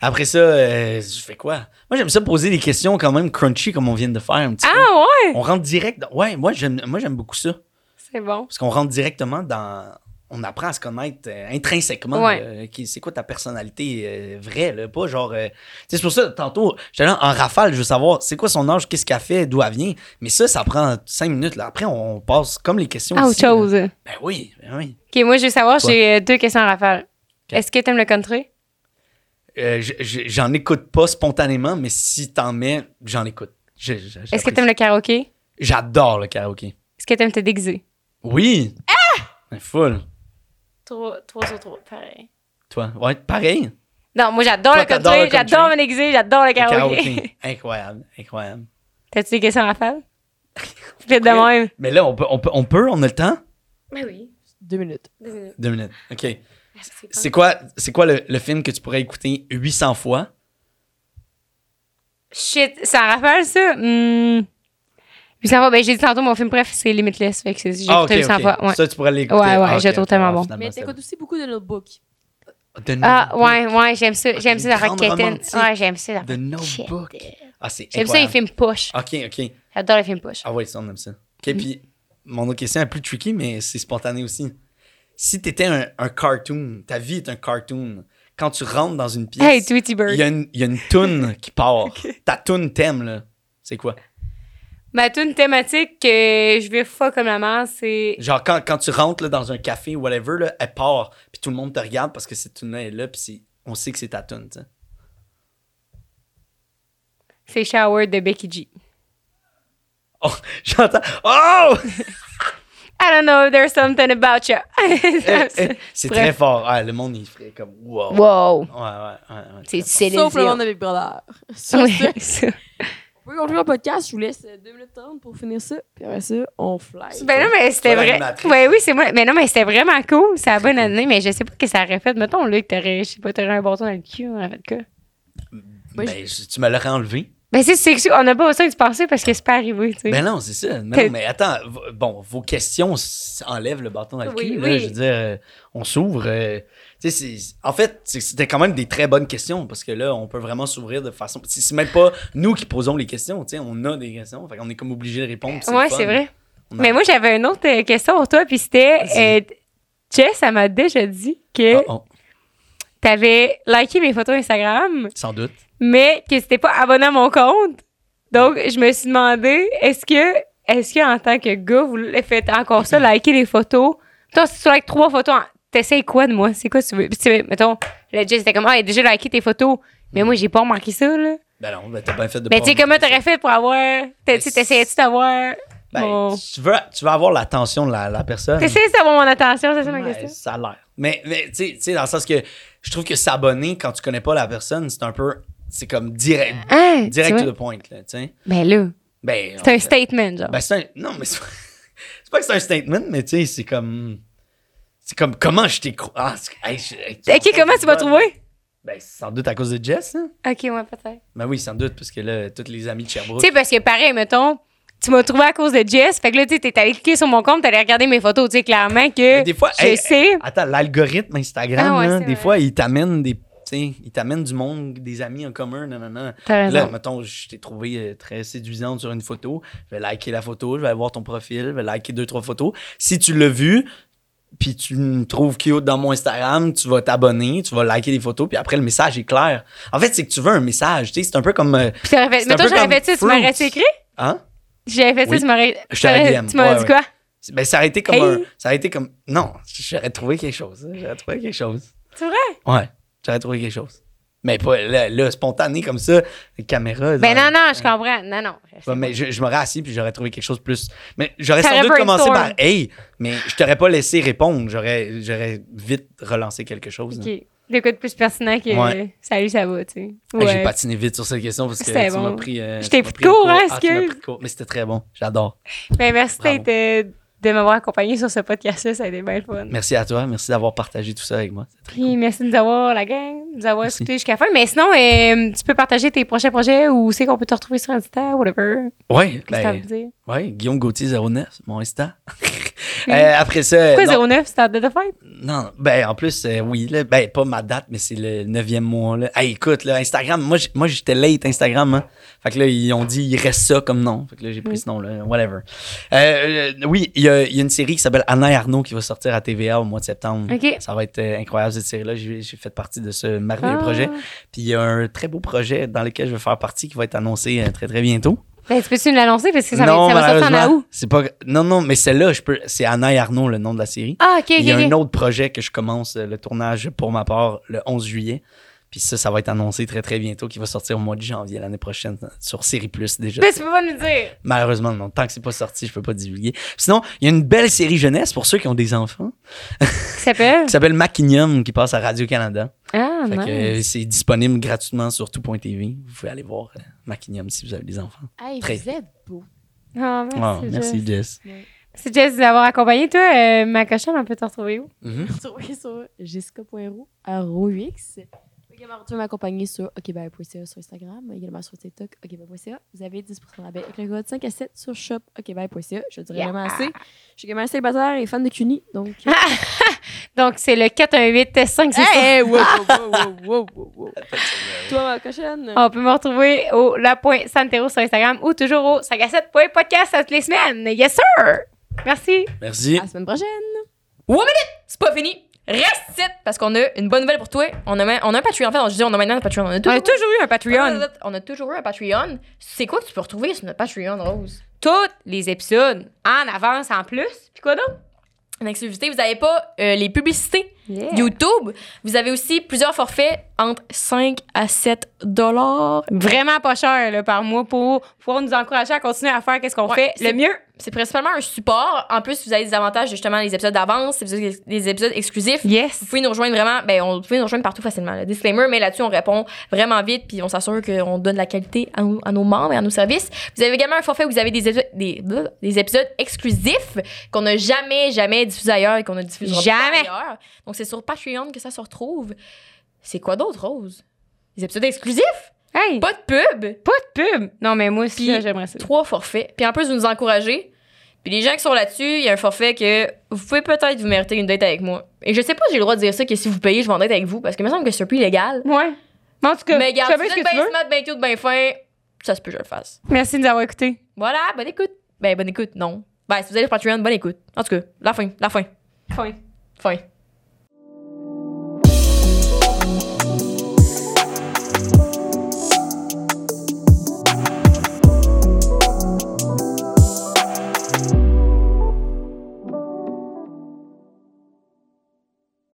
S4: Après ça, euh, je fais quoi? Moi, j'aime ça poser des questions quand même crunchy comme on vient de faire un petit peu.
S3: Ah, ouais!
S4: On rentre direct. dans- Ouais, moi, j'aime moi, j'aime beaucoup ça.
S3: C'est bon.
S4: Parce qu'on rentre directement dans. On apprend à se connaître euh, intrinsèquement.
S3: Ouais.
S4: là, qui- c'est quoi ta personnalité euh, vraie, là, pas genre. euh, tu sais, c'est pour ça, tantôt, j'étais là en rafale, je veux savoir c'est quoi son âge, qu'est-ce qu'elle fait, d'où elle vient. Mais ça, ça prend cinq minutes. Là. Après, on passe comme les questions.
S3: Ah, autre
S4: ici, là.
S3: chose.
S4: Ben oui, ben oui.
S3: OK, moi, je veux savoir,
S4: Quoi?
S3: j'ai euh, deux questions à rafale.
S4: OK.
S3: Est-ce que t'aimes le country?
S4: euh, j- j- j'en écoute pas spontanément, mais si t'en mets, j'en écoute. Je- je-
S3: Est-ce que
S4: j'apprécie.
S3: t'aimes le karaoké?
S4: J'adore le karaoké.
S3: Est-ce que t'aimes te déguiser?
S4: Oui! Ah! Full.
S1: Trop, trop sur trop, pareil.
S4: Toi, ouais, pareil.
S3: Non, moi j'adore
S4: Toi,
S3: le country,
S4: t'adores le country.
S3: j'adore me déguiser, j'adore le
S4: Le
S3: karaoké.
S4: incroyable, incroyable.
S3: T'as-tu des questions à faire? Faites de même.
S4: Mais là, on peut, on peut, on peut, on a le temps?
S1: Mais oui.
S2: Deux minutes.
S1: Deux minutes.
S4: Deux minutes. OK.
S1: Ah, ça, c'est
S4: C'est quoi, c'est quoi le, le film que tu pourrais écouter 800 fois?
S3: Shit, ça rappelle ça? Hmm. 800 fois. Ben, j'ai dit tantôt, mon film, bref, c'est Limitless. Fait que c'est- j'ai
S4: Ah,
S3: écouté
S4: ok,
S3: 800
S4: ok.
S3: fois. Ouais.
S4: Ça, tu pourrais l'écouter.
S3: Ouais, ouais,
S4: Ah, ok,
S3: je le trouve
S4: ok.
S3: tellement
S4: Ah,
S3: bon.
S4: finalement,
S2: Mais
S4: c'est-
S2: t'écoutes aussi beaucoup de Notebook.
S4: The
S3: Ah,
S4: Notebook.
S3: ouais, ouais, j'aime ça. J'aime
S4: Une
S3: ça, la
S4: grande
S3: Rocketen.
S4: romantique.
S3: Ouais, j'aime ça. la
S4: The Notebook.
S3: Rocketen.
S4: Ah, c'est
S3: J'aime ça, les
S4: incroyable.
S3: films push.
S4: OK, OK.
S3: J'adore les films push.
S4: Ah ouais, ça, on aime ça. OK,
S3: Mm-hmm.
S4: puis mon autre question est plus tricky, mais c'est spontané aussi. Si t'étais un, un cartoon, ta vie est un cartoon, quand tu rentres dans une pièce,
S3: Hey, Tweety
S4: il
S3: Bird.
S4: y a une, il y a une toune qui part. Ta toune thème, là, c'est quoi?
S3: Ma tune thématique que je vais fuck comme la merde, c'est.
S4: Genre, quand, quand tu rentres là, dans un café ou whatever, là, elle part, puis tout le monde te regarde parce que cette toune-là est là, puis c'est- on sait que c'est ta toune, tu sais.
S3: C'est Shower de Becky G.
S4: Oh, j'entends. Oh!
S3: I don't know if there's something about you.
S4: Eh, eh, c'est
S3: Bref.
S4: très fort. Ah, le monde, il ferait comme wow.
S3: wow.
S4: Ouais, ouais, ouais. ouais.
S3: C'est
S2: Sauf le monde de Big Brother. Sur ce,
S3: Ouais, ça.
S2: on peut conclure le podcast. Je vous laisse 2 minutes 30 pour finir ça. Puis après ça, on fly.
S3: Ben non, mais c'était
S4: Toi,
S3: vrai.
S4: l'animatrice.
S3: Ouais, oui, c'est moi. Mais non, mais c'était vraiment cool. C'est la bonne année, mais je sais pas que ça aurait fait. Mettons, là, que t'aurais, je sais pas, t'aurais un bâton dans le cul, en fait, quoi.
S2: Moi,
S4: Ben, je- tu me l'aurais enlevé.
S3: Ben, c'est sexuel. On n'a pas besoin de se penser parce que c'est pas arrivé, tu sais.
S4: Ben non, c'est ça. Mais,
S3: T'es-
S4: non, mais attends, v- bon, vos questions s- enlèvent le bâton dans le
S3: Oui,
S4: cul. là.
S3: oui.
S4: je veux dire, euh, on s'ouvre. euh, tu sais, c'est- en fait, c'est- c'était quand même des très bonnes questions parce que là, on peut vraiment s'ouvrir de façon. C'est c'est même pas nous qui posons les questions, tu sais, on a des questions. Fait qu'on est comme obligé de répondre. puis le
S3: ouais,
S4: fun.
S3: c'est vrai.
S4: On a-
S3: Mais moi, j'avais une autre euh, question pour toi, puis c'était.
S4: Vas-y.
S3: euh, Jess, elle m'a déjà dit que
S4: Ah, oh,
S3: t'avais liké mes photos Instagram,
S4: sans doute.
S3: mais que c'était pas abonné à mon compte. Donc, je me suis demandé, est-ce que, est-ce que en tant que gars, vous le faites encore ça, liker les photos? Toi, si tu likes trois photos, en- t'essayes quoi de moi? C'est quoi tu veux? Puis tu veux, mettons, la Jess était comme, ah, elle a déjà liké tes photos. Mais moi, j'ai pas remarqué ça, là.
S4: Ben non, ben t'as bien fait de
S3: Mais
S4: pas
S3: tu sais, comment t'aurais fait pour avoir. t'as- Tu sais, t'essayais-tu d'avoir.
S4: Ben,
S3: mon-
S4: tu, veux, tu veux avoir l'attention de la, la personne.
S3: T'essayais-tu d'avoir mon attention? C'est ça ma
S4: Ouais,
S3: question?
S4: ça a l'air. Mais, mais tu sais- tu sais, dans le sens que je trouve que s'abonner quand tu connais pas la personne, c'est un peu. C'est comme direct.
S3: Ah, tu
S4: Direct to
S3: vois?
S4: the point, là, tu sais.
S3: Ben là,
S4: Ben,
S3: c'est
S4: on-
S3: un statement, genre.
S4: ben, c'est un- Non, mais c'est c'est pas que c'est un statement, mais tu sais, c'est comme. C'est comme comment je t'ai cro- Ah, c'est- hey, je- hey,
S3: ok, comment tu m'as trouvé?
S4: Ben, c'est sans doute à cause de Jess, hein?
S3: Ok, ouais, peut-être.
S4: Ben oui, sans doute, parce que là, tous les amis de Sherbrooke.
S3: Tu sais, parce que pareil, mettons, tu m'as trouvé à cause de Jess. Fait que là, tu sais, t'es allé cliquer sur mon compte, t'allais regarder mes photos. Tu sais, clairement que
S4: Mais des fois,
S3: je
S4: hey,
S3: sais.
S4: Attends, l'algorithme Instagram,
S3: Ah ouais,
S4: là,
S3: c'est
S4: des
S3: vrai.
S4: fois, il t'amène des. tu sais, Il t'amène du monde, des amis en commun, non, non, non.
S3: T'as
S4: Là,
S3: raison.
S4: mettons, je t'ai trouvé euh, très séduisante sur une photo. Je vais liker la photo, je vais aller voir ton profil, je vais liker deux, trois photos. Si tu l'as vu, puis tu me trouves cute dans mon Instagram, tu vas t'abonner, tu vas liker les photos, puis après, le message est clair. En fait, c'est que tu veux un message, tu sais, c'est un peu comme... euh,
S3: Puis t'aurais fait.
S4: c'est un
S3: Mettons,
S4: peu
S3: j'aurais
S4: comme
S3: fait ça, tu
S4: Fruits.
S3: m'aurais écrit?
S4: hein?
S3: J'avais fait ça,
S4: Oui.
S3: tu m'aurais.
S4: Je t'aurais
S3: t'aurais-
S4: DM,
S3: Tu m'aurais
S4: ouais,
S3: dit
S4: ouais.
S3: quoi?
S4: C'est- Ben, ça aurait été comme
S3: Hey.
S4: un... Ça aurait été comme... Non, j'aurais trouvé quelque chose. hein, J'aurais trouvé quelque chose.
S3: C'est vrai?
S4: Ouais, j'aurais trouvé quelque chose. Mais pas là, là, spontané comme ça, les caméras...
S3: Ben
S4: genre-
S3: non, non, je comprends. Non, non. je sais
S4: Ouais, mais je, je m'aurais assis puis j'aurais trouvé quelque chose de plus. Mais j'aurais sans
S3: T'aurais
S4: doute commencé
S3: brainstorm.
S4: par Hey, mais je t'aurais pas laissé répondre. J'aurais, j'aurais vite relancé quelque
S3: pas.
S4: chose.
S3: Ok.
S4: là.
S3: De quoi de plus pertinent que
S4: Ouais.
S3: salut, ça va, tu sais.
S4: Hey,
S3: Ouais.
S4: J'ai patiné vite sur cette question parce que
S3: C'était
S4: tu
S3: bon.
S4: m'as pris. euh,
S3: Je
S4: tu
S3: t'ai
S4: m'as
S3: pris de
S4: pris le
S3: court,
S4: cours.
S3: hein,
S4: Ah,
S3: est-ce
S4: tu m'as
S3: que-
S4: pris de cours. Mais c'était très bon. J'adore.
S3: Ben, merci
S4: Bravo.
S3: d'être, euh, de m'avoir accompagné sur ce podcast-là. Ça a été bien le fun.
S4: Merci à toi. Merci d'avoir partagé tout ça avec moi. C'était très
S3: Puis merci de nous avoir, la gang, de nous avoir
S4: Merci.
S3: écoutés jusqu'à la fin. Mais sinon, euh, tu peux partager tes prochains projets ou c'est qu'on peut te retrouver sur Insta, whatever.
S4: cool. Ouais,
S3: Qu'est-ce que t'as à me
S4: ben,
S3: dire?
S4: ouais, Guillaume Gauthier 09, mon Insta. Euh, après ça.
S3: Pourquoi
S4: non,
S3: 09, c'est ta date de fête?
S4: Non, ben en plus, euh, oui, là, ben pas ma date, mais c'est le neuvième mois. Là. Hey, écoute, là, Instagram, moi, j'- moi j'étais late Instagram. Hein. Fait que là, ils ont dit, il reste ça comme nom. Fait que là, j'ai pris ce nom-là, whatever. Euh, euh, oui, il y, a il y a une série qui s'appelle Anna et Arnaud qui va sortir à TVA au mois de septembre.
S3: Ok.
S4: Ça va être euh, incroyable cette série-là. J'ai j'ai fait partie de ce merveilleux
S3: Ah.
S4: projet. Puis il y a un très beau projet dans lequel je vais faire partie qui va être annoncé euh, très très bientôt.
S3: Ben, tu peux-tu nous l'annoncer? Parce que ça, va- ça va sortir en
S4: malheureusement,
S3: août.
S4: c'est pas. Non, non, mais celle-là, je peux. C'est Anna et Arnaud, le nom de la série.
S3: Ah, ok, ok.
S4: Il y a
S3: ok.
S4: un autre projet que je commence euh, le tournage pour ma part le 11 juillet. Puis ça, ça va être annoncé très, très bientôt, qui va sortir au mois de janvier l'année prochaine sur Série Plus déjà.
S3: Mais Ben, tu peux pas nous dire.
S4: Malheureusement, non. Tant que c'est pas sorti, je peux pas divulguer. Sinon, il y a une belle série jeunesse pour ceux qui ont des enfants
S3: Qui s'appelle?
S4: qui s'appelle Macinium qui passe à Radio-Canada.
S3: Ah,
S4: Fait
S3: non.
S4: que, euh, c'est disponible gratuitement sur tout.tv. Vous pouvez aller voir euh, Macinium si vous avez des enfants.
S2: Hey,
S4: Très.
S2: vous êtes beau.
S3: Ah,
S4: Wow,
S3: merci,
S4: merci,
S3: Jess.
S4: Jess.
S3: Merci, Jess, de l'avoir accompagné. Toi, euh, ma cochonne, on peut te retrouver où?
S4: Mhm.
S2: Trouvez sur jessica.roux à roux. Également, vous pouvez m'accompagner sur okbye.ca sur Instagram, également sur TikTok, okbye.ca. Vous avez 10% de rabais avec le code 5 à 7 sur shop okbye.ca. Je le dirais
S3: Yeah.
S2: vraiment assez. Je suis également célibataire et fan de CUNY, donc...
S3: Donc, c'est le 418 5
S2: Hey, wow, wow, wow, wow, wow, wow. Toi, ma cochonne!
S3: On peut me retrouver au la.santero sur Instagram ou toujours au sagassette.podcast toutes les semaines. Yes, sir! Merci.
S4: Merci.
S2: À la semaine prochaine!
S1: C'est pas fini. Reste ici, parce qu'on a une bonne nouvelle pour toi. On a, ma- on a un Patreon. En fait, on, je dis, on a maintenant un Patreon. On a
S3: On
S1: toujours,
S3: a toujours eu un Patreon.
S1: On a toujours eu un Patreon. C'est quoi que tu peux retrouver sur notre Patreon, Rose?
S3: Tous les épisodes en avance en plus. Puis quoi d'autre?
S1: En exclusivité, vous n'avez pas euh, les publicités YouTube. Vous avez aussi plusieurs forfaits entre 5 à 7 dollars.
S3: Vraiment pas cher là, par mois pour pouvoir nous encourager à continuer à faire qu'est-ce qu'on
S1: Ouais,
S3: fait le
S1: c'est-
S3: mieux.
S1: C'est principalement un support. En plus, vous avez des avantages, justement, les épisodes d'avance, les épisodes- les épisodes exclusifs.
S3: Yes.
S1: Vous pouvez nous rejoindre vraiment, ben, on, vous pouvez nous rejoindre partout facilement. là. Disclaimer, mais là-dessus, on répond vraiment vite, puis on s'assure qu'on donne de la qualité à, nos- à nos membres et à nos services. Vous avez également un forfait où vous avez des, épisodes- des, blah, des épisodes exclusifs qu'on n'a jamais, jamais diffusés ailleurs et qu'on ne diffusera
S3: Jamais.
S1: pas ailleurs. Donc, c'est sur Patreon que ça se retrouve. C'est quoi d'autre, Rose? Des épisodes exclusifs?
S3: Hey, pas,
S1: Pas de pub?
S3: de pub. Non, mais moi aussi,
S1: Puis-
S3: là, j'aimerais ça.
S1: trois forfaits. Puis en plus, vous nous encouragez. Puis les gens qui sont là-dessus, il y a un forfait que vous pouvez peut-être vous mériter une date avec moi. Et je sais pas si j'ai le droit de dire ça, que si vous payez, je vais en date avec vous, parce que il me semble que c'est un peu illégal.
S3: Ouais. Mais en tout cas,
S1: Mais
S3: tu
S1: garde,
S3: fais
S1: si
S3: bien
S1: vous
S3: ce
S1: êtes
S3: que tu
S1: bien
S3: veux.
S1: smart, bien cute, bien fin, ça se peut, je le fasse.
S3: Merci de nous avoir écoutés.
S1: Voilà, bonne écoute. Ben, bonne écoute, non. Ben, si vous allez sur Patreon, bonne écoute. En tout cas, la fin, la fin,
S3: Point.
S1: fin.